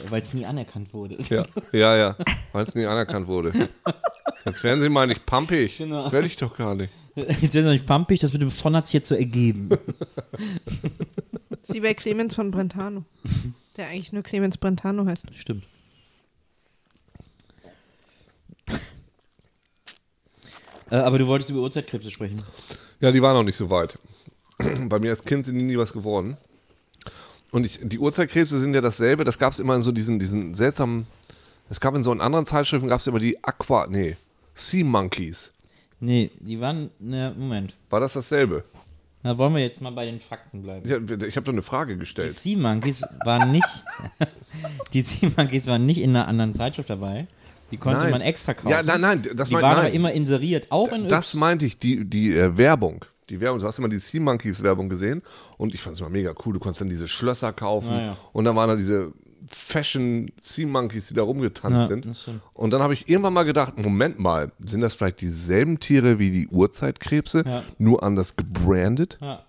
S2: Weil es nie anerkannt wurde.
S4: Ja, ja, ja. Weil es nie anerkannt wurde. Jetzt werden sie mal nicht pampig.
S2: Genau.
S4: Werde ich doch gar nicht.
S2: Jetzt werden sie nicht pumpig, das mit dem von hat's hier zu ergeben.
S1: Das ist Wie bei Clemens von Brentano. Der eigentlich nur Clemens Brentano heißt.
S2: Stimmt. Äh, aber du wolltest über Uhrzeitkrebse sprechen.
S4: Ja, die waren noch nicht so weit. Bei mir als Kind sind die nie was geworden. Und ich, die Urzeitkrebse sind ja dasselbe. Das gab es immer in so diesen, diesen seltsamen. Es gab in so in anderen Zeitschriften gab es immer die Aqua. Nee, Sea Monkeys.
S2: Nee, die waren. Ne, Moment.
S4: War das dasselbe?
S2: Da wollen wir jetzt mal bei den Fakten bleiben.
S4: Ich habe ich hab doch eine Frage
S2: Die
S4: gestellt.
S2: Sea Monkeys waren nicht. die Sea Monkeys waren nicht in einer anderen Zeitschrift dabei. Die konnte
S4: Nein.
S2: man extra kaufen.
S4: Ja, nein, nein, das
S2: die
S4: mein-
S2: waren
S4: nein.
S2: aber immer inseriert, auch in
S4: Das meinte ich, die, die äh, Werbung. Die Werbung, du hast immer die Sea Monkeys Werbung gesehen und ich fand es immer mega cool. Du konntest dann diese Schlösser kaufen
S2: Ah, ja.
S4: und dann waren da diese Fashion Sea Monkeys, die da rumgetanzt
S2: Ja,
S4: sind.
S2: das stimmt.
S4: Und dann habe ich irgendwann mal gedacht, Moment mal, sind das vielleicht dieselben Tiere wie die Urzeitkrebse,
S2: Ja.
S4: nur anders gebrandet?
S2: Ja,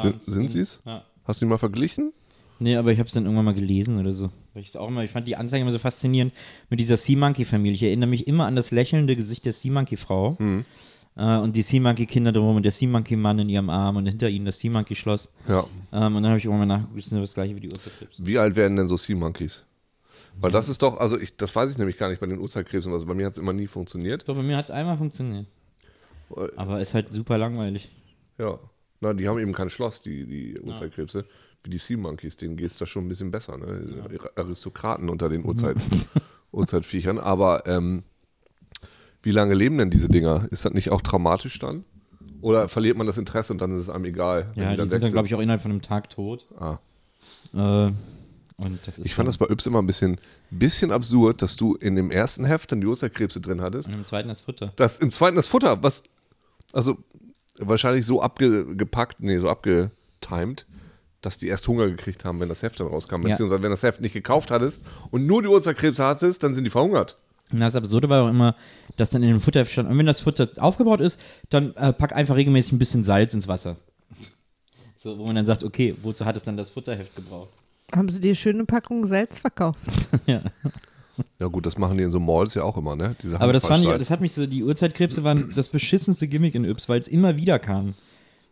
S4: Sind, sind sie es?
S2: Ja.
S4: Hast du die mal verglichen?
S2: Nee, aber ich habe es dann irgendwann mal gelesen oder so. Weil ich, auch immer, ich fand die Anzeige immer so faszinierend mit dieser Sea Monkey-Familie. Ich erinnere mich immer an das lächelnde Gesicht der Sea Monkey-Frau.
S4: Hm.
S2: Äh, und die Sea Monkey-Kinder drumherum und der Sea Monkey-Mann in ihrem Arm und hinter ihnen das Sea Monkey-Schloss.
S4: Ja.
S2: Ähm, und dann habe ich irgendwann mal nachgeguckt, das ist nur das gleiche wie die Urzeitkrebse.
S4: Wie alt werden denn so Sea Monkeys? Weil das ist doch, also ich, das weiß ich nämlich gar nicht bei den Urzeitkrebsen, also bei mir hat es immer nie funktioniert.
S2: Ich glaube, bei mir hat es einmal funktioniert. Aber ist halt super langweilig.
S4: Ja. Na, die haben eben kein Schloss, die, die Urzeitkrebse. Wie die Sea Monkeys, denen geht es da schon ein bisschen besser. Ne? Aristokraten unter den Urzeit, Urzeitviechern. Aber ähm, wie lange leben denn diese Dinger? Ist das nicht auch dramatisch dann? Oder verliert man das Interesse und dann ist es einem egal? wenn
S2: Ja, die,
S4: dann
S2: sind
S4: weg
S2: dann, glaube ich, auch innerhalb von einem Tag tot.
S4: Ah.
S2: Äh, und das ist
S4: Ich fand das bei Yps immer ein bisschen, bisschen absurd, dass du in dem ersten Heft dann die Urzeitkrebse drin hattest.
S2: im zweiten das Futter.
S4: Das, Im zweiten das Futter, was, also wahrscheinlich so abgepackt, nee, so abgetimed, dass die erst Hunger gekriegt haben, wenn das Heft dann rauskam. Beziehungsweise wenn das Heft nicht gekauft hattest und nur die Urzeitkrebse hattest, dann sind die verhungert.
S2: Und das Absurde war auch immer, dass dann in dem Futter stand, und wenn das Futter aufgebaut ist, dann äh, pack einfach regelmäßig ein bisschen Salz ins Wasser. So, wo man dann sagt, okay, wozu hat es dann das Futterheft gebraucht?
S1: Haben sie dir schöne Packung Salz verkauft?
S2: ja.
S4: Ja gut, das machen die in so Malls ja auch immer, ne? Diese
S2: Aber das fand ich,
S4: Handfleischsalz.
S2: das hat mich so, die Uhrzeitkrebse waren das beschissenste Gimmick in Yps, weil es immer wieder kam.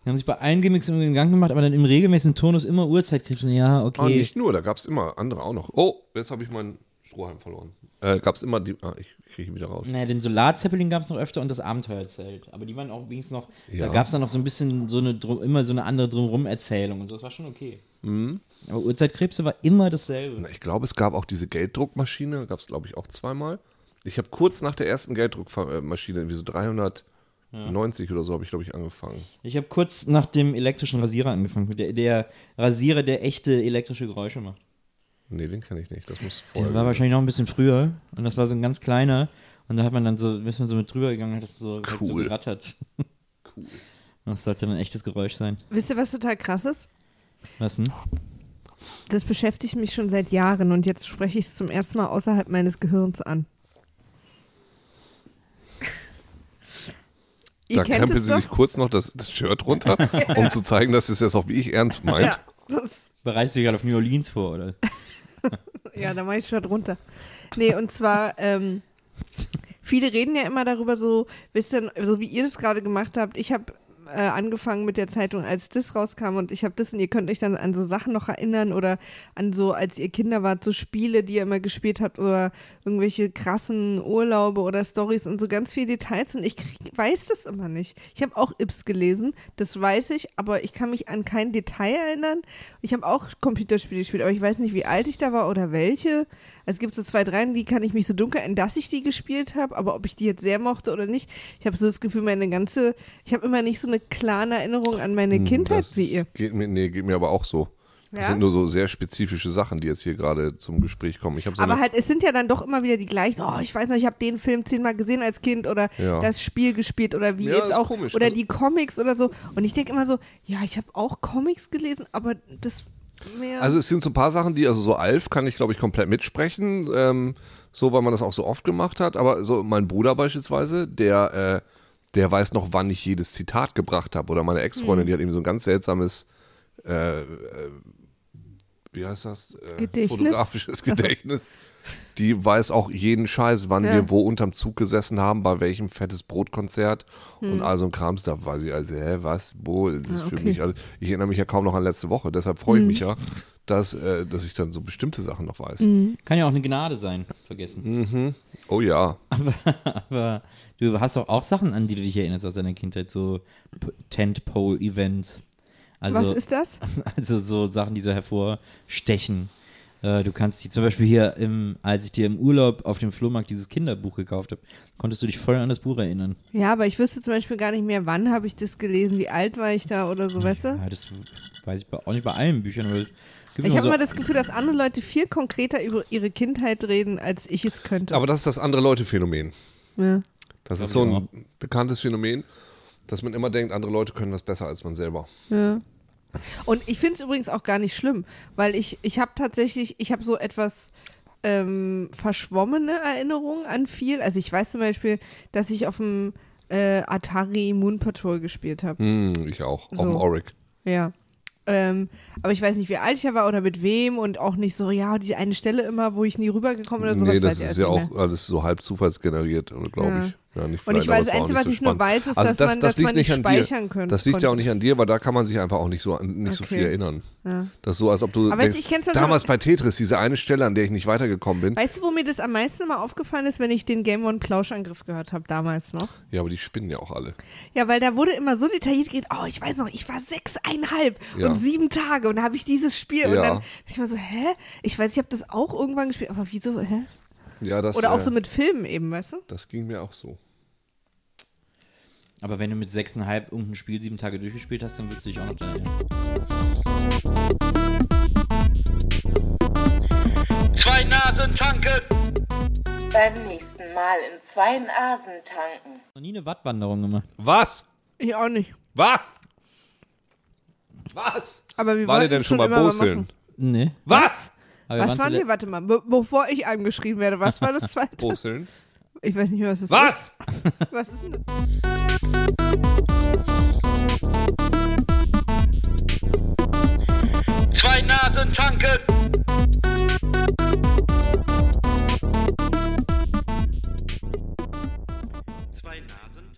S2: Die haben sich bei allen Gimmicks irgendwie in Gang gemacht, aber dann im
S4: Ah,
S2: regelmäßigen Tonus immer Uhrzeitkrebse. Ja, okay.
S4: Aber nicht nur, da gab es immer andere auch noch. Oh, jetzt habe ich meinen Strohhalm verloren. Äh, Gab es immer die. Ah, ich kriege ihn wieder raus.
S2: Naja, den Solarzeppelin gab es noch öfter und das Abenteuerzelt. Aber die waren auch wenigstens noch,
S4: Ja.
S2: da gab es dann noch so ein bisschen so eine drum, immer so eine andere drumrum-Erzählung und so. Das war schon okay.
S4: Mhm.
S2: Aber Uhrzeitkrebse war immer dasselbe.
S4: Na, Ich glaube, es gab auch diese Gelddruckmaschine, gab es, glaube ich, auch zweimal. Ich habe kurz nach der ersten Gelddruckmaschine, irgendwie so 390 oder so, habe ich, glaube ich, angefangen.
S2: Ich habe kurz nach dem elektrischen Rasierer angefangen. mit Der, der Rasierer, der echte elektrische Geräusche macht.
S4: Nee, den kenne ich nicht. Das muss vorher.
S2: Der war
S4: gewesen
S2: wahrscheinlich noch ein bisschen früher und das war so ein ganz kleiner. Und da hat man dann so, ist man so mit drüber gegangen, hat das so, hat so
S4: Cool.
S2: gerattert.
S4: Cool.
S2: Das sollte dann ein echtes Geräusch sein.
S1: Wisst ihr, was total krass ist?
S2: Was denn?
S1: Das beschäftigt mich schon seit Jahren und jetzt spreche ich es zum ersten Mal außerhalb meines Gehirns an. Ihr
S4: Da
S1: kennt
S4: krempelt
S1: es
S4: sie sich
S1: doch.
S4: kurz noch das, das Shirt runter, um zu zeigen, dass sie es jetzt auch wie ich ernst meint.
S1: Ja, das,
S2: Bereitest du dich gerade auf New Orleans vor, oder?
S1: ja, da mache ich schon runter. Nee, und zwar, ähm, viele reden ja immer darüber, so, wisst ihr, so wie ihr das gerade gemacht habt. Ich habe äh, angefangen mit der Zeitung, als das rauskam und ich habe das und ihr könnt euch dann an so Sachen noch erinnern oder an so, als ihr Kinder wart, so Spiele, die ihr immer gespielt habt oder irgendwelche krassen Urlaube oder Stories und so ganz viele Details und ich krieg, weiß das immer nicht. Ich habe auch Ips gelesen, das weiß ich, aber ich kann mich an kein Detail erinnern. Ich habe auch Computerspiele gespielt, aber ich weiß nicht, wie alt ich da war oder welche. Es gibt so zwei, drei, an die kann ich mich so dunkel erinnern, dass ich die gespielt habe, aber ob ich die jetzt sehr mochte oder nicht, ich habe so das Gefühl, meine ganze, ich habe immer nicht so eine klare Erinnerung an meine Kindheit
S4: das
S1: wie ihr.
S4: Geht mir, nee, geht mir aber auch so. Das
S1: Ja?
S4: sind nur so sehr spezifische Sachen, die jetzt hier gerade zum Gespräch kommen. Ich habe so
S1: Aber
S4: eine-
S1: halt, es sind ja dann doch immer wieder die gleichen. Oh, ich weiß noch, ich habe den Film zehnmal gesehen als Kind oder
S4: Ja.
S1: das Spiel gespielt oder wie
S4: Ja,
S1: jetzt
S4: ist
S1: auch.
S4: komisch.
S1: Oder
S4: Also-
S1: die Comics oder so. Und ich denke immer so, ja, ich habe auch Comics gelesen, aber das mehr.
S4: Also es sind so ein paar Sachen, die, also so Alf kann ich, glaube ich, komplett mitsprechen, ähm, so weil man das auch so oft gemacht hat. Aber so mein Bruder beispielsweise, der, äh, der weiß noch, wann ich jedes Zitat gebracht habe. Oder meine
S1: Mhm.
S4: Ex-Freundin, die hat eben so ein ganz seltsames, äh, äh, wie heißt das? Äh,
S1: Gedächtnis?
S4: Fotografisches Gedächtnis. Die weiß auch jeden Scheiß, wann
S1: Ja.
S4: wir wo unterm Zug gesessen haben, bei welchem fettes Brotkonzert
S1: Mhm.
S4: und all so ein Krams. Da weiß ich also, hä, was, wo, das ist
S1: Ah,
S4: für
S1: okay. Mhm.
S4: mich also ich erinnere mich ja kaum noch an letzte Woche, deshalb freue ich mich ja, dass, äh, dass ich dann so bestimmte Sachen noch weiß.
S1: Mhm.
S2: Kann ja auch eine Gnade sein, vergessen.
S4: Oh ja.
S2: Aber du hast doch auch Sachen, an die du dich erinnerst aus deiner Kindheit, so P- Tentpole-Events. Also,
S1: was ist das?
S2: Also so Sachen, die so hervorstechen. Äh, Du kannst die zum Beispiel hier, im, als ich dir im Urlaub auf dem Flohmarkt dieses Kinderbuch gekauft habe, konntest du dich voll an das Buch erinnern.
S1: Ja, aber ich wüsste zum Beispiel gar nicht mehr, wann habe ich das gelesen, wie alt war ich da oder so, weißt du?
S2: Ja, das weiß ich bei- auch nicht bei allen Büchern, aber es gibt
S1: Ich
S2: immer
S1: habe
S2: so,
S1: immer das Gefühl, dass andere Leute viel konkreter über ihre Kindheit reden, als ich es könnte.
S4: Aber das ist das andere Leute-Phänomen.
S1: ja.
S4: Das ist so
S2: Glaub ich
S4: ein bekanntes Phänomen, dass man immer denkt, andere Leute können das besser als man selber.
S1: Und ich finde es übrigens auch gar nicht schlimm, weil ich, ich habe tatsächlich, ich habe so etwas ähm, verschwommene Erinnerungen an viel. Also ich weiß zum Beispiel, dass ich auf dem äh, Atari Moon Patrol gespielt habe.
S4: Hm, ich auch. Auf
S1: So.
S4: dem Auric.
S1: Ja. Ähm, aber ich weiß nicht, wie alt ich da war oder mit wem und auch nicht so, ja, die eine Stelle immer, wo ich nie rübergekommen oder sowas.
S4: nee, das
S1: weiß ich
S4: ist
S1: alles
S4: ja
S1: nicht mehr.
S4: auch alles so halb zufallsgeneriert, glaube
S1: Ja.
S4: ich. Ja, nicht
S1: Und ich weiß,
S4: vielleicht, aber es
S1: das
S4: war auch
S1: Einzige,
S4: nicht
S1: was
S4: so
S1: ich nur
S4: spannend. Also
S1: weiß, ist, dass man- dass
S4: liegt
S1: man nicht speichern
S4: an dir.
S1: können-
S4: Das liegt ja auch
S1: konnte.
S4: nicht an dir, weil da kann man sich einfach auch nicht so, an- nicht so
S1: Okay.
S4: viel erinnern. Das ist so, als ob du
S1: Aber jetzt,
S4: denkst,
S1: ich kenn's zum Beispiel-
S4: damals bei Tetris, diese eine Stelle, an der ich nicht weitergekommen bin.
S1: Weißt du, wo mir das am meisten mal aufgefallen ist, wenn ich den Game One Plauschangriff gehört habe, damals noch?
S4: Ja, aber die spinnen ja auch alle.
S1: Ja, weil da wurde immer so detailliert geht, oh, ich weiß noch, ich war sechseinhalb
S4: Ja.
S1: und sieben Tage und da habe ich dieses Spiel und
S4: Ja.
S1: dann ich war so, hä? Ich weiß, ich habe das auch irgendwann gespielt, aber wieso, hä?
S4: Ja, das,
S1: Oder auch
S4: äh,
S1: so mit Filmen eben, weißt du?
S4: das ging mir auch so.
S2: aber wenn du mit sechseinhalb irgendein Spiel sieben Tage durchgespielt hast, dann willst du dich auch noch dran erinnern.
S5: 2 Nasen tanken.
S3: Beim nächsten Mal in zwei Nasen tanken.
S2: Noch nie eine Wattwanderung gemacht.
S4: Was?
S1: Ich auch nicht.
S4: Was? Was?
S1: Aber wir
S4: War
S1: wollten
S4: der denn
S1: es
S4: schon
S1: schon
S4: bei
S1: immer mal
S4: Boseln?
S1: machen.
S2: Nee.
S4: Was?
S2: Aber
S1: Was waren
S2: zuletzt-
S1: die? Warte mal, be bevor ich angeschrieben werde, was war das zweite?
S4: Boseln?
S1: Ich weiß nicht mehr, was das ist.
S4: Was?
S1: Was ist denn das?
S5: Zwei Nasen tanken. Zwei Nasen